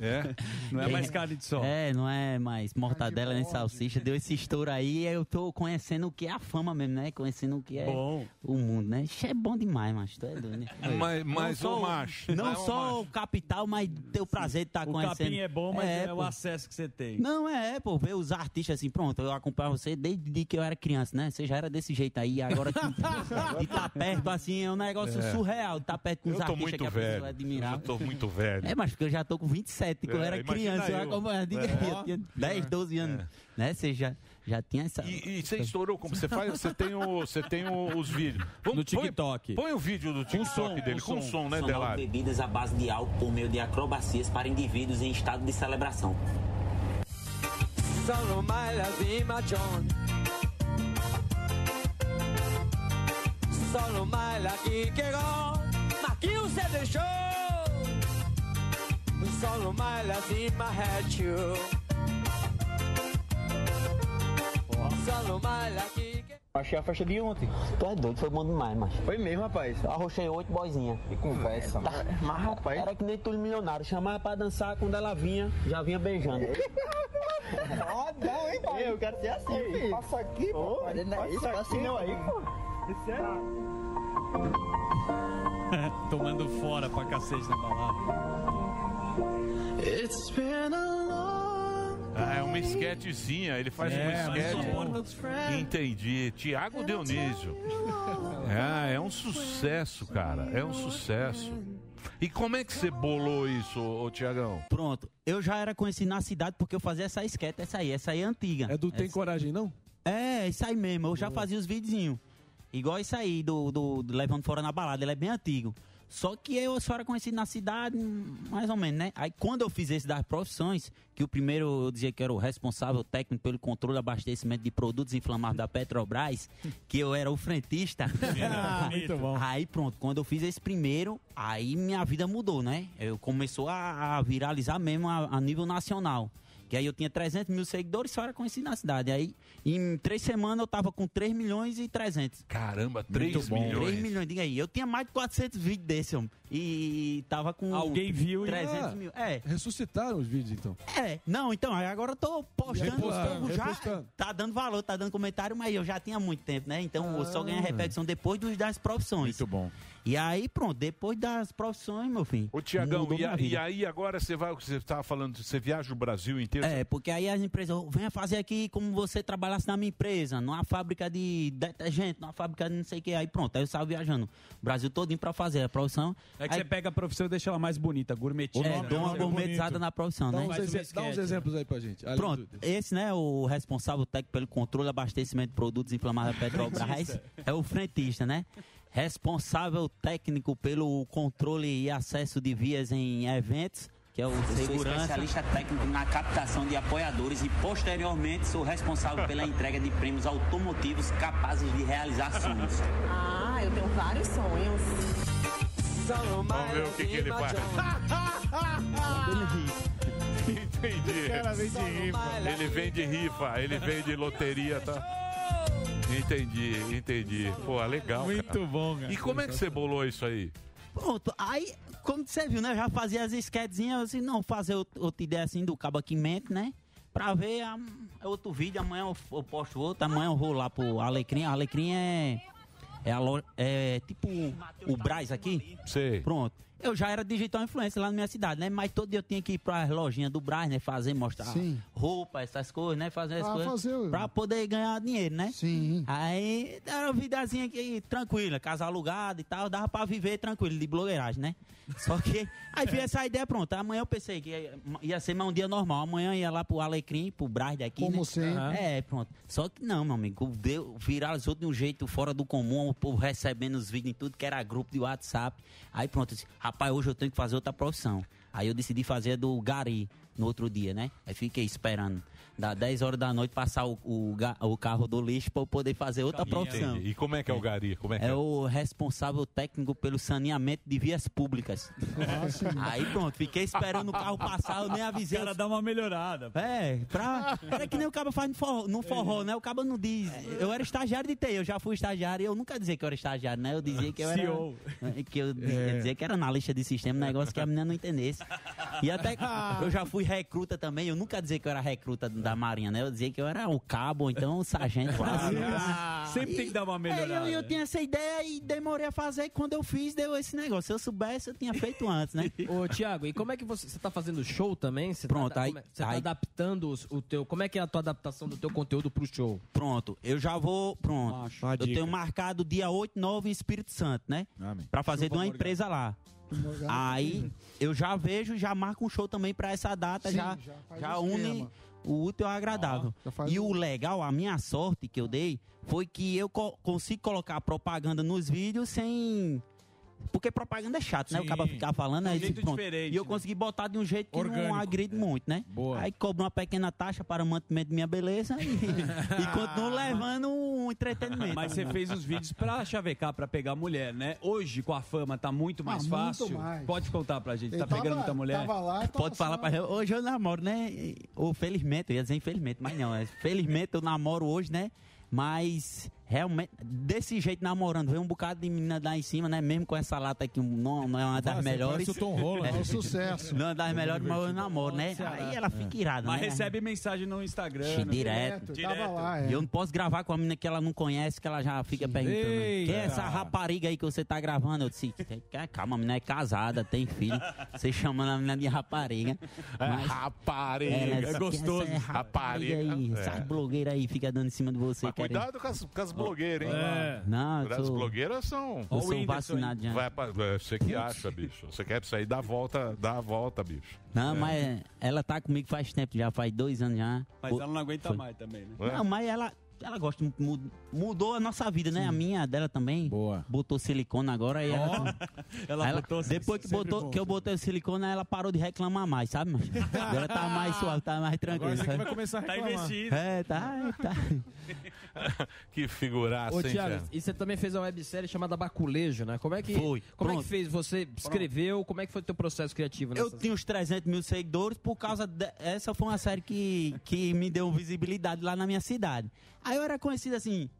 S5: É? Não é mais carne de sol.
S4: É, não é mais mortadela nem salsicha. Deu esse estouro aí e eu tô conhecendo o que é a fama mesmo, né? Conhecendo o que é
S5: Bom.
S4: o mundo, né? Isso é bom demais, macho. Tu é doido, né?
S5: Mas-
S4: Não
S5: mas
S8: um
S4: só
S5: o macho, é
S4: Não
S8: é
S5: mas o
S4: só o capital, mas teu prazer de estar
S5: O
S4: conhecendo.
S5: capim é bom, mas é, o
S4: pô.
S5: acesso que você tem.
S4: Não, é, é, pô, ver os artistas assim, pronto, eu acompanho você desde que eu era criança, né? Você já era desse jeito aí, agora tipo, de tá perto assim, é um negócio
S8: É.
S4: surreal, tá perto com os
S8: Eu tô
S4: artistas que
S8: muito
S4: a pessoa é
S8: velho.
S4: vai
S8: Eu
S4: admirar.
S8: já tô muito velho.
S4: É, mas porque eu já tô com 27, quando eu
S8: É,
S4: era
S8: imagina
S4: criança, eu,
S8: eu. É.
S4: acompanhava, diga aí, eu tinha 10, 12 anos, né? Você já, já tinha essa...
S8: E, e você estourou como você faz? Você tem, o, você tem o- os vídeos. Vamos,
S4: No TikTok.
S8: Põe, põe o vídeo do TikTok dele, com som,
S4: São
S8: né,
S4: nove
S8: Delari?
S4: bebidas à base de álcool por meio de acrobacias para indivíduos em estado de celebração.
S6: Solo my love in my John. Solo my lucky girl. Marquinhos você deixou. Solo my love in my head you. Solo my lucky
S4: Achei a festa de ontem. Tu é doido, foi bom demais, mas.
S6: Foi mesmo, rapaz.
S4: Arrochei oito boizinha.
S6: Que conversa,
S4: Tá, mas rapaz. Era que nem tudo milionário. Chamava pra dançar, quando ela vinha, já vinha beijando.
S2: Ah, não, hein, pai? Eu quero ser assim, filho. Passa aqui, pô. não é isso, assim não aí, pô. Isso é...
S3: Tomando fora pra cacete na balada.
S8: Ah, é uma esquetezinha, ele faz
S3: É,
S8: uma
S3: mas
S8: esquete.
S3: suporta.
S8: Entendi. Tiago Dionísio. Ah, é um sucesso, cara. É um sucesso. E como é que você bolou isso, ô Tiagão?
S4: Pronto, eu já era conhecido na cidade porque eu fazia essa esquete, essa aí, essa aí é antiga. É do Tem Coragem, não? É, isso aí mesmo, eu já fazia os videozinhos. Igual isso aí, do, do, do Levando Fora na Balada, ele é bem antigo. Só que eu só era conhecido na cidade, hum, mais ou menos, né? Aí quando eu fiz esse das profissões, que o primeiro eu dizia que era o responsável técnico pelo controle e abastecimento de produtos inflamáveis da Petrobras, que eu era o frentista.
S3: Muito bom.
S4: Aí pronto, quando eu fiz esse primeiro, aí minha vida mudou, né? Eu começou a, a viralizar mesmo a, a nível nacional. Que aí eu tinha 300 mil seguidores, só era conhecido na cidade. Aí em três semanas eu tava com 3 milhões e 300.
S8: Caramba, 3 milhões.
S4: 3 milhões, diga aí. Eu tinha mais de 400 vídeos desse, homem. E tava com...
S14: Alguém viu e- Ah.
S4: 300 mil. É.
S14: Ressuscitaram os vídeos, então.
S4: É, não, então, aí agora eu tô postando
S14: Repostando,
S4: os povos já.
S14: repostando.
S4: Tá dando valor, tá dando comentário, mas eu já tinha muito tempo, né? Então eu só ganha
S8: Ah.
S4: repercussão depois dos, das profissões. Muito
S3: bom.
S4: E aí, pronto, depois das profissões, meu filho.
S8: Ô, Tiagão,
S4: mudou
S8: e, a-
S4: minha vida.
S8: e aí agora você vai, o que você estava falando, você viaja o Brasil inteiro?
S4: É, porque aí as empresas, "Oh, venha fazer aqui como você trabalhasse na minha empresa, numa fábrica de detergente, numa fábrica de não sei o que. Aí pronto, aí eu saio viajando. O Brasil todinho pra fazer a profissão.
S19: É que
S4: aí,
S19: você pega a profissão e deixa ela mais bonita, gourmetiza.
S4: É, dou uma gourmetizada na profissão,
S19: um
S14: um
S4: né?
S14: aí pra gente. além
S4: Pronto, esse, né, o responsável técnico pelo controle e abastecimento de produtos inflamáveis da Petrobras
S3: Frentista.
S4: é o frentista, né? Responsável técnico pelo controle e acesso de vias em eventos, que é o
S24: Eu sou
S4: segurança.
S24: especialista técnico na captação de apoiadores e, posteriormente, sou responsável pela entrega de prêmios automotivos capazes de realizar sonhos.
S25: Ah, eu tenho vários sonhos.
S8: Vamos ver o que, que ele faz. Entendi.
S3: O cara vem de rifa.
S8: Ele vende rifa, ele vende loteria, tá? Entendi, entendi. Pô, é legal. Muito
S10: bom,
S8: E como é que você bolou isso aí?
S4: Pronto, aí, como você viu, né? Eu já fazia as esquetezinhas, eu disse, não, fazer outra outra ideia assim do cabo aqui em mente, né? Pra ver ah, é outro vídeo, amanhã eu, eu posto outro, amanhã eu vou lá pro Alecrim. Alecrim é. É, a lo- é tipo o Braz aqui.
S8: Sei.
S4: Pronto. Eu já era digital influencer lá na minha cidade, né? Mas todo dia eu tinha que ir pras lojinhas do Braz, né? Fazer, mostrar
S3: Sim.
S4: roupa, essas coisas, né? Fazer as
S3: Ah,
S4: coisas.
S3: fazer-
S4: Pra poder ganhar dinheiro, né?
S18: Sim.
S4: Aí era uma vidazinha aqui tranquila, casa alugada e tal, dava pra viver tranquilo, de blogueiragem, né? Só que aí veio essa ideia pronta. Amanhã eu pensei que ia, ia ser mais um dia normal. Amanhã eu ia lá pro Alecrim, pro Braz daqui.
S18: Como
S4: né?
S18: sempre.
S4: É, pronto. Só que não, meu amigo, deu, viralizou de um jeito fora do comum, o povo recebendo os vídeos em tudo, que era grupo de WhatsApp. Aí pronto, eu disse, rapaz, hoje eu tenho que fazer outra profissão. Aí eu decidi fazer a do Gari no outro dia, né? Aí fiquei esperando. Da 10 horas da noite passar o, o, ga- o carro do lixo pra eu poder fazer outra profissão.
S8: Entendi. E como é que é o Gari? Como é que
S4: É o responsável técnico pelo saneamento de vias públicas. Aí pronto, fiquei esperando o carro passar, eu nem avisei. O cara dá uma melhorada. É, pra... era que nem o cabo faz no forró, no forró, né? O cabo não diz. Eu era estagiário de TI, eu já fui estagiário, eu nunca dizia que eu era estagiário, né? Eu dizia que eu era.
S3: CEO.
S4: Que eu dizia,
S3: É.
S4: dizia que era analista de sistema, um negócio que a menina não entendesse. E até que eu já fui recruta também, eu nunca dizia que eu era recruta da Marinha, né? Eu dizia que eu era o cabo, ou então o sargento.
S19: Ah,
S4: Ah.
S19: Sempre tem que dar uma melhorada.
S4: É, eu, eu tinha essa ideia e demorei a fazer. e Quando eu fiz, deu esse negócio. Se eu soubesse, eu tinha feito antes, né?
S15: Ô, Thiago, e como é que você, você tá fazendo show também? Você
S4: Pronto,
S15: tá,
S4: aí-
S15: como é- Você tá
S4: aí-
S15: adaptando os- o teu... Como é que é a tua adaptação do teu conteúdo pro show?
S4: Pronto, eu já vou. Pronto.
S15: uma
S4: eu
S15: dica.
S4: tenho marcado dia 8, 9 em Espírito Santo, né? Pra fazer de uma empresa lá. Aí eu já vejo, já marco um show também pra essa data,
S18: Sim,
S4: já,
S18: já
S4: já,
S18: faz o
S4: une
S18: esquema.
S4: o útil ao agradável. e o legal, a minha sorte que eu dei, foi que eu co- consigo colocar propaganda nos vídeos sem. Porque propaganda é chato, né? O
S19: Sim.
S4: cara ficar falando
S19: De um
S4: aí.
S19: jeito
S4: diz, pronto.
S19: diferente,
S4: E eu
S19: né?
S4: consegui botar de um jeito que
S19: Orgânico.
S4: não agride muito, né? Aí cobro uma pequena taxa para o mantimento de minha beleza e, e continuo levando um
S24: É
S4: entretenimento.
S19: Mas você fez os vídeos pra chavecar, pra pegar mulher, né? Hoje, com a fama, tá muito mais
S4: Ah, muito
S19: fácil.
S4: mais.
S19: Pode contar pra gente,
S4: Ele
S19: tá
S4: tava-
S19: pegando muita mulher?
S4: tava lá, tava Pode falar pra eu. Hoje eu namoro, né? E- Ou felizmente, eu ia dizer infelizmente, mas não. é Felizmente eu namoro hoje, né? Mas Realmente, desse jeito, namorando, veio um bocado de menina lá em cima, né? Mesmo com essa lata aqui, não, não é uma das
S10: Nossa,
S4: melhores.
S10: parece o Tom Holland. É um sucesso.
S4: Não é uma das melhores, mas eu namoro, né?
S5: Ceará.
S4: Aí ela fica irada,
S5: Mas
S4: né?
S5: recebe mensagem no Instagram.
S4: Ixi,
S19: né?
S5: no-
S4: direto. é. E eu não posso gravar com a menina que ela não conhece, que ela já fica perguntando.
S5: Eita.
S4: Quem é essa rapariga aí que você tá gravando? Eu disse, calma, a menina é casada, tem filho. Você chamando a menina de rapariga.
S8: É, rapariga, é
S4: disse,
S8: gostoso.
S4: "Quem é Essa rapariga. Aí,
S8: Rapariga,
S4: Essa
S8: é.
S4: blogueira aí fica dando em cima de você.
S8: Mas
S4: querendo-
S8: cuidado com as, com as blogueiras, hein?
S4: É. Não, eu
S8: As
S4: sou-
S8: blogueiras são.
S4: Eu sou vacinado já.
S8: Vai pra- é, Você que acha, bicho. Você quer sair, dá a volta, dá a volta, bicho.
S4: Não,
S8: É.
S4: mas ela tá comigo faz tempo já, faz dois anos já.
S5: Mas
S4: Pô,
S5: ela não aguenta
S4: foi.
S5: mais também, né?
S7: é?
S4: Não, mas ela, ela gosta, mu- mudou a nossa vida, né? A minha, a dela também. Boa. Botou silicone agora e ela.
S5: Ela
S4: Aí ela-
S5: botou-
S4: Depois que,
S5: sempre
S4: botou,
S5: bom.
S4: que eu botei o silicone, aí ela parou de reclamar mais, sabe? macho? Agora tá mais suave, tá mais tranquila.
S8: você que
S4: sabe?
S8: vai começar a Tá reclamar. investido.
S4: É, tá, tá.
S8: que figuraça,
S15: Ô,
S4: Assim,
S8: hein,
S15: Thiago,
S8: Thiago?
S15: e você também fez uma websérie chamada Baculejo, né? Como é que,
S4: Foi.
S15: Como é
S4: Pronto.
S15: que fez? Você escreveu, como é que foi o teu processo criativo
S4: Eu
S15: nessa
S4: tinha uns 300 mil seguidores por causa dessa Essa foi uma série que, que me deu visibilidade lá na minha cidade. Aí eu era conhecido assim,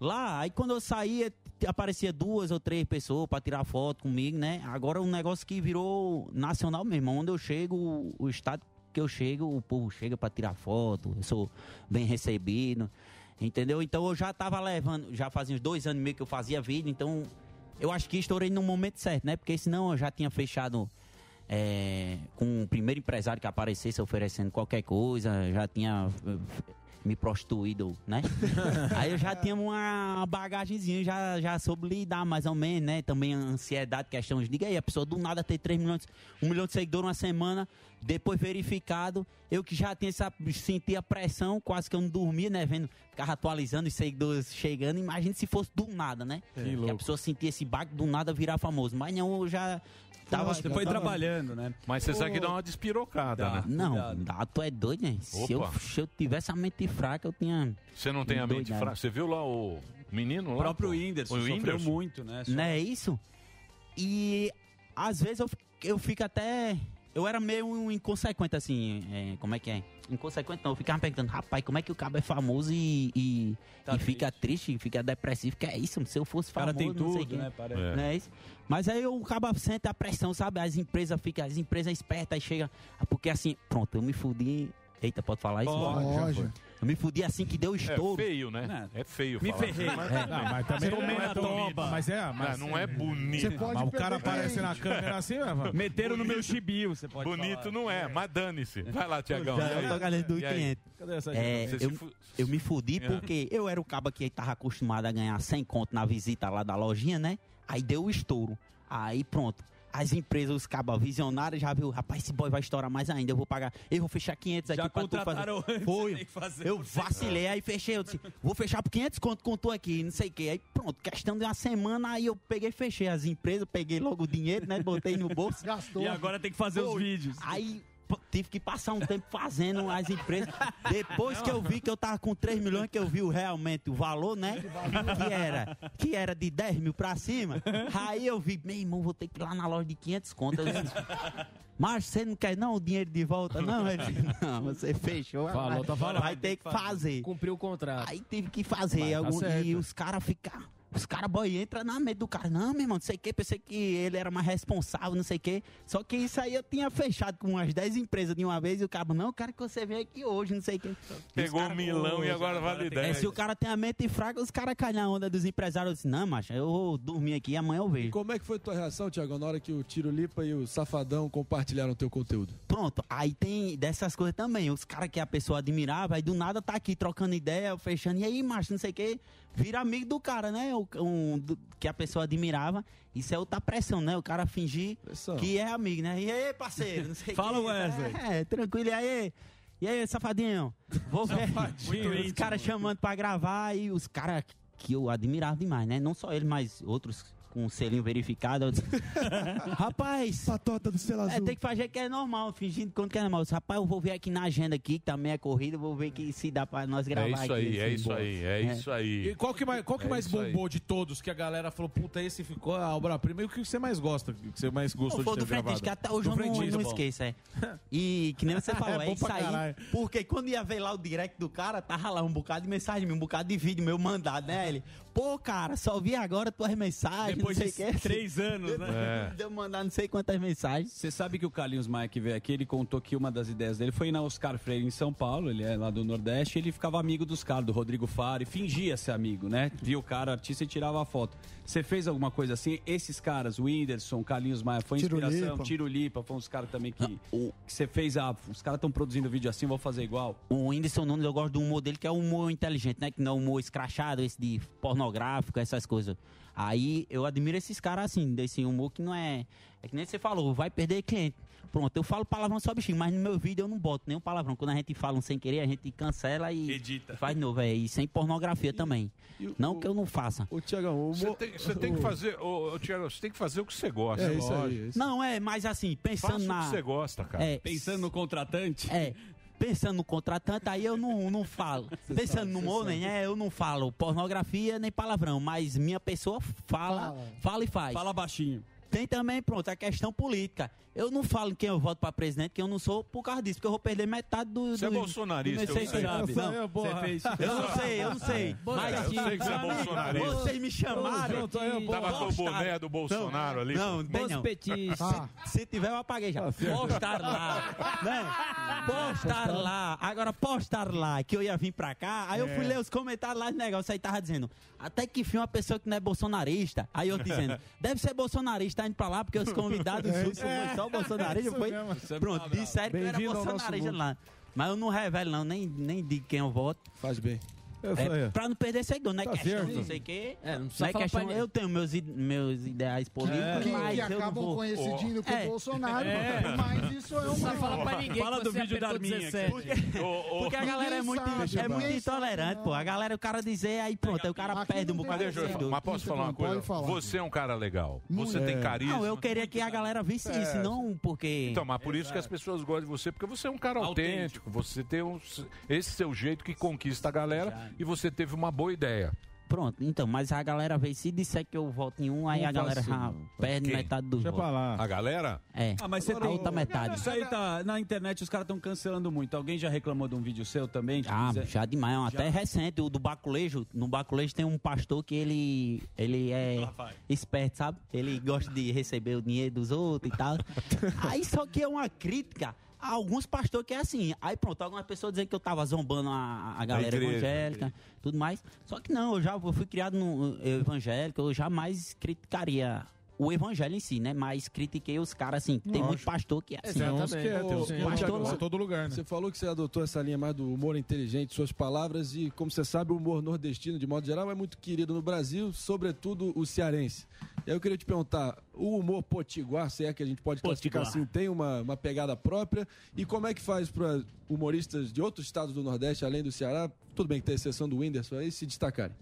S4: lá, aí quando eu saía, t- aparecia duas ou três pessoas pra tirar foto comigo, né? Agora é um negócio que virou nacional mesmo. Onde eu chego, o- o estado que eu chego, o povo chega pra tirar foto, eu sou bem recebido, entendeu? Então eu já tava levando, já fazia uns dois anos e meio que eu fazia vídeo, então eu acho que estourei no momento certo, né? Porque senão eu já tinha fechado é, com o primeiro empresário que aparecesse oferecendo qualquer coisa, já tinha eh, me prostituído, né? Aí eu já tinha uma bagagenzinha, já, já soube lidar mais ou menos, né? Também a ansiedade, questões. Diga aí, a pessoa do nada ter 3 milhões, 1 milhão de seguidores uma semana, depois verificado. Eu que já tinha essa, sentia pressão, quase que eu não dormia, né? Vendo, ficava atualizando os seguidores chegando. Imagina se fosse do nada, né?
S5: É. Que
S4: que a
S5: louco.
S4: pessoa sentia esse baque do nada virar famoso. Mas não, eu já. Tava, Tá.
S5: Nossa, foi trabalhando, né?
S8: Mas você sabe que dá uma despirocada, né?
S4: Não, dá, tu é doido, né? Se eu,
S8: Opa.
S4: se eu tivesse a mente fraca, eu tinha.
S8: Você não tem a mente
S4: Doidado.
S8: fraca. Você viu lá o menino lá?
S4: O próprio
S8: pô?
S4: Whindersson
S8: O
S4: sofreu
S8: Whindersson?
S4: muito, Não é isso? E às vezes eu, fi- eu fico até. Eu era meio um inconsequente, assim. é, como é que é? Inconsequente não, eu ficava perguntando, rapaz, como é que o cabo é famoso e, e, e fica triste, fica depressivo? Que é isso, se eu fosse
S5: cara
S4: famoso.
S5: tem
S4: não sei
S5: tudo,
S4: quem.
S5: né, parece.
S4: Não é isso? Mas aí eu acaba sente a pressão, sabe? As empresas ficam, as empresas espertas, aí chega. Porque assim, pronto, eu me fudi. Eita, pode falar isso?
S8: Pode,
S4: Já
S8: pode.
S4: foi. Eu me fudi assim que deu estouro.
S8: É feio, né? É feio.
S4: Me
S8: falar.
S4: ferrei.
S8: Mas,
S4: É.
S8: também-
S4: Não, mas também
S8: Tomei
S4: não é
S8: na
S4: tão
S8: toba.
S4: bonito. Mas é, mas-
S8: não, não é bonito.
S4: Você pode
S8: Mas
S10: O cara aparece na câmera assim, mano.
S8: Meteram
S10: no meu
S8: chibio, você
S10: pode
S8: Bonito
S10: falar.
S8: não é, mas dane-se. Vai lá, Tiagão.
S4: Já, eu tô ganhando do
S8: E aí?
S4: 500. É,
S8: Você se
S4: eu,
S8: fu-
S4: eu me fudi
S8: É.
S4: porque eu era o caba que tava acostumado a ganhar 100 conto na visita lá da lojinha, né? Aí deu o estouro. Aí pronto. As empresas, os cabas visionários já viu, rapaz, esse boy vai estourar mais ainda, eu vou pagar, eu vou fechar 500 aqui
S5: Já
S4: pra tu fazer.
S5: contrataram antes, tem
S4: Foi,
S5: que fazer
S19: um
S4: eu
S5: você.
S4: vacilei, aí fechei, eu disse, vou fechar por 500 conto, contou aqui, não sei o que. Aí pronto, questão de uma semana, aí eu peguei, e fechei as empresas, peguei logo o dinheiro, né, botei no bolso. Gastou.
S5: E agora tem que fazer os vídeos.
S4: Aí p- tive que passar um tempo fazendo as empresas. Depois que eu vi que eu tava com 3 milhões, que eu vi o- realmente o valor, né? Que era, que era de 10 mil pra cima. Aí eu vi, meu irmão, vou ter que ir lá na loja de 500 contas. Mas você não quer não o dinheiro de volta? Não, ele disse, não, você fechou.
S15: Falou,
S4: vai,
S15: tá falando.
S4: Vai ter que fazer.
S15: Cumpriu o contrato.
S4: Aí teve que fazer.
S15: Mas tá
S4: algum- e
S15: certo.
S4: os caras ficam. Os caras, boy, entra na mente do cara. Não, meu irmão, não sei o que. Pensei que ele era mais responsável, não sei o que. Só que isso aí eu tinha fechado com umas 10 empresas de uma vez. E o cara, não, eu quero que você venha aqui hoje, não sei o que.
S8: Pegou um milão e agora vale
S4: É,
S8: 10.
S4: se o cara tem a mente fraca, os caras caem na onda dos empresários. Eu disse, não, macho, eu vou dormir aqui e amanhã eu vejo.
S14: Como é que foi tua reação, Tiagão, na hora que o Tiro Lipa e o Safadão compartilharam teu conteúdo?
S4: Pronto, aí tem dessas coisas também. Os caras que a pessoa admirava, aí do nada tá aqui trocando ideia, fechando. E aí, macho, não sei o quê. Vira amigo do cara, né? O, um, do- que a pessoa admirava. Isso é outra pressão, né? O cara fingir que é amigo, né? E aí, parceiro, não sei o
S5: Fala,
S4: quê.
S5: Wesley.
S4: É, tranquilo. E aí? E aí, safadinho? Vou ver. os caras chamando pra gravar e os caras que eu admirava demais, né? Não só ele, mas outros com um selinho verificado. Eu disse, rapaz. Patota do selo azul. É, tem que fazer que é normal, fingindo quanto que é normal. Eu disse, Rapaz, eu vou ver aqui na agenda aqui, que tá meia corrida, eu vou ver que se dá pra nós gravar
S8: É isso
S4: aqui.
S8: aí, é
S4: assim,
S8: isso
S4: boa.
S8: aí, é isso aí.
S10: E qual que mais, qual que
S8: É
S10: mais
S8: isso aí.
S10: bombou de todos que a galera falou, puta, esse ficou a obra-prima? E o que você mais gosta? O que você mais gostou
S4: Pô,
S10: de
S4: do
S10: ter gravado?
S4: Fredis, que até hoje eu não, não esqueça, é. E que nem você falou,
S10: É
S4: é,
S10: bom
S4: isso
S10: pra
S4: aí.
S10: caralho.
S4: Porque quando ia ver lá o direct do cara, tava lá um bocado de mensagem, minha, um bocado de vídeo meu mandado, né? Ele, pô, cara, só vi agora tuas mensagens.
S19: Depois
S4: não
S19: de
S4: sei o quê.
S19: três anos, né?
S8: É.
S4: Depois De eu mandar não sei quantas mensagens.
S19: Você sabe que o Carlinhos Maia que veio aqui, ele contou que uma das ideias dele foi ir na Oscar Freire em São Paulo, ele é lá do Nordeste, e ele ficava amigo dos caras, do Rodrigo Faro, e fingia ser amigo, né? Via o cara, artista, e tirava a foto. Você fez alguma coisa assim? Esses caras, o Whindersson, o Carlinhos Maia, foi
S18: Tirolipa.
S19: inspiração, Tiro Lipa, foi uns caras também que que você fez, ah, os caras estão produzindo vídeo assim, vou fazer igual.
S4: O Whindersson Nunes, eu gosto do humor dele, que é um humor inteligente, né? Que não é um humor escrachado, esse de pornográfico, essas coisas. Aí eu admiro esses caras assim, desse humor que não é. É que nem você falou, vai perder cliente. Pronto, eu falo palavrão só bichinho, mas no meu vídeo eu não boto nenhum palavrão. Quando a gente fala um sem querer, a gente cancela e. Edita. Faz de novo, é. E sem pornografia também. não que eu não faça.
S14: Ô, Tiagão, o
S8: Você tem, você tem que fazer, ô, ô, Thiago, você tem que fazer o que você gosta. lógico.
S4: Não, é, mas assim, pensando
S8: Faça o que
S4: na.
S8: você gosta, cara.
S19: Pensando no contratante?
S4: É. Pensando no contratante, aí eu não, não falo. Pensando no Monen, é, eu não falo pornografia nem palavrão, mas minha pessoa fala, fala, e faz.
S19: Fala baixinho.
S4: Tem também, pronto, a questão política. Eu não falo em quem eu voto pra presidente, que eu não sou por causa disso, porque eu vou perder metade do.
S8: Você é
S4: do-
S8: bolsonarista,
S4: do-
S8: eu sei.
S4: Não,
S8: Essa aí é boa.
S4: você fez.
S8: Essa-
S4: Eu não sei, eu não sei.
S8: Cara,
S4: Mas
S8: eu sei que você é
S4: Amigo,
S8: bolsonarista.
S4: Vocês me chamaram.
S8: Junto aí, eu vou- Tava com o boné do Bolsonaro ali.
S4: Não, tem
S8: Os
S4: não.
S8: petistas.
S4: Ah. Se, se tiver, eu apaguei já. Postar lá. Né? Postar lá. Agora, postar lá que eu ia vir pra cá. Aí eu
S6: É.
S4: fui ler os comentários lá de negócio. Aí tava dizendo, até que fim uma pessoa que não é bolsonarista. Aí eu dizendo, deve ser bolsonarista indo pra lá, porque os convidados
S6: É
S4: é,
S6: isso.
S4: foi só
S6: É,
S4: bolsonarista.
S6: isso
S4: Foi...
S6: mesmo. Isso é
S4: Pronto,
S6: bravo.
S4: disseram que eu era
S6: Bem-vindo ao nosso
S4: bolsonarista
S6: mundo.
S4: lá. Mas eu não revelo, não, nem, nem digo quem eu voto.
S14: Faz bem.
S4: É, pra não perder seguidor, não é questão,
S6: Tá certo.
S4: não sei o quê.
S6: É, não precisa
S4: não é
S6: falar
S4: questão,
S6: pra
S4: eu tenho meus, ide- meus ideais políticos,
S18: Que- que
S4: mas eu não
S18: acabam
S4: vou. É.
S18: coincidindo com o Bolsonaro, mas isso é um- Não precisa falar pra ninguém
S6: Fala que do você vídeo da apertou Arminha aqui. 17.
S4: Porque, porque a galera é
S6: Ninguém
S4: muito,
S6: sabe,
S4: é muito
S6: mano.
S4: intolerante, pô. A galera, o cara dizer, aí pronto, aí o cara perde um
S8: Mas
S4: bocado de
S8: deixa eu falar,
S4: seguidor.
S8: mas posso falar uma coisa? Você é um cara legal. Você
S4: É.
S8: tem carisma.
S4: Não, eu queria que a galera visse
S8: É.
S4: isso, não porque...
S8: Então, mas por isso que as pessoas gostam de você, porque você é um cara autêntico. Você tem um- esse seu jeito que conquista a galera e você teve uma boa ideia.
S4: Pronto, então, mas a galera vê, se disser que eu voto em um, aí
S8: Não
S4: a galera
S8: faço,
S4: já
S8: não.
S4: perde
S8: Quem?
S4: metade dos votos.
S8: A galera?
S4: É,
S19: Ah, mas você
S4: a
S19: tem
S4: outra metade.
S19: Isso aí tá na internet, os caras estão cancelando muito. Alguém já reclamou de um vídeo seu também?
S4: Ah, já demais, é um até recente, o do Baculejo, no Baculejo tem um pastor que ele, ele é esperto, sabe? Ele gosta de receber o dinheiro dos outros e tal. Aí só que é uma crítica a alguns pastores que é assim. Aí pronto, algumas pessoas dizem que eu tava zombando a, a galera
S6: igreja, da
S4: evangélica, tudo mais. Só que não, eu já eu fui criado no eh, evangélico, eu jamais criticaria o evangelho em si, né? Mas critiquei os caras assim, tem muito pastor que é assim.
S6: é
S14: é
S6: assim.
S14: assim.
S4: pastor lá-
S14: todo lugar, Você falou que você adotou essa linha mais do humor inteligente, suas palavras, e como você sabe, o humor nordestino, de modo geral, é muito querido no Brasil, sobretudo o cearense. E aí eu queria te perguntar, o humor potiguar, se é que a gente pode classificar
S12: Potiguar.
S14: assim, tem uma, uma pegada própria, e como é que faz para humoristas de outros estados do Nordeste, além do Ceará, tudo bem que tem a exceção do Whindersson aí, se destacarem?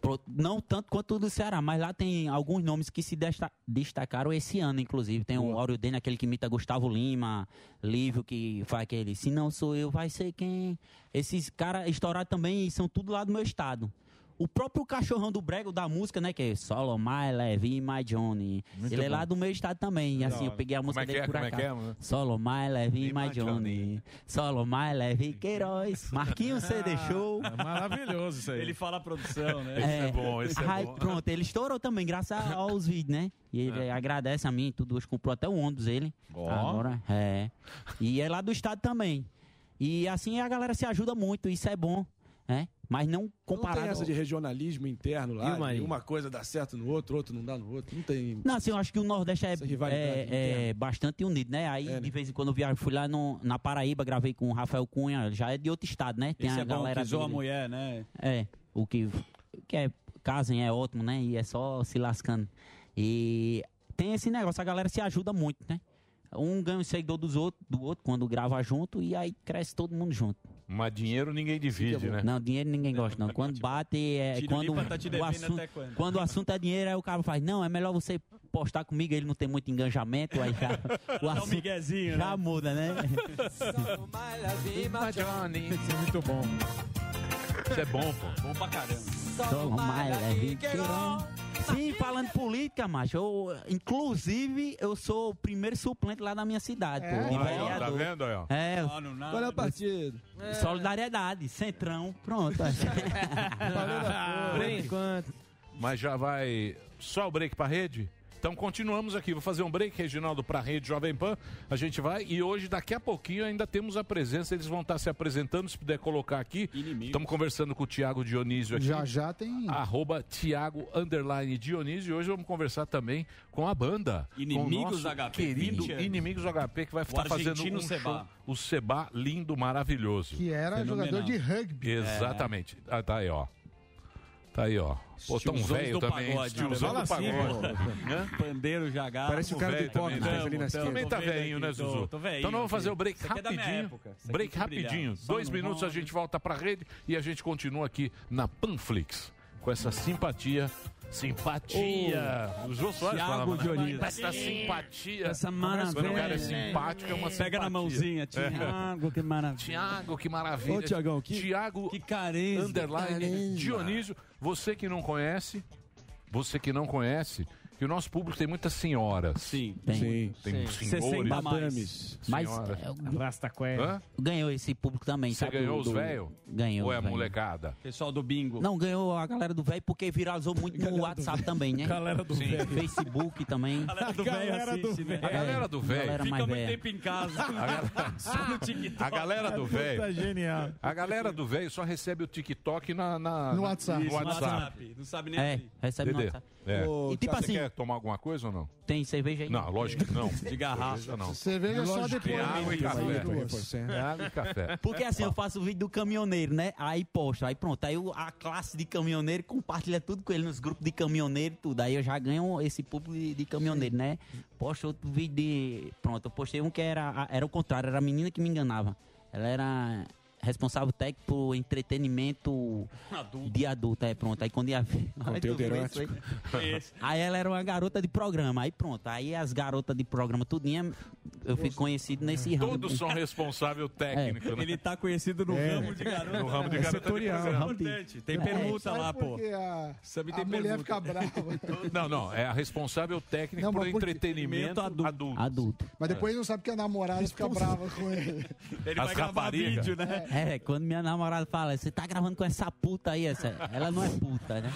S4: Pronto, não tanto quanto o do Ceará, mas lá tem alguns nomes que se desta- destacaram esse ano, inclusive. Tem o Áureo Dene, aquele que imita Gustavo Lima, Lívio, que faz aquele Se não sou eu, vai ser quem. Esses caras estourados também e são tudo lá do meu estado. O próprio cachorrão do brego da música, né? Que é Solo, My Levi, My Johnny.
S6: Muito
S4: Ele é
S6: bom.
S4: lá do meu estado também. E
S6: Da
S4: assim, eu
S6: hora.
S4: peguei a
S6: Como
S4: música
S6: é que
S4: dele
S6: é?
S4: por
S6: Como é que é,
S4: acaso.
S6: mano?
S4: Solo, My Levi, My Johnny. Solo, My Levi, Queiroz. Marquinhos, você deixou.
S5: É
S10: Maravilhoso isso aí.
S19: Ele fala a
S14: Então,
S19: produção, né?
S4: Aí, É. Pronto, ele estourou também, graças a- aos vídeos, né? E ele
S19: É.
S4: agradece a mim, e tudo. Hoje comprou até um ônibus ele.
S19: Ó.
S4: Agora, é. E é lá do estado também. E assim a galera se ajuda muito, isso é bom, né? Mas não comparado...
S14: Não tem essa
S4: ao-
S14: de regionalismo interno
S4: Viu,
S14: lá, de
S4: Marinho?
S14: uma coisa dá certo no outro, outro não dá no outro, não tem...
S4: Não, assim, eu acho que o Nordeste é,
S14: rivalidade É,
S4: é- é bastante unido, né? Aí, de vez em quando, eu viajo, fui lá no- na Paraíba, gravei com o Rafael Cunha, já é de outro estado, né? Tem
S19: Esse
S4: a
S19: é bom,
S4: galera
S19: que zoa a
S4: dele.
S19: mulher, né?
S4: É, o que, que é casem é ótimo, né? E é só se lascando. E tem esse negócio, a galera se ajuda muito, né? Um ganha o seguidor dos outros, do outro quando grava junto e aí cresce todo mundo junto.
S8: Mas dinheiro ninguém divide, né?
S4: Não, dinheiro ninguém gosta, não. Quando bate, é
S8: Tiririca
S4: quando,
S8: tá te
S4: o
S8: devendo
S4: assunto,
S8: até quando?
S4: quando o assunto é dinheiro, aí o cara faz, não, é melhor você postar comigo, ele não tem muito engajamento, aí já,
S8: um
S4: o assunto já muda, né?
S3: Isso é muito bom.
S8: Isso é bom, pô.
S5: Bom pra caramba.
S4: Toma, leve, tirão. Sim, falando política, macho, eu, inclusive, eu sou o primeiro suplente lá da minha cidade, pô, de
S8: Olha aí, ó,
S4: vereador.
S8: tá vendo aí, ó?
S4: É,
S8: Mano, nada. Qual é a
S14: partida?
S4: Solidariedade, centrão, pronto.
S8: Break. Ah, Mas já vai só o break pra rede? Então continuamos aqui, vou fazer um break, Reginaldo, pra rede Jovem Pan. A gente vai e hoje, daqui a pouquinho, ainda temos a presença, eles vão estar se apresentando, se puder colocar aqui. Estamos conversando com o Tiago Dionísio aqui.
S18: Já já tem.
S8: Arroba Tiago Underline Dionísio. E hoje vamos conversar também com a banda.
S5: Inimigos
S8: com o nosso
S5: HP,
S8: Querido
S5: 20 anos.
S8: Inimigos HP, que vai
S5: O
S8: estar fazendo
S5: argentino
S8: um
S5: Seba.
S8: show. O Seba, lindo, maravilhoso.
S18: Que era jogador de rugby.
S5: É.
S8: Exatamente. Ah, tá aí, ó. Tá aí, ó. Pô, tão
S5: Tiozões
S8: velho
S5: do
S8: também.
S5: pagode, né?
S8: Tiozão
S5: Fala
S8: do
S5: assim,
S8: pagode.
S5: pô.
S8: Hã?
S5: Pandeiro jagado.
S8: Tamo velho também, né?
S5: Tamo,
S8: Também
S5: tamo.
S8: tá
S5: Tô velho
S8: velhinho,
S5: aqui,
S8: né,
S5: tô,
S8: Zuzu?
S5: tô velhinho,
S8: então nós vamos fazer o
S5: aqui.
S8: break
S5: Isso aqui é da minha
S8: rapidinho.
S5: época. Isso aqui
S8: break
S5: tem que brilhar.
S8: rapidinho.
S5: Só um
S8: Dois
S5: não
S8: minutos a gente volta pra rede e a gente continua aqui na Panflix. Com essa simpatia. Simpatia.
S5: Ô,
S8: O Jô Soares
S5: Oh. Thiago
S8: falava, né?
S5: Dionísio.
S8: Com Essa simpatia.
S5: Essa
S8: Parece Quando o cara é
S5: maravilha. né?
S8: simpático, é uma
S5: Pega na
S8: simpatia.
S5: mãozinha,
S8: É.
S5: Tiago, que maravilha.
S8: Tiago, que maravilha.
S5: Ô, Tiagão, que-
S8: Tiago
S5: que né? carisma.
S8: Underline
S5: Carisma.
S8: Dionísio. Você que não conhece, você que não conhece, que o nosso público tem muitas senhoras. Sim.
S4: Tem.
S8: Tem,
S4: Sim.
S8: senhores.
S4: Madames. Mas
S8: Senhoras.
S4: é,
S8: Hã?
S4: ganhou esse público também,
S8: Você
S4: sabe?
S8: ganhou
S4: do-
S8: os
S4: do-
S8: velhos?
S4: Ganhou.
S8: Ou é
S4: os velho.
S8: molecada?
S5: Pessoal do bingo.
S4: Não, ganhou a galera do velho porque viralizou muito no WhatsApp também, né?
S5: Galera do Sim. velho.
S4: Facebook também.
S5: Galera do velho assiste, né?
S8: A galera do velho.
S4: Galera
S5: Fica
S4: mais
S8: É.
S5: muito
S4: velha.
S5: tempo em casa. Só no TikTok.
S8: tá A galera do velho.
S5: genial.
S8: A galera do velho só recebe o TikTok na, na-
S5: No
S8: na-
S5: WhatsApp.
S8: No
S5: Isso, no
S8: WhatsApp.
S5: WhatsApp. Não sabe nem
S4: É,
S5: abrir.
S4: recebe no
S8: Dedê,
S4: WhatsApp.
S8: é.
S4: Ô, E tipo
S8: Você
S4: assim-
S8: quer tomar alguma coisa ou não?
S4: Tem cerveja aí?
S8: Não, lógico que não.
S4: De garrafa.
S8: Cerveja não.
S4: Cerveja só
S8: Lógico que
S4: depois. né?
S8: É água e café.
S4: 100%.
S8: É água e café.
S4: Porque assim, eu faço o vídeo do caminhoneiro, né? Aí posto, aí pronto. Aí eu- a classe de caminhoneiro compartilha tudo com ele nos grupos de caminhoneiro e tudo. Aí eu já ganho esse público de, de caminhoneiro, né? Posto outro vídeo de. Pronto, eu postei um que era, era o contrário, era a menina que me enganava. Ela era responsável técnico por entretenimento de adulto. Aí pronto, aí quando ia ver. Aí tu
S21: Conteúdo
S4: viu isso
S21: erótico.
S4: aí? Aí ela era uma garota de programa, aí pronto. Aí as garotas de programa tudinha, eu fui conhecido nesse ramo.
S8: Todos são responsável técnico, né?
S5: Ele tá conhecido no
S4: É.
S5: ramo de garoto.
S8: No ramo de É garota de setorial, programa. ramo de-
S5: Importante. Tem
S8: É.
S5: permuta
S8: Sabe
S5: lá,
S8: por
S5: pô.
S8: quê?
S18: A,
S5: Sabe,
S18: a
S5: tem
S18: mulher
S5: permuta.
S18: fica brava.
S8: Não, não. É a responsável técnica por entretenimento adulto. adulto. É.
S18: Mas depois não sabe que a namorada fica brava com ele.
S8: Ele vai gravar vídeo, né?
S4: É, quando minha namorada fala, você tá gravando com essa puta aí, essa... ela não é puta, né?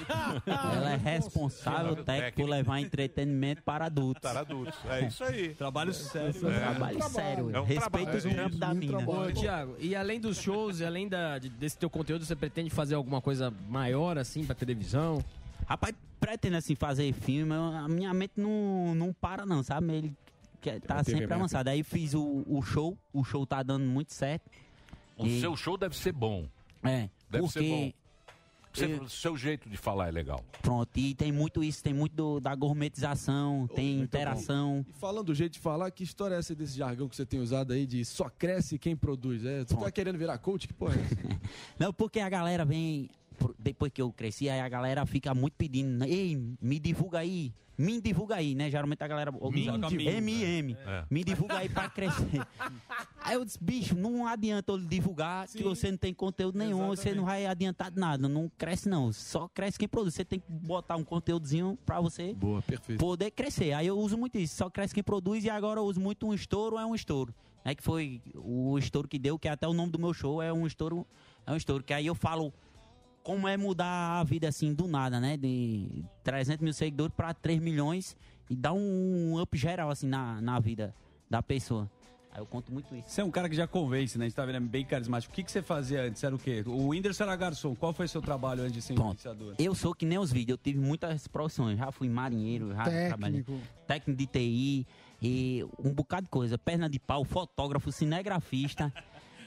S4: Ela é responsável técnico por levar entretenimento para adultos.
S8: Para adultos, é isso aí.
S5: Trabalho sério.
S4: É. Trabalho sério.
S5: É um
S4: Respeita
S5: trabalho,
S4: os
S5: é isso.
S4: trampos da mina.
S15: Ô, Tiago, e além dos shows, e além da, de- desse teu conteúdo, você pretende fazer alguma coisa maior, assim, pra televisão?
S4: Rapaz, pretendo assim fazer filme, eu- a minha mente não, não para não, sabe? Ele quer, tá
S8: Tem que
S4: sempre
S8: ver, né?
S4: avançado. Aí fiz o, o show, o show tá dando muito certo.
S8: O
S4: E-
S8: seu show deve ser bom.
S4: É,
S8: Deve
S4: porque...
S8: ser bom. Você-
S4: eu-
S8: O seu jeito de falar é legal.
S4: Pronto, e tem muito isso, tem muito do- da gourmetização, tem interação.
S14: E falando do jeito de falar, que história é essa desse jargão que você tem usado aí de só cresce quem produz? É, tu tá querendo virar coach? Que porra é essa?
S4: Não, porque a galera vem. por- Depois que eu cresci, aí a galera fica muito pedindo. "Né, Ei, me divulga aí. Me divulga aí, né? Geralmente a galera.
S5: divulga.
S4: MM.
S5: É.
S4: Me divulga aí pra crescer. Aí eu disse, bicho, não adianta eu divulgar que você não tem conteúdo nenhum, você não vai adiantar de nada. Não cresce, não. Só cresce quem produz. Você tem que botar um conteúdozinho pra você
S14: Boa, perfeito.
S4: poder crescer. Aí eu uso muito isso. Só cresce quem produz e agora eu uso muito um estouro é um estouro. É que foi o estouro que deu, que até o nome do meu show é um estouro, é um estouro. Que aí eu falo como é mudar a vida assim do nada, né? De 300 mil seguidores para 3 milhões e dar um up geral assim na, na vida da pessoa. Aí eu conto muito isso.
S5: Você é um cara que já convence, né? A gente tá vendo, é bem carismático. O que, que você fazia antes? Era o quê? O Whindersson era garçom. Qual foi seu trabalho antes de ser um influenciador?
S4: Eu sou que nem os vídeos, eu tive muitas profissões. Já fui marinheiro, já
S5: Técnico.
S4: trabalhei. Técnico de TI e um bocado de coisa. Perna de pau, fotógrafo, cinegrafista.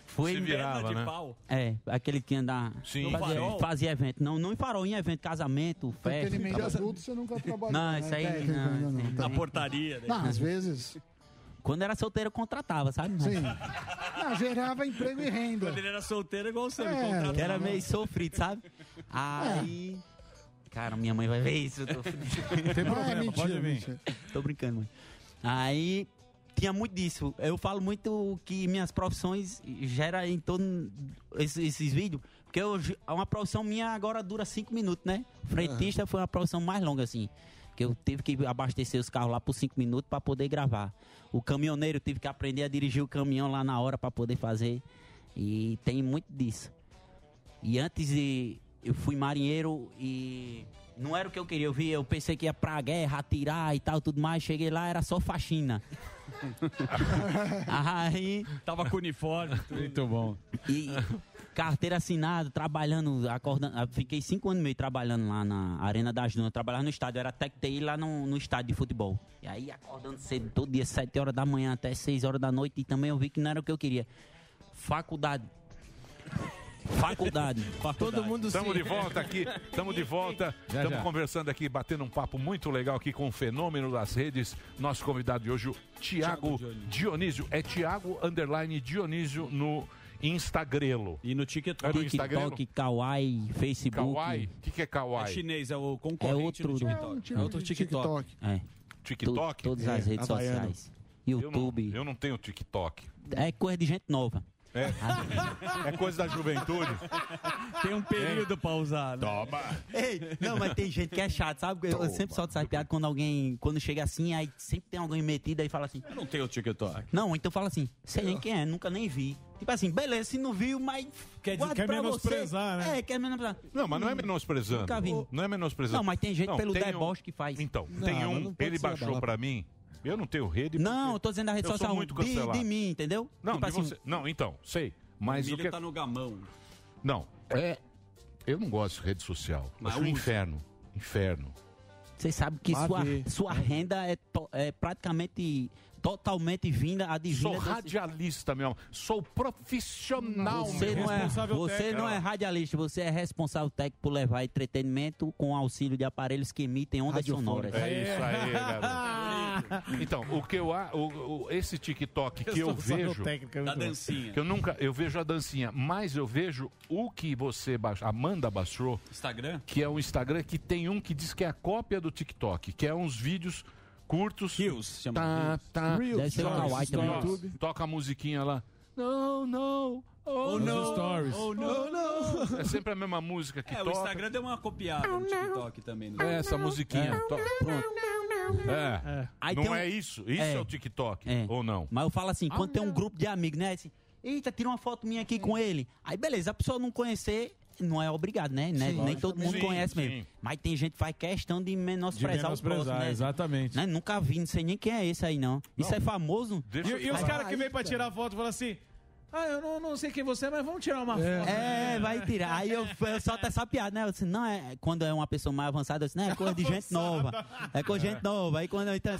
S4: Foi
S5: Se virava, Perna de né? pau?
S4: É, aquele que anda. fazia,
S5: Sim, No farol?
S4: fazia evento. Não, não em farol, em evento, casamento, festa.
S18: Entretenimento adulto você nunca trabalhou.
S4: Não,
S18: né?
S4: isso aí
S18: Técnico
S4: não,
S18: ainda
S4: isso aí
S18: não.
S5: Na portaria, né?
S18: Não, às vezes.
S4: Quando era solteiro, eu contratava, sabe?
S18: Sim. Não, gerava emprego e renda.
S4: Quando ele
S5: era solteiro, igual você,
S18: me É. contratava.
S4: Que era meio sofrido, sabe? Aí. Cara, minha mãe vai ver isso. eu Tô...
S18: É. Tem problema, Ah, é mentira, pode vir.
S4: mentira. Tô brincando, mãe. Aí. Tinha muito disso. Eu falo muito que minhas profissões gera em torno esses, esses vídeos. Porque eu, uma profissão minha agora dura cinco minutos, né? Frentista foi uma profissão mais longa, assim. Que eu tive que abastecer os carros lá por cinco minutos para poder gravar. O caminhoneiro tive que aprender a dirigir o caminhão lá na hora para poder fazer. E tem muito disso. E antes de. Eu fui marinheiro e. Não era o que eu queria, eu vi, eu pensei que ia pra guerra, atirar e tal, tudo mais. Cheguei lá, era só faxina. Aí.
S5: Tava com uniforme.
S4: Muito bom. E carteira assinada, trabalhando, acordando. ah, Fiquei cinco anos e meio trabalhando lá na Arena das Dunas, trabalhava no estádio, era tech TI lá no, no estádio de futebol. E aí acordando cedo, todo dia, sete horas da manhã até seis horas da noite, e também eu vi que não era o que eu queria. Faculdade. Faculdade.
S8: Todo mundo Estamos de volta aqui, estamos de volta.
S4: Já,
S8: Estamos
S4: já.
S8: conversando aqui, batendo um papo muito legal aqui com o fenômeno das redes. Nosso convidado de hoje, o Tiago Dionísio. É Tiago Underline Dionísio no Instagrelo.
S5: E no TikTok.
S4: TikTok, Kawaii, Facebook.
S8: Kawaii? O que, que é
S5: É
S8: Kawaii?
S5: chinês, é o
S4: É
S5: concorrente
S4: outro.
S5: do TikTok. É outro TikTok.
S4: É.
S8: TikTok?
S4: todas as redes sociais. YouTube.
S8: Eu não, eu não tenho TikTok.
S4: É coisa de gente nova.
S8: É, é coisa da juventude.
S5: Tem um
S4: período
S5: pra usar.
S8: Toma.
S4: Ei, não, mas tem gente que é chato, sabe? Eu sempre solto essa piada quando alguém, quando chega assim, aí sempre tem alguém metido aí fala assim.
S5: Eu não tenho TikTok.
S4: Não, então fala assim, sei nem quem é, nunca nem vi. Tipo assim, beleza, se não viu, mas.
S5: Quer
S8: dizer, quer menosprezar, né?
S4: É, quer menosprezar.
S8: Não, mas não é menosprezando.
S4: Nunca vi.
S8: Não é menosprezando.
S4: Não, mas tem gente pelo
S8: tem um
S4: deboche que faz.
S8: Então,
S4: Não,
S8: tem
S4: mas
S8: um,
S4: não pode
S8: ele
S4: ser
S8: baixou
S4: abalado.
S8: pra mim. Eu não tenho rede.
S4: Não,
S8: porque
S4: eu tô dizendo da rede
S8: eu sou
S4: social
S8: muito
S4: de-
S8: cancelado.
S4: de mim, entendeu?
S8: Não,
S4: Tipo
S8: de
S4: assim-
S8: você. Não, então, sei. Mas
S5: Mas
S8: o que é
S5: tá no gamão.
S8: Não, é eu não gosto de rede social.
S4: Mas
S8: Acho um
S4: usa.
S8: inferno, inferno.
S4: Vocês sabem que
S8: Lá
S4: sua,
S8: vê.
S4: sua renda é, to- é praticamente totalmente vinda a
S8: Sou
S4: divina.
S8: radialista, meu amor. Sou profissional,
S4: Você,
S8: meu
S4: não é,
S8: Responsável
S4: você
S8: técnico.
S4: não é radialista, você é responsável técnico por levar entretenimento com auxílio de aparelhos que emitem ondas sonoras.
S8: É isso aí, garoto. Então, o que eu a- o, o- esse TikTok que eu
S5: Responsável
S8: vejo
S5: técnico, é muito Da bom. dancinha.
S8: Que eu nunca, eu vejo a dancinha, mas eu vejo o que você baixou, Amanda baixou,
S5: Instagram?
S8: que é um Instagram que tem um que diz que é a cópia do TikTok, que é uns vídeos curtos.
S5: Reels, chama
S8: tá,
S5: Reels.
S8: tá,
S5: Reels. Deve ser o
S8: Stories,
S5: Kawaii também.
S8: Stories.
S5: YouTube.
S8: Toca a musiquinha lá. Não, não. Oh,
S5: Os
S8: não.
S5: stories.
S8: Oh,
S5: Oh,
S8: não. É sempre a mesma música que
S5: É, o
S8: toca.
S5: Instagram deu uma copiada no TikTok também. né?
S8: É, essa musiquinha.
S5: É.
S8: Toca. É.
S4: Aí
S8: não
S4: tem um-
S8: é isso. Isso é,
S4: É.
S8: o TikTok, ou não?
S4: Mas eu falo assim,
S7: Ah,
S4: quando tem um grupo de amigos, né? Assim, Eita, tira uma foto minha aqui com ele. Aí beleza, a pessoa não conhecer, não é obrigado, né? Né? Nem
S7: lógico.
S4: todo mundo
S7: Sim,
S4: conhece
S7: sim.
S4: mesmo. Mas tem gente que faz questão de menosprezar,
S7: De menosprezar,
S4: o próximo, né?
S7: exatamente.
S4: Né? Nunca vi, não sei nem quem é esse aí, não. Isso é famoso?
S7: E, e os caras que vêm pra tirar foto falam assim: Ah, eu não, não sei quem você é, mas vamos tirar uma foto.
S4: É, vai tirar. Aí eu, eu solto essa piada, né? Eu disse, não, é quando é uma pessoa mais avançada, eu disse, não, é coisa de gente nova. É coisa de gente nova. Aí quando eu, então,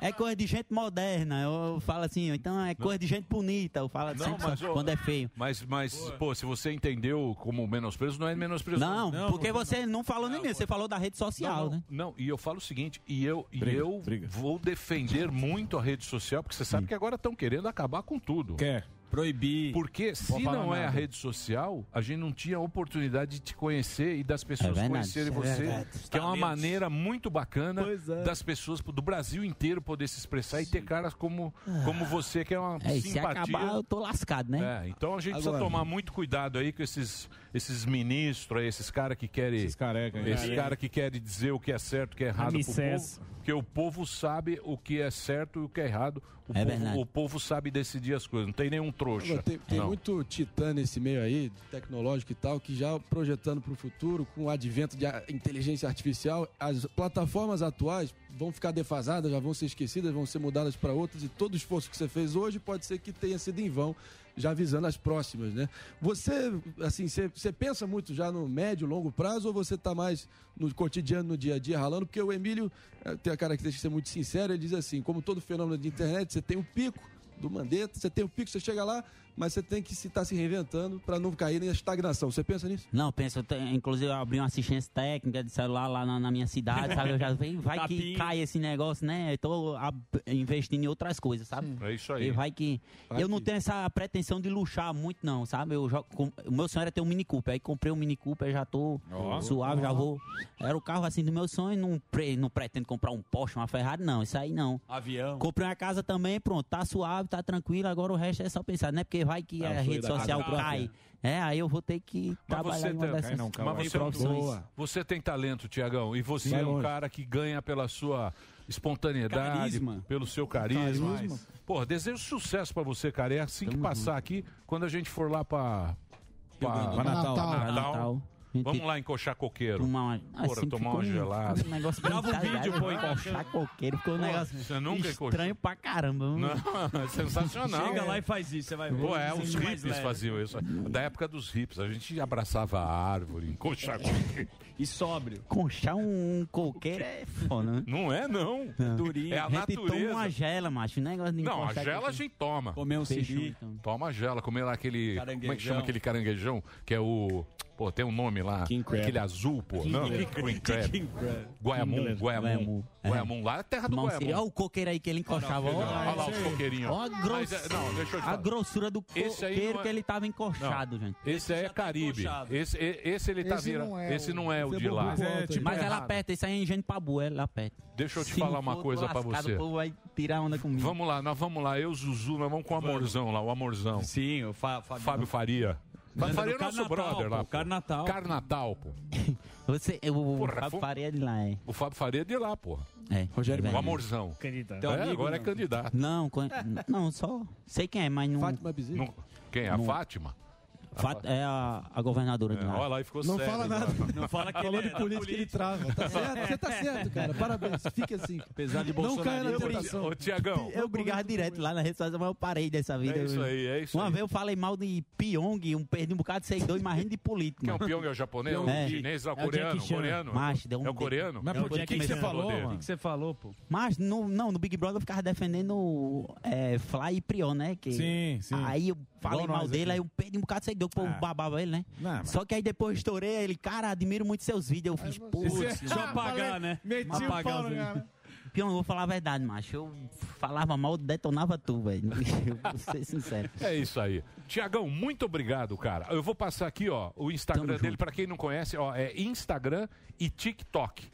S4: é coisa de gente moderna. Eu falo assim, então é coisa de gente bonita. Eu falo assim,
S8: ô,
S4: quando é feio.
S8: Mas, mas pô, se você entendeu como menosprezo, não é menosprezo.
S4: Não, porque você não falou nem mesmo, você falou da rede social,
S8: não,
S4: né?
S8: Não, e eu falo o seguinte, e eu, e
S4: Briga, Hum.
S8: eu vou defender muito a rede social, porque você sabe que agora estão querendo acabar com tudo.
S5: Quer. Proibir.
S8: Porque se
S5: falar
S8: não é a
S5: nada.
S8: rede social, a gente não tinha a oportunidade de te conhecer e das pessoas
S5: verdade,
S8: conhecerem
S5: isso é
S8: você,
S5: verdade.
S8: que é uma
S5: Talentos.
S8: maneira muito bacana
S5: Pois é.
S8: das pessoas do Brasil inteiro poder se expressar e ter caras como, como você, que é uma
S4: Ah. É, e se
S8: simpatia.
S4: acabar, eu tô lascado, né?
S8: É, então a gente precisa
S4: Agora.
S8: tomar muito cuidado aí com esses, esses ministros aí, esses caras que querem. Esses
S7: carecas,
S8: Esse
S7: né?
S8: cara que quer dizer o que é certo, o que é errado pro
S7: Ramsés.
S8: povo. Porque o povo sabe o que é certo e o que é errado. O,
S14: É verdade.
S8: povo, o povo sabe decidir as coisas. Não tem nenhum trouxa.
S14: Agora, tem tem
S8: não.
S14: muito titã nesse meio aí, tecnológico e tal, que já projetando para o futuro, com o advento de a- inteligência artificial, as plataformas atuais vão ficar defasadas, já vão ser esquecidas, vão ser mudadas para outras, e todo o esforço que você fez hoje pode ser que tenha sido em vão, já visando as próximas, né? Você, assim, você você pensa muito já no médio, longo prazo, ou você está mais no cotidiano, no dia a dia, ralando? Porque o Emílio eh, tem a característica de ser muito um sincero, ele diz assim, como todo fenômeno de internet, você tem o pico, do Mandetta, você tem o pico, você chega lá, mas você tem que estar se, tá se reinventando para não cair na estagnação. Você pensa nisso?
S4: Não, pensa, eu te- inclusive eu abri uma assistência técnica de celular lá na, na minha cidade, sabe? Eu já falei, vai que
S8: Tapinha.
S4: cai esse negócio, né? Eu tô ab- investindo em outras coisas, sabe?
S8: É isso aí.
S4: E vai que. eu não tenho essa pretensão de luxar muito, não, sabe? Eu jogo com- O meu sonho era ter um Mini Cooper. Aí comprei um Mini Cooper, já tô
S8: Ó.
S4: suave, já
S8: Ó.
S4: vou. Era o carro assim do meu sonho, não, pre- não pretendo comprar um Porsche, uma Ferrari, não. Isso aí não.
S5: Avião.
S4: Comprei uma casa também, pronto, tá suave, tá tranquilo, agora o resto é só pensar, né? Porque vai que
S5: É,
S4: a
S5: o
S4: rede
S5: sonho da-
S4: social
S5: da própria.
S4: cai. É, aí eu vou ter que trabalhar em uma
S8: tem-
S4: dessas
S8: mas você,
S4: profissões.
S8: você tem talento, Tiagão, e você
S4: Vai
S8: é um
S4: longe.
S8: cara que ganha pela sua espontaneidade,
S5: Carisma.
S8: pelo seu carisma.
S5: Carisma.
S8: Pô, desejo sucesso pra você, cara. É assim que passar aqui, quando a gente for lá pra, pra,
S4: Grande do Pra Natal. Natal.
S8: Pra Natal. né?
S4: Natal.
S8: Vamos lá encoxar coqueiro.
S4: Tomar uma, Ah,
S8: Bora,
S4: sempre
S8: tomar
S4: ficou
S8: um gelado.
S4: ficou Um negócio bem
S8: Grava um
S4: detalhado,
S8: vídeo, pô,
S4: né?
S8: encoxar.
S4: Chacoqueiro, ficou um
S8: Pô,
S4: negócio
S8: você nunca encoxou.
S4: estranho pra caramba. viu?
S8: Não, é sensacional.
S4: Chega lá
S5: e faz isso, você vai ver.
S8: Pô, é, os
S5: Sente mais
S8: hips
S5: leve.
S8: faziam isso. Da época dos hips, a gente abraçava a árvore, encoxava.
S5: E sóbrio.
S4: Conchar um coqueiro é foda, né?
S8: Não é, não. Durinho. É a
S4: gente
S8: natureza.
S4: toma uma gela, macho. Negócio de
S8: Não, a
S4: encoxar
S8: gela a
S4: coqueiro.
S8: gente toma.
S4: Comer um Fechou, siri. então.
S8: Toma a gela, comer lá aquele. Como é que
S4: Caranguejão.
S8: chama aquele caranguejão? Que é o. Pô, tem um nome lá.
S4: crab.
S8: Aquele azul, pô.
S4: King
S8: Não,
S4: crab.
S8: King crab.
S4: King crab.
S8: Guaiamum,
S4: King crab.
S8: Guaiamum.
S4: Guaiamum, é.
S8: Guaiamum lá é a terra do
S4: Tomar um siri. Olha
S8: Guaiamum.
S4: o coqueiro aí que ele encoxava.
S8: Olha lá,
S4: Olha
S8: olha lá o coqueirinho.
S4: Olha a,
S8: Mas,
S4: gross...
S8: é, não, deixa eu te
S4: a
S8: falar.
S4: grossura do
S8: Esse aí
S4: coqueiro
S8: não é-
S4: que ele tava encoxado,
S8: Não,
S4: gente. tá
S8: Esse aí é Caribe. Esse, e- esse ele tá
S4: Esse não
S8: virando.
S4: é
S8: Esse
S4: o-
S8: não é o
S4: esse é
S8: de lá.
S4: bobo, Mas, ela aperta, isso aí é engenho pabu, ela aperta.
S8: Deixa eu te
S4: Se
S8: falar
S4: não
S8: uma
S4: for
S8: coisa pra
S4: lascado,
S8: você.
S4: O povo vai tirar onda comigo.
S8: Vamos lá, nós vamos lá. Eu, Zuzu, nós vamos com o amorzão lá, o amorzão.
S5: Sim, o
S8: Fábio Faria. Fábio
S4: Mas
S8: Faria é
S4: do
S8: nosso
S4: Carnatal,
S8: brother
S4: pô,
S8: lá. Carnatal. Carnatal, pô.
S4: Você, eu, o
S8: Porra,
S4: Fábio
S8: foi-
S4: Faria de lá, é.
S8: O Fábio Faria é de lá, pô.
S4: É.
S8: Rogério
S4: Verdade.
S8: O amorzão.
S4: Candidato.
S8: É, agora é candidato.
S4: Não, con- não, só sei quem é, mas não. Fátima
S14: Bezerra.
S8: Quem? A
S4: Não.
S8: Fátima?
S4: é a, a governadora de lá.
S8: Tá É, Olha lá e ficou né?
S4: Não
S8: sério.
S4: fala nada.
S5: Não fala que
S14: Falando
S5: ele
S14: de
S5: é da
S14: política, ele trava. Tá certo? Você tá certo, cara. Parabéns. Fique assim.
S5: Apesar de
S14: Não caia na
S4: bolsonarismo,
S14: tentação.
S8: Ô, Tiagão.
S4: Eu brigava direto lá na rede social, mas eu parei dessa vida.
S8: É isso aí, é isso
S4: Uma
S8: aí.
S4: vez eu falei mal de Pyong, um, perdi um bocado de seguidor, imagina de político.
S8: Quem é o
S4: mano.
S8: Pyong? É o japonês?
S4: Pyong.
S8: É o chinês? É o
S4: É o
S8: coreano?
S4: Jackie Chan.
S8: coreano?
S4: Macho, deu um
S8: É o coreano?
S4: dedo. Mas por que que você falou, mano?
S5: você falou, pô?
S4: Mas no, não, no Big Brother eu ficava defendendo é, Fly e Prion, né? Que,
S5: Sim, sim.
S4: Aí eu falei
S5: Igual
S4: mal
S5: nós
S4: dele,
S5: aqui.
S4: aí eu perdi um bocado de seguidor, que o povo babava ele, né?
S5: Não, mas-
S4: Só que aí depois eu estourei ele, cara, admiro muito seus vídeos. Eu fiz, putz,
S5: Esse é- Deixa eu apagar, né? Meti o
S4: Apagar
S5: pau
S4: os
S5: no
S4: vídeos.
S5: cara.
S4: Pion, eu vou falar a verdade, macho. Eu falava mal, detonava tu, velho. Eu vou ser sincero.
S8: É isso aí. Tiagão, muito obrigado, cara. Eu vou passar aqui, ó, o Instagram dele, pra quem não conhece, ó, é Instagram e TikTok.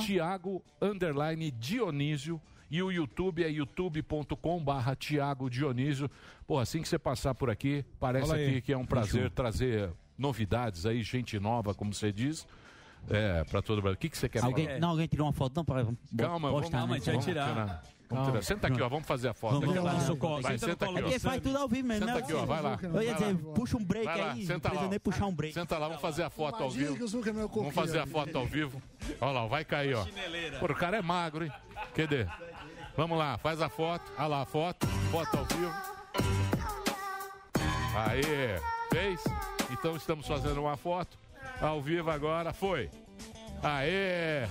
S8: Tiago underline Dionísio. E o YouTube é youtube.com barra Tiago Dionísio. Pô, assim que você passar por aqui, parece
S7: Fala aí.
S8: aqui que é um prazer
S7: Fechou.
S8: trazer novidades aí, gente nova, como você diz. É, pra todo mundo. O que, que você quer
S4: Alguém,
S8: falar?
S4: Não, alguém tirou uma foto, não? Pra,
S8: Calma, vamos,
S4: postar, né?
S8: vamos, vamos tirar. Vamos tirar. Senta aqui, ó. Vamos fazer a foto.
S4: Vamos,
S8: aqui.
S4: vamos lá.
S8: Vai, senta aqui,
S4: É porque faz
S8: ó.
S4: tudo ao vivo mesmo,
S8: Senta
S4: né?
S8: aqui, ó, vai lá.
S4: Eu ia
S8: Vai
S4: dizer,
S8: lá.
S4: puxa um break
S8: Vai lá,
S4: aí.
S8: senta
S4: não
S8: lá.
S4: precisa nem puxar um break.
S8: Senta lá, vamos fazer a foto ao
S18: Imagina que
S8: vivo.
S18: o Zucker é meu
S8: Vamos fazer a foto ao vivo. Olha lá, vai cair, ó. Pô, o cara é magro, hein? Cadê? Vamos lá, faz a foto. Olha lá a foto. Foto ao vivo. Aê, fez? Então estamos fazendo uma foto. Ao vivo agora, foi. Aê!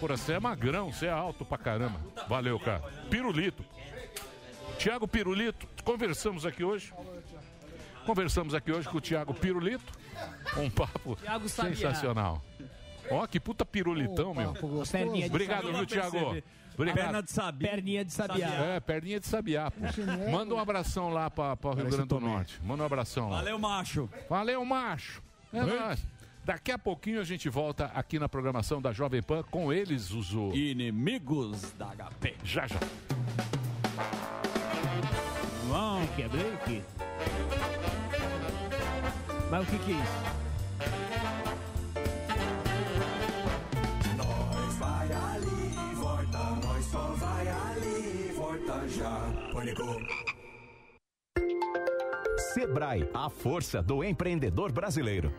S8: Porra, você é magrão, você é alto pra caramba. Valeu, cara. Pirulito. Tiago Pirulito, conversamos aqui hoje. Conversamos aqui hoje com o Tiago Pirulito. Um papo
S5: Thiago Sabiá.
S8: sensacional. Ó, que puta pirulitão, meu.
S5: Perninha de
S8: Obrigado,
S5: sabiá.
S8: viu, Tiago?
S5: Percebi. Perna de sabiá. Perninha de sabiá.
S8: É, perninha de sabiá, pô. Manda um abração lá pra, pra Rio Grande do Norte. Manda um abração lá.
S5: Valeu, macho.
S8: Valeu, macho. É nóis. Daqui a pouquinho a gente volta aqui na programação da Jovem Pan com eles, os
S5: Inimigos da HP.
S8: Já, já.
S5: Não, que é break.
S21: Mas o que, que é isso?
S12: Nós vai ali e volta, nós só vai ali e volta já. Pânico.
S13: Sebrae, a força do empreendedor brasileiro.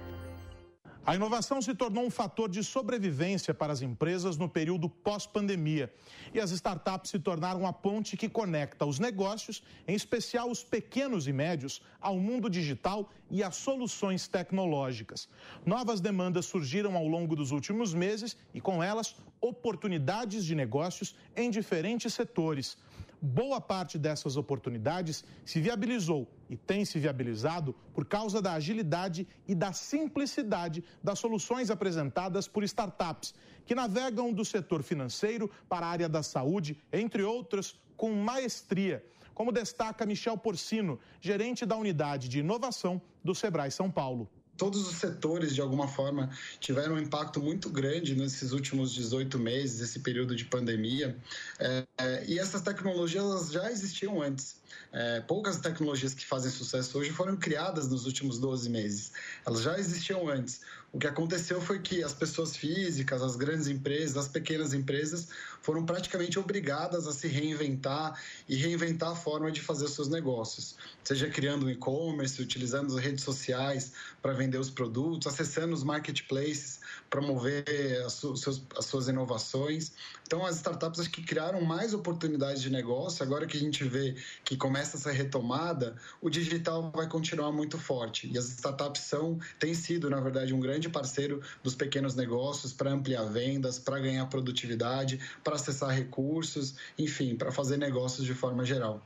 S9: A inovação se tornou um fator de sobrevivência para as empresas no período pós-pandemia. E as startups se tornaram a ponte que conecta os negócios, em especial os pequenos e médios, ao mundo digital e às soluções tecnológicas. Novas demandas surgiram ao longo dos últimos meses e, com elas, oportunidades de negócios em diferentes setores. boa parte dessas oportunidades se viabilizou e tem se viabilizado por causa da agilidade e da simplicidade das soluções apresentadas por startups, que navegam do setor financeiro para a área da saúde, entre outras, com maestria. Como destaca Michel Porcino, gerente da unidade de inovação do Sebrae São Paulo
S11: todos os setores, de alguma forma, tiveram um impacto muito grande nesses últimos 18 meses, esse período de pandemia. É, é, e essas tecnologias elas já existiam antes. É, poucas tecnologias que fazem sucesso hoje foram criadas nos últimos 12 meses. Elas já existiam antes. O que aconteceu foi que as pessoas físicas, as grandes empresas, as pequenas empresas foram praticamente obrigadas a se reinventar e reinventar a forma de fazer seus negócios, seja criando um e-commerce, utilizando as redes sociais para vender os produtos, acessando os marketplaces para mover as suas, as suas inovações. Então, as startups acho que criaram mais oportunidades de negócio. Agora que a gente vê que começa essa retomada, o digital vai continuar muito forte. E as startups são, têm sido, na verdade, um grande parceiro dos pequenos negócios para ampliar vendas, para ganhar produtividade, para acessar recursos, enfim, para fazer negócios de forma geral.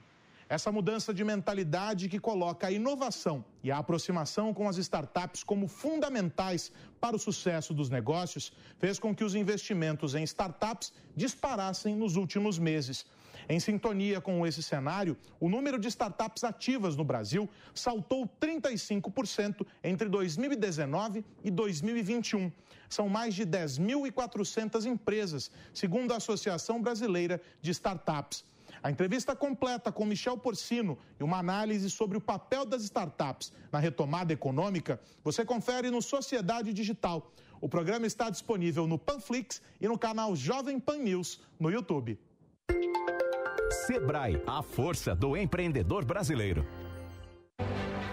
S9: Essa mudança de mentalidade que coloca a inovação e a aproximação com as startups como fundamentais para o sucesso dos negócios fez com que os investimentos em startups disparassem nos últimos meses. Em sintonia com esse cenário, o número de startups ativas no Brasil saltou 35% entre 2019 e 2021. São mais de 10.400 empresas, segundo a Associação Brasileira de Startups. A entrevista completa com Michel Porcino e uma análise sobre o papel das startups na retomada econômica você confere no Sociedade Digital. O programa está disponível no Panflix e no canal Jovem Pan News no YouTube.
S13: Sebrae, a força do empreendedor brasileiro.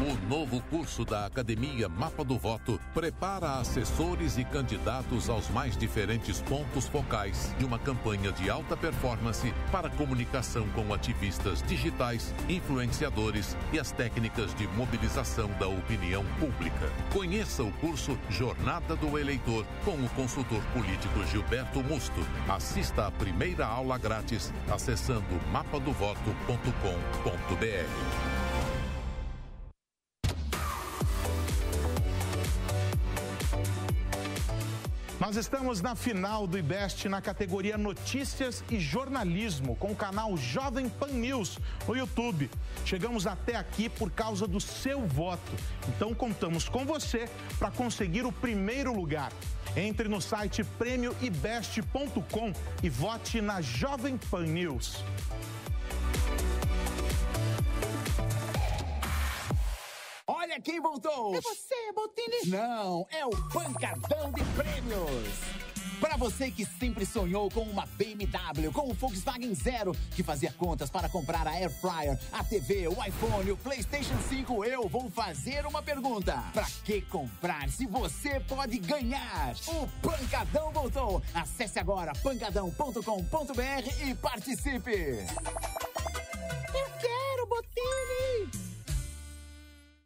S21: O novo curso da Academia Mapa do Voto prepara assessores e candidatos aos mais diferentes pontos focais de uma campanha de alta performance para comunicação com ativistas digitais, influenciadores e as técnicas de mobilização da opinião pública. Conheça o curso Jornada do Eleitor com o consultor político Gilberto Musto. Assista à primeira aula grátis acessando mapadovoto.com.br.
S9: Nós estamos na final do IBEST na categoria Notícias e Jornalismo, com o canal Jovem Pan News no YouTube. Chegamos até aqui por causa do seu voto. Então contamos com você para conseguir o primeiro lugar. Entre no site prêmioibest.com e vote na Jovem Pan News.
S26: Olha quem voltou!
S12: É você, Botini!
S26: Não, é o Pancadão de Prêmios! Para você que sempre sonhou com uma BMW, com o Volkswagen Zero, que fazia contas para comprar a Air Fryer, a TV, o iPhone, o PlayStation 5, eu vou fazer uma pergunta. Para que comprar se você pode ganhar? O Pancadão voltou. Acesse agora pancadão.com.br e participe.
S12: Eu quero, Botini!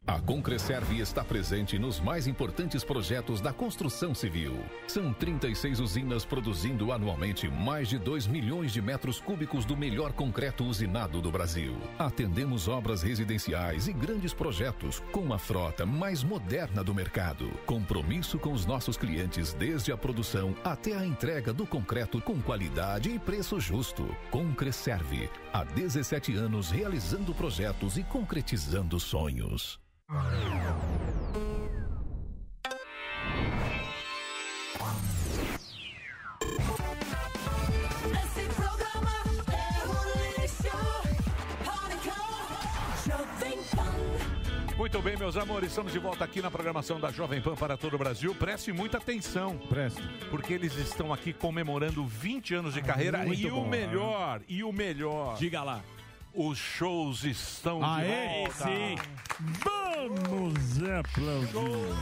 S21: A Concreserve está presente nos mais importantes projetos da construção civil. São 36 usinas produzindo anualmente mais de 2 milhões de metros cúbicos do melhor concreto usinado do Brasil. Atendemos obras residenciais e grandes projetos com a frota mais moderna do mercado. Compromisso com os nossos clientes desde a produção até a entrega do concreto com qualidade e preço justo. Concreserve, há 17 anos realizando projetos e concretizando sonhos.
S26: Esse programa é um lixo. Jovem Pan.
S21: Muito
S8: Muito bem, meus amores, estamos de volta aqui na programação da Jovem Pan para todo o Brasil. Preste muita atenção.
S10: Preste. Ah,
S8: Porque eles estão aqui comemorando 20 anos de carreira
S10: muito
S8: e
S10: bom, né?
S8: o melhor, e o melhor.
S10: Diga lá.
S8: Os shows estão
S10: Aê,
S8: de volta.
S10: sim.
S8: Vamos aplaudir.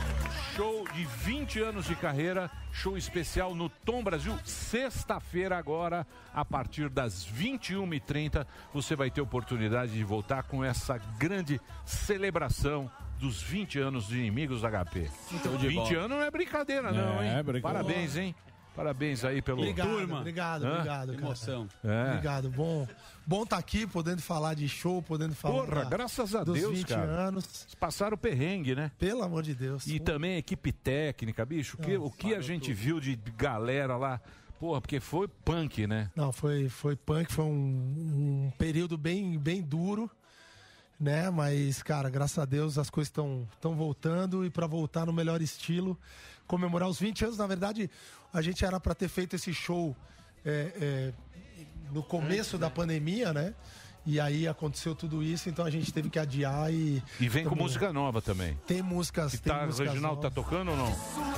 S8: Show de 20 anos de carreira, show especial no Tom Brasil, sexta-feira agora, a partir das 21h30, você vai ter oportunidade de voltar com essa grande celebração dos 20 anos de Inimigos da HP.
S10: Show de
S8: 20
S10: bola.
S8: anos não é brincadeira não,
S10: É,
S8: hein?
S10: é brincadeira.
S8: Parabéns, hein? Parabéns aí pelo...
S1: Obrigado,
S8: Turma.
S1: obrigado,
S8: Hã?
S1: obrigado. cara.
S8: É.
S1: Obrigado, bom. Bom tá aqui, podendo falar de show, podendo falar
S8: Porra,
S1: da-
S8: graças a
S1: dos
S8: Deus,
S1: 20
S8: cara.
S1: anos.
S8: Passaram perrengue, né?
S1: Pelo amor de Deus.
S8: E também a equipe técnica, bicho. o que- o que a gente viu de galera lá? Porra, porque foi punk, né?
S1: Não, foi, foi punk, foi um, um período bem, bem duro, né? Mas, cara, graças a Deus as coisas estão estão voltando e para voltar no melhor estilo, comemorar os 20 anos. Na verdade, a gente era para ter feito esse show é, é, no começo da pandemia, né? E aí aconteceu tudo isso, então a gente teve que adiar e.
S8: E vem com
S1: tamo-
S8: música nova também.
S1: Tem músicas. tem
S8: Tá, o
S1: músicas
S8: Reginaldo tá
S1: novas.
S8: tocando ou não?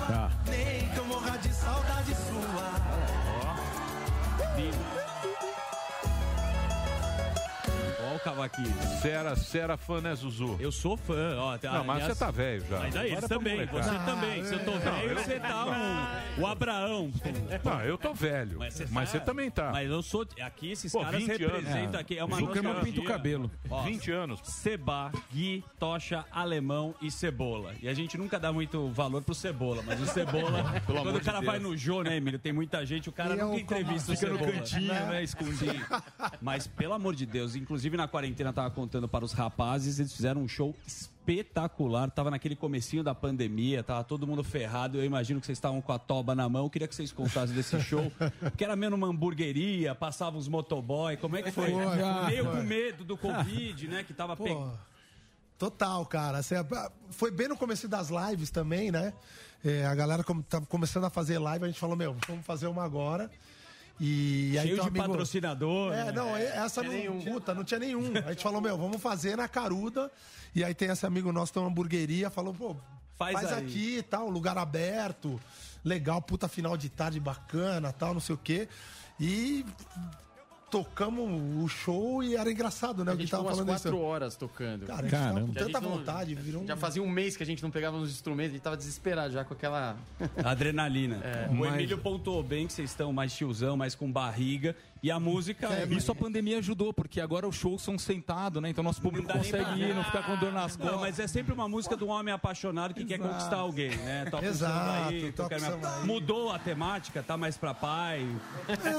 S10: Tá.
S6: Nem que eu morra de saudade sua.
S5: Ó o cavaquinho.
S8: Você era, você era fã, né, Zuzu?
S5: Eu sou fã. Ó, tá-
S8: Não, mas
S5: aliás-
S8: você tá velho já.
S5: Mas aí,
S8: Para
S5: eles
S8: pra
S5: também.
S8: molecada.
S5: Você um também. Se eu tô
S8: Não,
S5: velho,
S8: ah, eu-
S5: você tá
S8: não.
S5: um, o Abraão.
S8: Não, eu tô velho. Mas você, também tá.
S5: Mas eu sou... Aqui esses
S8: Pô,
S5: caras
S8: 20 anos.
S5: representam
S8: É.
S5: aqui. É uma
S8: Zuckerman
S5: nostalgia.
S8: pinta o cabelo. 20 anos.
S5: Seba, Gui, Tocha, Alemão e Cebola. E a gente nunca dá muito valor pro Cebola, mas o Cebola...
S19: Pelo
S5: quando
S19: amor
S5: o
S19: de
S5: cara
S19: Deus.
S5: vai no jogo, né, Emílio? Tem muita gente, o cara
S19: E é
S5: nunca
S19: um
S5: entrevista o
S19: fica no
S5: Cebola. é
S19: cantinho, né?
S5: Escondinho. Mas, pelo amor de Deus, inclusive na quarentena eu tava contando para os rapazes, eles fizeram um show espetacular. Tava naquele comecinho da pandemia, tava todo mundo ferrado. Eu imagino que vocês estavam com a toba na mão. Eu queria que vocês contassem desse show. Porque era meio numa hamburgueria, passava uns motoboy. Como é que foi?
S1: Foi, foi,
S5: meio
S1: foi.
S5: com medo do Covid, né? Que tava pe...
S1: Total, cara. Assim, a- foi bem no começo das lives também, né? É, a galera como tava começando a fazer live, a gente falou, meu, vamos fazer uma agora. E aí
S5: cheio de
S1: tem um amigo-
S5: patrocinador.
S1: É,
S5: né?
S1: não, e- essa não, puta, não tinha nenhum. A gente falou, meu, vamos fazer na Caruda. E aí tem esse amigo nosso, tem uma hamburgueria, falou, pô,
S5: Faz
S1: faz,
S5: aí.
S1: aqui e tal, lugar aberto, legal, puta final de tarde bacana, tal, não sei o quê. E tocamos o show e era engraçado, né?
S2: A
S1: o que
S2: gente
S1: tava
S2: ficou umas
S1: falando isso.
S2: quatro horas tocando.
S1: Cara, a gente tava com
S2: Porque a
S1: tanta
S2: gente não-
S1: vontade, virou um-
S2: Já fazia um mês que a gente não pegava nos instrumentos, a gente tava desesperado já com aquela...
S5: Adrenalina.
S22: É.
S5: O
S2: Mas-
S5: Emílio pontuou bem que vocês estão mais tiozão, mais com barriga. E a música.
S22: É, isso a pandemia ajudou, porque agora os shows são sentados, né? Então nosso público
S5: dá nem pra-
S22: consegue ir, não ficar com dor nas
S5: Não,
S22: costas.
S5: mas é sempre uma música de um homem apaixonado que quer
S22: Exato.
S5: conquistar alguém, né? Toca um
S22: Exato,
S5: samba aí,
S22: toca
S5: eu quero
S22: um samba aí.
S5: Mudou a temática, tá mais pra pai.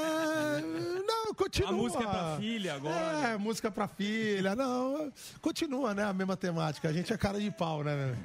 S1: É, Não, continua.
S5: A música é pra filha agora.
S1: É, música pra filha. Não, continua, né? A mesma temática. A gente é cara de pau, né?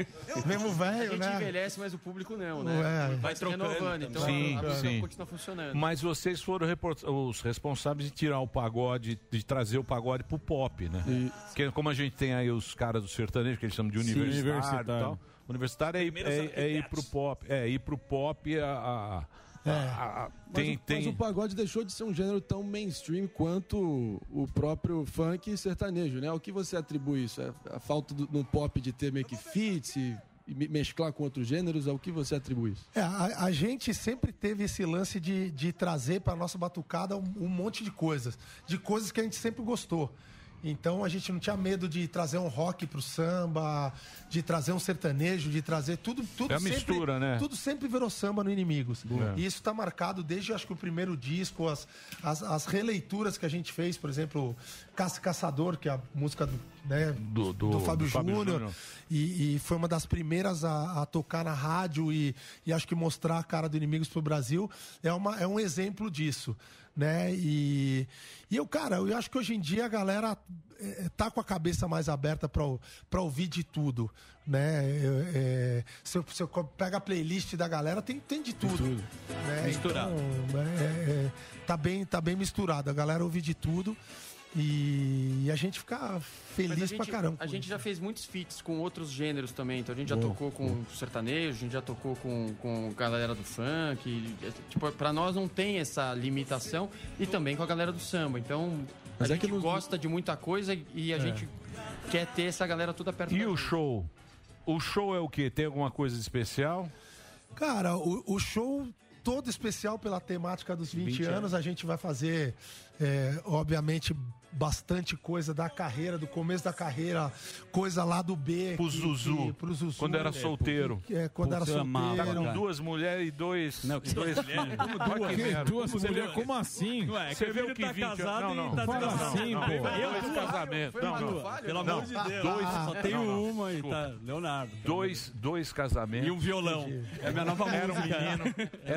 S1: Mesmo
S2: A
S1: velho,
S2: gente
S1: né? É.
S2: envelhece, mas o público não,
S8: É,
S2: né?
S1: Ué.
S2: Vai se renovando, então
S8: Sim,
S2: a, a música
S8: sim.
S2: continua funcionando.
S8: Mas vocês foram repor- os responsáveis de tirar o pagode, de trazer o pagode pro pop, né? Porque como a gente tem aí os caras do sertanejo, que eles chamam de
S10: Sim,
S8: universitário,
S10: universitário.
S8: e tal. Universitário é, ir-
S10: Primeiros
S8: é, é ir pro pop. É, ir pro pop a. a- a- a- a-
S14: É. mas,
S8: tem,
S14: o- mas
S8: tem...
S14: o pagode deixou de ser um gênero tão mainstream quanto o próprio funk e sertanejo, né? O que você atribui isso? É A, a falta do, no pop de ter meio que feats e, e me- mesclar com outros gêneros, ao que você atribui isso?
S1: É, a, a gente sempre teve esse lance de, de trazer para nossa batucada um, um monte de coisas, de coisas que a gente sempre gostou. Então a gente não tinha medo de trazer um rock pro samba, de trazer um sertanejo, de trazer tudo, tudo
S8: É a
S1: sempre-
S8: mistura, né?
S1: Tudo sempre virou samba no Inimigos.
S8: Boa.
S1: E isso está marcado desde acho que o primeiro disco, as, as, as releituras que a gente fez, por exemplo, Caça Caçador, que é a música do, né,
S8: Do- do-
S1: Fábio,
S8: do Fábio
S1: Júnior.
S8: Júnior.
S1: E, e foi uma das primeiras a, a tocar na rádio e, e acho que mostrar a cara do Inimigos pro Brasil é, uma, é um exemplo disso, né? E, e eu, cara, eu acho que hoje em dia a galera eh, tá com a cabeça mais aberta para ouvir de tudo, né? É, é, se eu, se eu co- pega a playlist da galera, tem, tem de tudo. né?
S5: Misturado.
S1: Então, é, é, tá, bem, tá bem misturado, a galera ouve de tudo. E, a gente fica
S2: Mas
S1: feliz
S2: a gente,
S1: pra caramba.
S2: A gente já fez muitos feats com outros gêneros também. Então a gente já
S1: Boa,
S2: tocou com sertanejo, a gente já tocou com, com galera do funk. e, é, Tipo, pra nós não tem essa limitação. E também com a galera do samba. Então a gente gosta de muita coisa e a gente quer ter essa galera toda perto
S8: E
S2: da
S8: o
S2: gente.
S8: show? O show é o quê? Tem alguma coisa de especial?
S1: Cara, o, o show todo especial pela temática dos 20,
S8: 20
S1: anos.
S8: anos.
S1: A gente vai fazer, é, obviamente, bastante coisa da carreira, do começo da carreira, coisa lá do B.
S8: Pro
S1: que-
S8: Zuzu.
S1: que- pro Zuzu.
S8: Quando era solteiro.
S1: É, quando era solteiro.
S8: Tá com duas mulheres e dois. Não,
S1: que
S8: dois
S1: duas-
S8: gêmeos.
S1: Como
S8: Olha
S1: duas?
S8: que merda.
S21: Duas
S8: Você vê
S21: mulheres?
S8: que-
S21: Como assim? Ué,
S8: Você
S21: que
S8: vê
S21: ele
S8: o que
S21: tá
S8: 20 anos-
S21: casado
S8: não,
S21: e
S8: não,
S21: tá
S8: não, não,
S21: assim,
S8: não,
S21: pô.
S8: não,
S21: Eu
S8: Dois
S21: duas?
S8: casamentos.
S21: Foi
S8: Não,
S21: Manu.
S8: não.
S21: Pelo
S8: Não,
S21: amor de Deus.
S8: Dois,
S21: Ah, Só tem
S8: não, não,
S21: uma e
S8: desculpa.
S21: tá- Leonardo.
S8: Dois, dois casamentos.
S21: E um violão. É minha nova
S8: Era um
S21: música.
S8: menino. Era um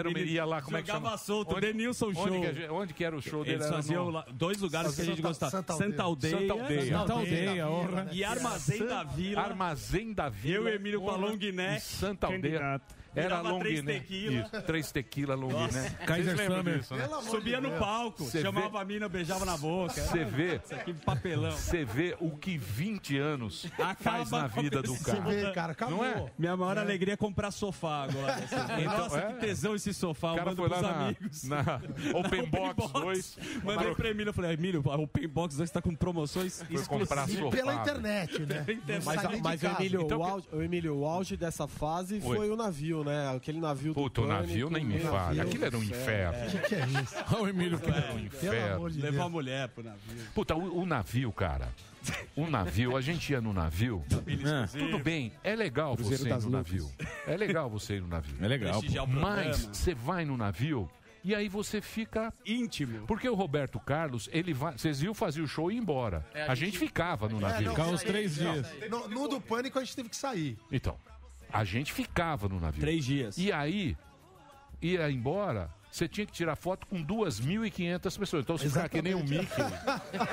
S21: Menino.
S8: menino. Ia lá, como é que
S21: Jogava
S8: chama?
S21: solto,
S8: Onde-
S21: Denilson
S8: onde
S21: Show.
S8: que a gente- Onde que era o show dele?
S21: Eles
S8: Era
S21: faziam
S8: no-
S21: lá dois lugares que a gente
S8: Santa-
S21: gostava.
S8: Santa
S21: Santa Aldeia.
S8: Santa Aldeia.
S21: Santa Aldeia, honra.
S8: E Armazém da Vila. Armazém da Vila.
S21: Eu e Emílio com a
S8: honra,
S21: long neck,
S8: em Santa Aldeia.
S21: candidato.
S8: Era
S21: Virava
S8: long
S21: três
S8: neck.
S21: tequila.
S8: Isso, Três tequila long
S21: Nossa.
S8: neck. Vocês
S21: Kaiser
S8: lembram
S21: Summer.
S8: disso, né?
S21: Pelo amor Subia de no Deus. palco,
S8: Cê
S21: chamava a mina, beijava na boca.
S8: Você vê.
S21: Isso aqui, papelão.
S8: Você vê o que 20 anos faz na
S21: com a
S8: vida do
S21: pessoa.
S8: cara. Não é?
S21: Minha maior
S8: É.
S21: alegria é comprar sofá agora.
S8: Então,
S21: Nossa,
S8: é.
S21: que tesão esse sofá.
S8: O cara
S21: eu mando
S8: foi lá
S21: pros amigos.
S8: na- na Open Box 2.
S21: Mandei pra Emílio, eu falei, Emílio, a Open Box 2 tá com promoções
S8: Foi comprar
S21: exclusivas.
S8: sofá. Pela
S21: internet, né? Não
S3: Mas,
S21: sai nem de
S3: mas o,
S21: casa.
S3: Emílio,
S21: Então,
S3: o, auge, o Emílio, o auge dessa fase
S8: Oi.
S3: foi o navio, né? Aquele navio
S8: Puta, o navio nem me fale. Aquilo era um inferno.
S3: que é isso?
S8: o Emílio que
S3: tá
S8: era um
S21: Pelo
S8: inferno.
S21: amor de Deus. Levar a mulher pro navio.
S8: Puta, o, o navio, cara. O navio, a gente ia no navio. Ah,
S21: exclusivo.
S8: Tudo bem, é legal
S21: Cruzeiro
S8: você ir
S21: das
S8: no
S21: Lucas.
S8: navio. É legal você ir no navio.
S21: É legal, Prestigiar pô. o programa.
S8: Mas você vai no navio e aí você fica
S21: íntimo.
S8: Porque o Roberto Carlos, ele vai, vocês viu fazer o show e ir embora.
S1: É,
S8: a, gente, ficava no navio.
S1: Não, No, no do pânico a gente teve que sair.
S8: Então, a gente ficava no navio. Três
S21: dias.
S8: E aí, ia embora, você tinha que tirar foto com 2.500 pessoas. Então você ficava que nem o Mickey.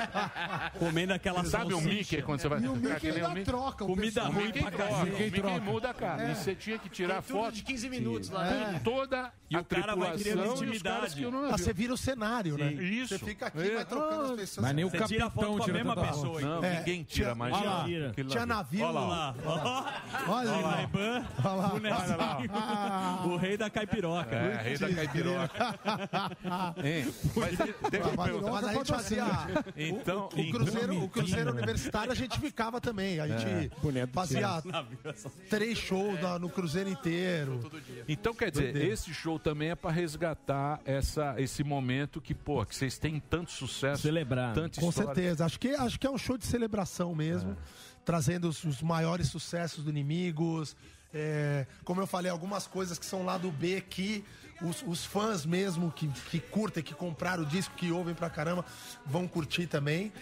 S21: Comendo aquela
S8: Sabe o
S21: salsicha.
S8: Mickey quando você vai
S21: E o
S8: ficar
S21: Mickey
S8: que nem
S21: ainda
S8: o Mickey?
S21: troca o Comida pessoal.
S8: o
S21: ruim
S8: Mickey
S21: pra
S8: troca,
S21: caralho.
S8: o Mickey
S21: troca.
S8: muda a cara.
S21: É.
S8: E você tinha que tirar
S21: Tem tudo
S8: foto.
S21: de
S8: 15
S21: minutos
S8: com
S21: lá, né?
S8: toda
S21: E
S8: a
S21: o cara vai
S8: tripulação
S21: criando
S8: e os caras
S21: intimidade.
S8: que eu não
S21: Ah, você
S1: vira o cenário, né?
S8: Isso.
S1: Você fica aqui,
S8: É.
S1: vai trocando as
S8: Ah,
S1: pessoas.
S8: mas nem o
S1: Você
S8: capitão tira tanta foto. Não,
S1: É,
S8: ninguém tira mais.
S1: Olha lá.
S8: Tira. Aquele
S1: Tinha
S8: navio.
S1: navio.
S8: Olha lá.
S21: Olha lá. Olha
S1: lá.
S21: lá, Iban,
S1: Olha lá.
S21: bonezinho.
S9: Ah.
S21: o rei da caipiroca.
S8: É, rei da caipiroca.
S21: Ah,
S8: Hein? Mas deixa eu perguntar.
S1: É. Mas a gente fazia.
S8: Então, né?
S1: o, o cruzeiro, o cruzeiro universitário a gente ficava também. A gente fazia três shows na- no cruzeiro inteiro.
S8: Então, quer dizer,
S1: Doideira.
S8: esse show também é para resgatar essa, esse momento que, pô, que vocês têm tanto sucesso. Celebrar. Tanta
S1: Com
S8: história. É.
S1: certeza. Acho que, acho que é um show de celebração mesmo. Trazendo os, os maiores sucessos do inimigos. É, como eu falei, algumas coisas que são lá do B que os, os fãs mesmo que, que curtem, que compraram o disco, que ouvem pra caramba, vão curtir também.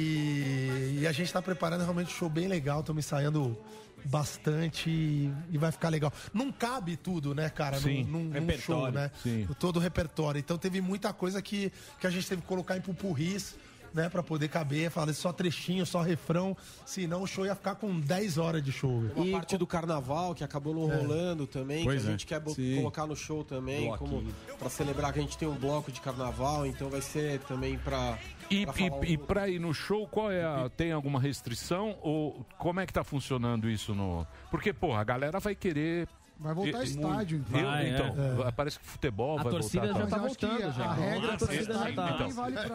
S1: E, e a gente tá preparando realmente um show bem legal, estamos ensaiando bastante e, e vai ficar legal. Não cabe tudo, né, cara,
S8: Sim,
S1: num, num- num
S8: repertório,
S1: show, né?
S8: sim.
S1: todo o repertório. Então teve muita coisa que, que a gente teve que colocar em pupurris, né, pra poder caber, falar só trechinho, só refrão, senão o show ia ficar com 10 horas de show. velho.
S3: Uma parte do carnaval que acabou não
S1: É.
S3: rolando também,
S1: Pois
S3: que a
S1: é.
S3: gente quer bo-
S1: Sim.
S3: colocar no show também,
S8: Bloquinho.
S3: como para celebrar que a gente tem um bloco de carnaval, então vai ser também para
S8: E, e, e pra ir no show, qual é a- tem alguma restrição? Ou como é que tá funcionando isso no. Porque, porra, a galera vai querer.
S18: Vai voltar
S8: Eu-
S18: estádio,
S8: eu-
S18: então. Vai,
S8: então,
S18: é.
S8: parece que futebol
S18: A
S8: vai
S18: torcida
S8: voltar.
S18: já tá
S8: tal.
S18: Mas eu acho voltando, que a- já. a regra, a torcida já tá.
S8: Então,
S18: Vale pra
S8: eu-
S18: shows,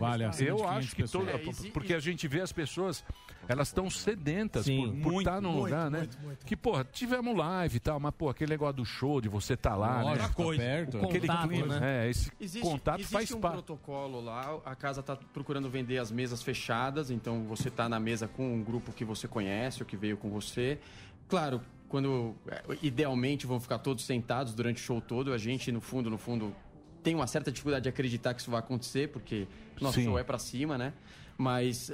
S8: eu-
S18: acima de
S8: eu
S18: 500
S8: acho que toda,
S18: pessoas. É, e se-
S8: porque a gente vê as pessoas, elas estão sedentas por- por,
S21: muito,
S8: estar num
S21: muito,
S8: lugar, né?
S21: muito,
S8: Que, porra, tivemos live e tal, mas, pô, aquele negócio do show, de você estar lá,
S21: Lógico,
S8: né?
S21: tá Coisa. perto.
S8: aquele
S21: Contato,
S8: clima,
S21: né?
S8: é, esse contato
S2: existe
S8: faz
S2: um
S8: parte.
S2: protocolo lá, a casa está procurando vender as mesas fechadas, então você está na mesa com um grupo que você conhece ou que veio com você. Claro, quando é, idealmente vão ficar todos sentados durante o show todo, a gente no fundo, no fundo tem uma certa dificuldade de acreditar que isso vai acontecer, porque nosso
S8: Sim.
S2: show é para cima, né? Mas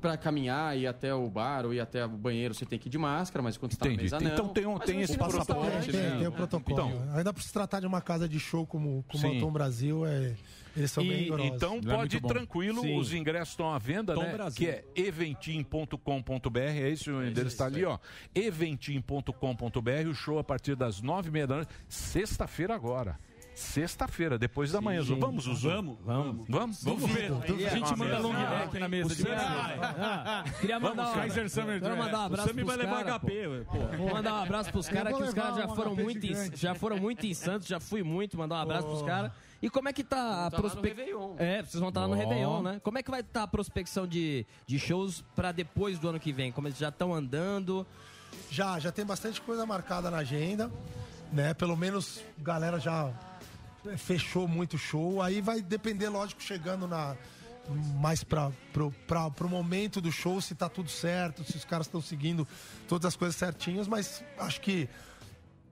S2: para caminhar e até o bar ou ir até o banheiro você tem que ir de máscara, mas quando está na
S8: Entendi.
S2: mesa não.
S8: Então tem um-
S2: Mas
S8: tem
S2: no
S8: esse
S2: restaurante,
S8: passaporte,
S2: né?
S1: Tem, tem o protocolo.
S4: Então,
S1: né? Ainda por se tratar de uma casa de show como, como
S8: Então. Sim.
S1: o Tom Brasil, é, eles são bem
S8: E-
S1: rigorosos.
S8: então pode ir tranquilo, os ingressos estão à venda,
S1: Tom
S8: né?
S1: Brasil.
S8: Que é eventim.com.br, é esse o endereço está ali, ó. eventim.com.br, o show a partir das nove e meia da noite, sexta-feira agora. Sexta-feira, depois da manhã. Zu. Vamos, Zuzu?
S21: Vamos,
S8: vamos. Vamos?
S21: Vamos ver. A gente manda long neck na mesa. de
S4: Ah, Queria
S21: Vamos,
S4: mandar,
S21: Kaiser Summer
S4: Quero
S21: Drive.
S4: mandar um
S21: O
S4: abraço
S21: Sammy
S4: pros
S21: vai levar
S4: cara,
S21: HP,
S4: pô.
S21: velho.
S4: Vou mandar um abraço pros
S21: Eu
S4: caras,
S21: vou
S4: que os
S21: levar
S4: caras já
S21: um
S4: foram
S21: HP
S4: muito em,
S21: gigante.
S4: já foram muito em Santos, já fui muito, mandar um abraço pros caras. E como é que tá a
S2: Tá lá no
S4: prospecção?
S2: Réveillon.
S4: É, vocês vão estar lá no
S2: Ó.
S4: Réveillon, né? Como é que vai estar a prospecção de, de shows pra depois do ano que vem? Como eles já estão andando?
S1: Já, já tem bastante coisa marcada na agenda, né? Pelo menos a galera já eh, fechou muito show. Aí vai depender, lógico, chegando na mais para pro, pra- pro momento do show se tá tudo certo, se os caras estão seguindo todas as coisas certinhas, mas acho que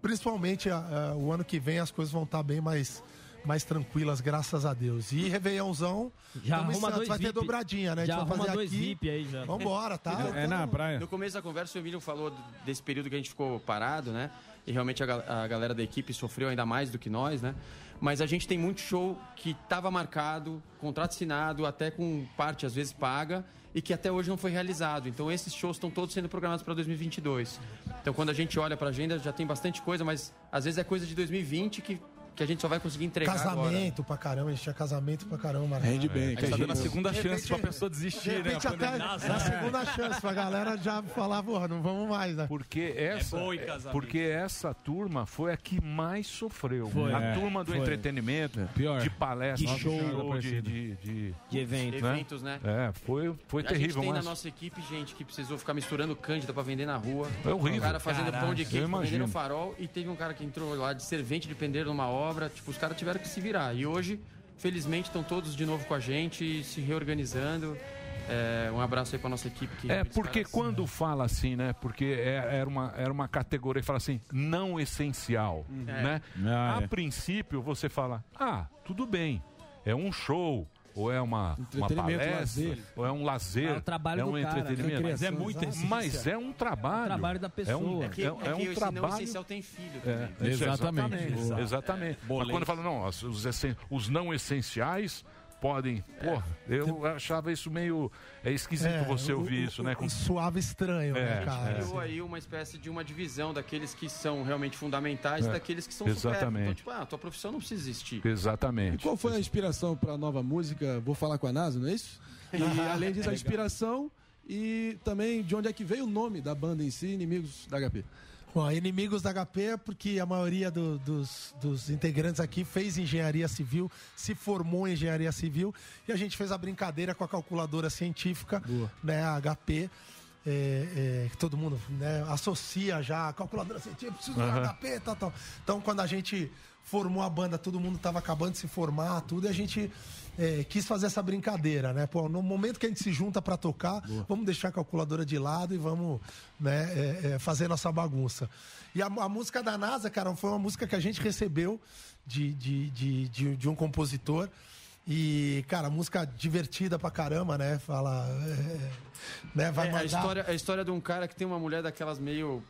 S1: principalmente a- a- o ano que vem as coisas vão estar bem mais mais tranquilas, graças a Deus. E Réveillãozão,
S4: Já
S1: tamo em
S4: arruma dois
S1: Santos, Então, vai ter
S4: VIP.
S1: dobradinha, né? A gente
S4: Já
S1: vai fazer
S4: arruma dois
S1: aqui.
S4: VIP aí já.
S1: Vambora, tá?
S2: É Então, No começo da conversa, o Emílio falou desse período que a gente ficou parado, né? E realmente a, gal- a galera da equipe sofreu ainda mais do que nós, né? Mas a gente tem muito show que estava marcado, contrato assinado, até com parte às vezes paga, e que até hoje não foi realizado. Então esses shows estão todos sendo programados para 2022. Então quando a gente olha para a agenda, já tem bastante coisa, mas às vezes é coisa de 2020 que, que a gente só vai conseguir entregar agora.
S1: Casamento pra caramba, a gente tinha casamento pra caramba. marcado.
S8: Rende bem, É, cara. tá dando a segunda
S1: De
S8: chance pra pessoa desistir,
S1: de
S8: né?
S1: repente
S8: A
S1: até
S8: pandemia.
S1: na segunda chance pra galera já falar, porra, não vamos mais, né?
S8: Porque essa,
S1: bom em
S8: é,
S1: casamento.
S8: porque essa turma foi a que mais sofreu.
S1: Foi.
S8: a
S1: É,
S8: turma do
S1: foi.
S8: entretenimento,
S1: Pior.
S8: de palestra,
S1: De
S8: de
S1: show,
S8: show, de,
S1: Aparecido.
S8: de, de,
S2: De evento. Eventos, né?
S8: É, foi, foi
S2: a gente
S8: terrível.
S2: tem
S8: mas-
S2: na nossa equipe gente que precisou ficar misturando cândida pra vender na rua.
S8: É horrível.
S2: O cara fazendo
S8: Caraca,
S2: pão de
S8: eu
S2: queijo, pra vender
S8: imagino.
S2: no farol. E teve um cara que entrou lá de servente de pendeiro numa obra. Tipo, os caras tiveram que se virar. E hoje, felizmente, estão todos de novo com a gente, se reorganizando. É, um abraço aí pra nossa equipe. Que
S8: É, porque quando fala assim, né? Porque é- era uma, era uma categoria, fala assim, não essencial, né?
S17: Ah,
S8: a
S17: é.
S8: princípio, você fala, ah, tudo bem, é um show, ou é uma, uma
S17: Entretenimento,
S8: palestra,
S17: lazer.
S8: ou é um lazer,
S4: É o trabalho
S8: um
S4: do cara, né?
S8: entretenimento.
S4: Mas é muita essência.
S8: Mas é um trabalho.
S4: É o trabalho da
S8: É um,
S4: pessoa.
S8: é,
S4: É que-
S8: um-
S4: é
S8: é
S4: que
S8: um
S4: esse não
S8: trabalho...
S2: assim.
S4: essencial tem filho
S8: É,
S4: também.
S8: isso,
S4: Exatamente.
S8: Exatamente.
S4: Boa.
S8: exatamente. Mas
S4: boleto.
S8: quando fala, não, as- os, essen- os não essenciais podem... Pô, eu achava isso meio... É esquisito
S1: É,
S8: você
S1: o-
S8: ouvir
S1: o-
S8: isso, né? Com-
S1: Suave estranho,
S8: É,
S1: né,
S2: A
S1: cara?
S2: gente criou aí uma espécie de uma divisão daqueles que são realmente fundamentais
S8: É.
S2: e daqueles que são
S8: Exatamente.
S2: supérfluos. Então, tipo, ah, tua profissão não precisa existir.
S14: E
S8: Exatamente.
S14: qual foi a inspiração para a nova música? Vou falar com a NASA, não é isso? E além disso, a inspiração e também de onde é que veio o nome da banda em si, Inimigos da HP.
S1: Bom, inimigos da HP é porque a maioria do- dos, dos integrantes aqui fez engenharia civil, se formou em engenharia civil e a gente fez a brincadeira com a calculadora científica, né, a HP. é, é, que todo mundo né, associa já a calculadora científica, preciso de
S8: Aham.
S1: uma HP, tal, tal. Então, quando a gente formou a banda, todo mundo estava acabando de se formar, tudo, e a gente é, quis fazer essa brincadeira, né? Pô, no momento que a gente se junta para tocar, vamos deixar a calculadora de lado e vamos né, é, é, fazer nossa bagunça. E a, a música da NASA, cara, foi uma música que a gente recebeu de, de, de, de, de um compositor. E, cara, música divertida pra caramba, né? Fala. é, né? Vai
S2: É,
S1: mandar.
S2: a, história, a história de um cara que tem uma mulher daquelas meio.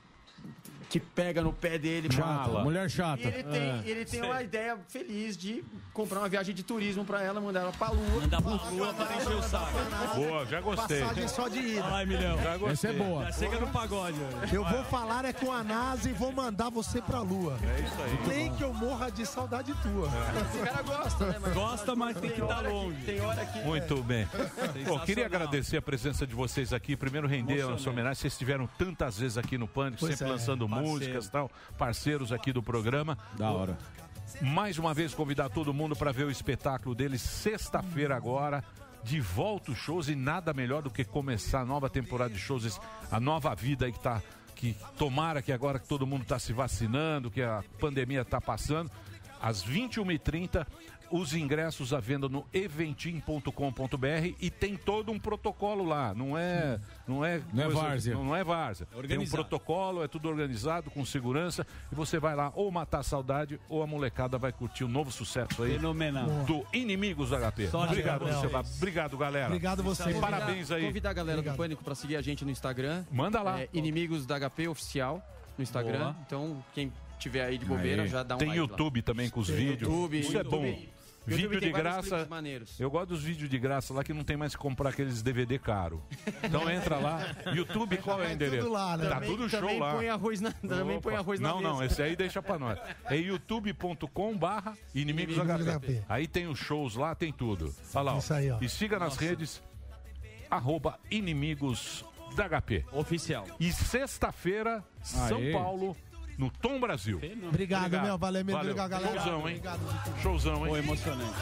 S2: que pega no pé dele,
S10: Chata,
S2: mala.
S10: mulher chata.
S2: E ele tem,
S10: É.
S2: ele tem
S10: Sei.
S2: uma ideia feliz de comprar uma viagem de turismo pra ela, mandar ela pra lua.
S21: Mandar pra lua pra encher o saco.
S8: Boa, já
S1: gostei. Passagem só de ida.
S21: Vai, Emilhão.
S1: Já gostei. Essa é boa.
S21: Já chega no pagode. velho.
S1: Eu vou falar é com a NASA e vou mandar você pra lua. É
S8: isso aí. É.
S1: Nem que eu morra de saudade tua.
S2: Esse cara gosta, né? Mas
S21: Gosta, mas tem que estar longe.
S2: tem hora que.
S8: Muito bem. Bom,
S21: Sensacional.
S8: queria agradecer a presença de vocês aqui. Primeiro, render a nossa homenagem. Vocês estiveram tantas vezes aqui no Pânico,
S21: Pois é.
S8: sempre lançando
S21: Parceiro.
S8: músicas e tal. Parceiros aqui do programa.
S21: Da hora.
S8: Mais uma vez, convidar todo mundo para ver o espetáculo deles sexta-feira agora. De volta os shows e nada melhor do que começar a nova temporada de shows, esse- a nova vida aí que tá. Que tomara que agora que todo mundo está se vacinando, que a pandemia está passando. Às 21h30, os ingressos à venda no eventim.com.br e tem todo um protocolo lá. Não é. Não é,
S10: Não é várzea.
S8: Não é várzea. Tem um
S10: Organizado.
S8: protocolo, é tudo organizado, com segurança. E você vai lá ou matar a saudade ou a molecada vai curtir o novo sucesso aí.
S21: Fenomenal.
S8: Do Inimigos HP.
S21: Sorte
S8: Obrigado,
S21: pra
S8: você.
S21: vocês.
S8: Obrigado, galera. E
S2: Convidar-
S8: parabéns aí.
S2: Convidar a galera do Pânico pra seguir a gente no Instagram. É,
S8: Manda lá.
S2: Inimigos da HP Oficial no Instagram.
S8: Boa.
S2: Então, quem tiver aí de bobeira,
S8: Aí.
S2: já dá um
S8: Tem
S2: like lá.
S8: YouTube também com os
S2: Tem
S8: vídeos.
S2: YouTube,
S8: Isso é bom.
S2: YouTube. YouTube
S8: Vídeo
S2: tem
S8: de
S2: vários
S8: graça.
S2: clipes maneiros.
S8: Eu gosto dos vídeos de graça lá que não tem mais que comprar aqueles DVD caro. Então entra lá. YouTube, qual é o endereço?
S2: tudo lá, né?
S8: Tá
S2: Também-
S8: tudo show
S2: também
S8: lá.
S2: põe arroz na- também põe arroz na
S8: Não, não,
S2: mesa.
S8: esse aí deixa pra nós. É youtube.com barra inimigos
S1: Inimigos
S8: HP.
S1: HP.
S8: Aí tem os shows lá, tem tudo. Olha lá, ó.
S1: Isso aí, ó.
S8: E siga nas redes, arroba inimigos da HP.
S27: Oficial.
S8: E sexta-feira, São
S1: Aê.
S8: Paulo, no Tom Brasil.
S1: Obrigado, meu. Valeu, meu.
S8: Valeu.
S1: Obrigado, galera.
S8: Showzão, hein? Showzão, hein? emocionante.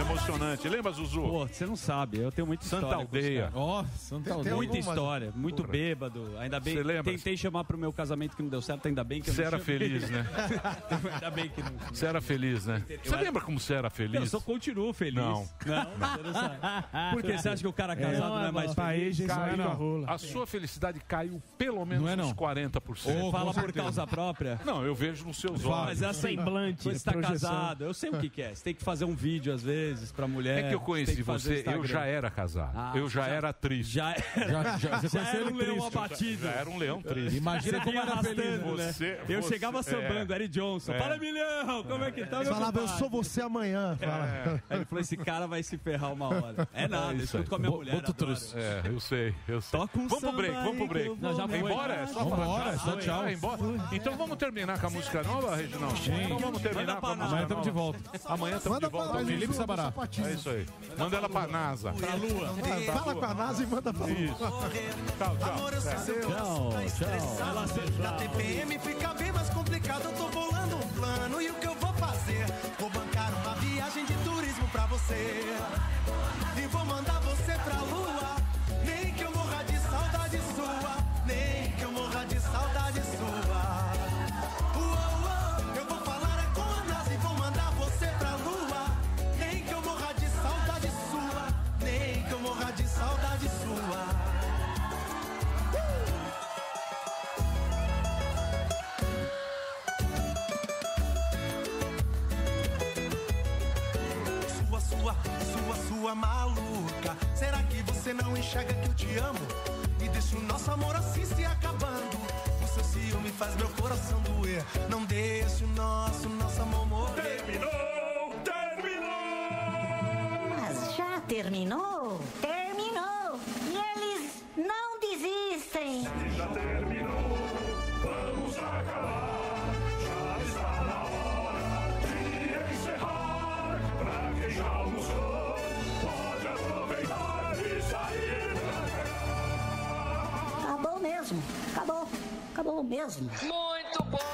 S8: Emocionante. Lembra, Zuzu?
S5: Pô, você não sabe, eu tenho muita
S8: é Santa
S5: história.
S8: Aldeia.
S5: Ó,
S8: Tem-
S5: Santa
S8: tem
S5: Aldeia. Muita
S8: algumas-
S5: história, muito
S8: Porra.
S5: bêbado. Ainda bem
S8: Você
S5: que
S8: lembra?
S5: tentei chamar pro meu casamento que não deu certo, ainda bem que eu
S8: Você
S5: não
S8: era
S5: chamei.
S8: feliz, né?
S5: ainda bem que não.
S8: Você era feliz, né?
S5: Eu
S8: Você
S5: era-
S8: lembra como você era feliz?
S5: Eu só continuo feliz.
S8: Não.
S5: Não, você não sabe. Por que você acha que o cara casado não é mais feliz?
S8: Caiu. A sua felicidade caiu pelo menos
S5: Não é, não. Oh,
S8: uns 40%.
S5: Ou fala por causa própria?
S8: Não, eu vejo nos seus olhos.
S5: Mas é assim, quando você tá casado, eu sei o que, que é. Você tem que fazer um vídeo às vezes pra mulher.
S8: É que eu
S5: tem
S8: conheci
S5: fazer
S8: você, eu
S5: Instagram.
S8: já era casado.
S5: Ah,
S8: eu já, era triste.
S5: Já,
S8: já,
S5: Já era um leão abatido.
S8: Já era um leão triste.
S5: Imagina como era feliz, né?
S8: Você-
S5: eu
S8: você-
S5: chegava sambando,
S8: é.
S5: Eric Johnson.
S8: É.
S5: Fala, milhão, como é que tá? meu
S1: Falava, eu
S5: compadre?"
S1: sou você amanhã. Fala.
S5: É. Aí ele falou, esse cara vai se ferrar uma hora. É nada, eu
S8: isso aí.
S5: escuto com a minha
S8: Bo-
S5: mulher.
S8: boto
S5: adoro. um
S8: trouxe. É, eu sei, eu sei. vamos pro
S5: samba
S8: break, vamos pro
S5: aí que
S8: break.
S5: eu vou Não, já
S8: Vai
S5: foi.
S8: embora? É só
S5: Vamos
S8: falar
S5: embora, é só
S8: Vai
S5: tchau.
S8: embora? Então vamos terminar com a música nova, Reginaldo?
S5: Sim.
S8: Então vamos terminar
S5: Manda
S8: com
S5: pra
S8: a música
S5: Amanhã tamo
S8: nova.
S5: de volta.
S8: Amanhã estamos
S1: Manda
S8: de volta.
S1: pra
S8: ao
S1: Felipe
S8: vivo.
S1: Sabará.
S8: É isso aí. Manda ela pra NASA. Pra
S1: Lua. Fala com a NASA e manda pra
S8: Isso. Tchau, tchau.
S5: Tchau,
S7: tchau. Na TPM fica bem mais complicado. Eu tô bolando um plano e o que eu vou fazer? Vou bancar uma viagem de turismo pra você. E vou mandar você pra lua. Nem que eu morra de saudade sua. Nem que eu morra de saudade sua. Uou, uou, eu vou falar é com a NASA e vou mandar você pra lua. Nem que eu morra de saudade sua. Nem que eu morra de saudade sua. Uh! Sua, sua, sua, sua maluca. Será que você não enxerga que eu te amo? E deixa o nosso amor assim se acabando. O seu ciúme faz meu coração doer. Não deixe o nosso, nosso amor morrer. Terminou, terminou!
S28: Mas já terminou? Terminou! E eles não desistem!
S13: Já terminou, vamos acabar. Já está na hora de encerrar. Pra quem já almoçou, pode aproveitar e sair pra cá.
S28: Acabou mesmo, acabou, acabou mesmo.
S3: Muito bom!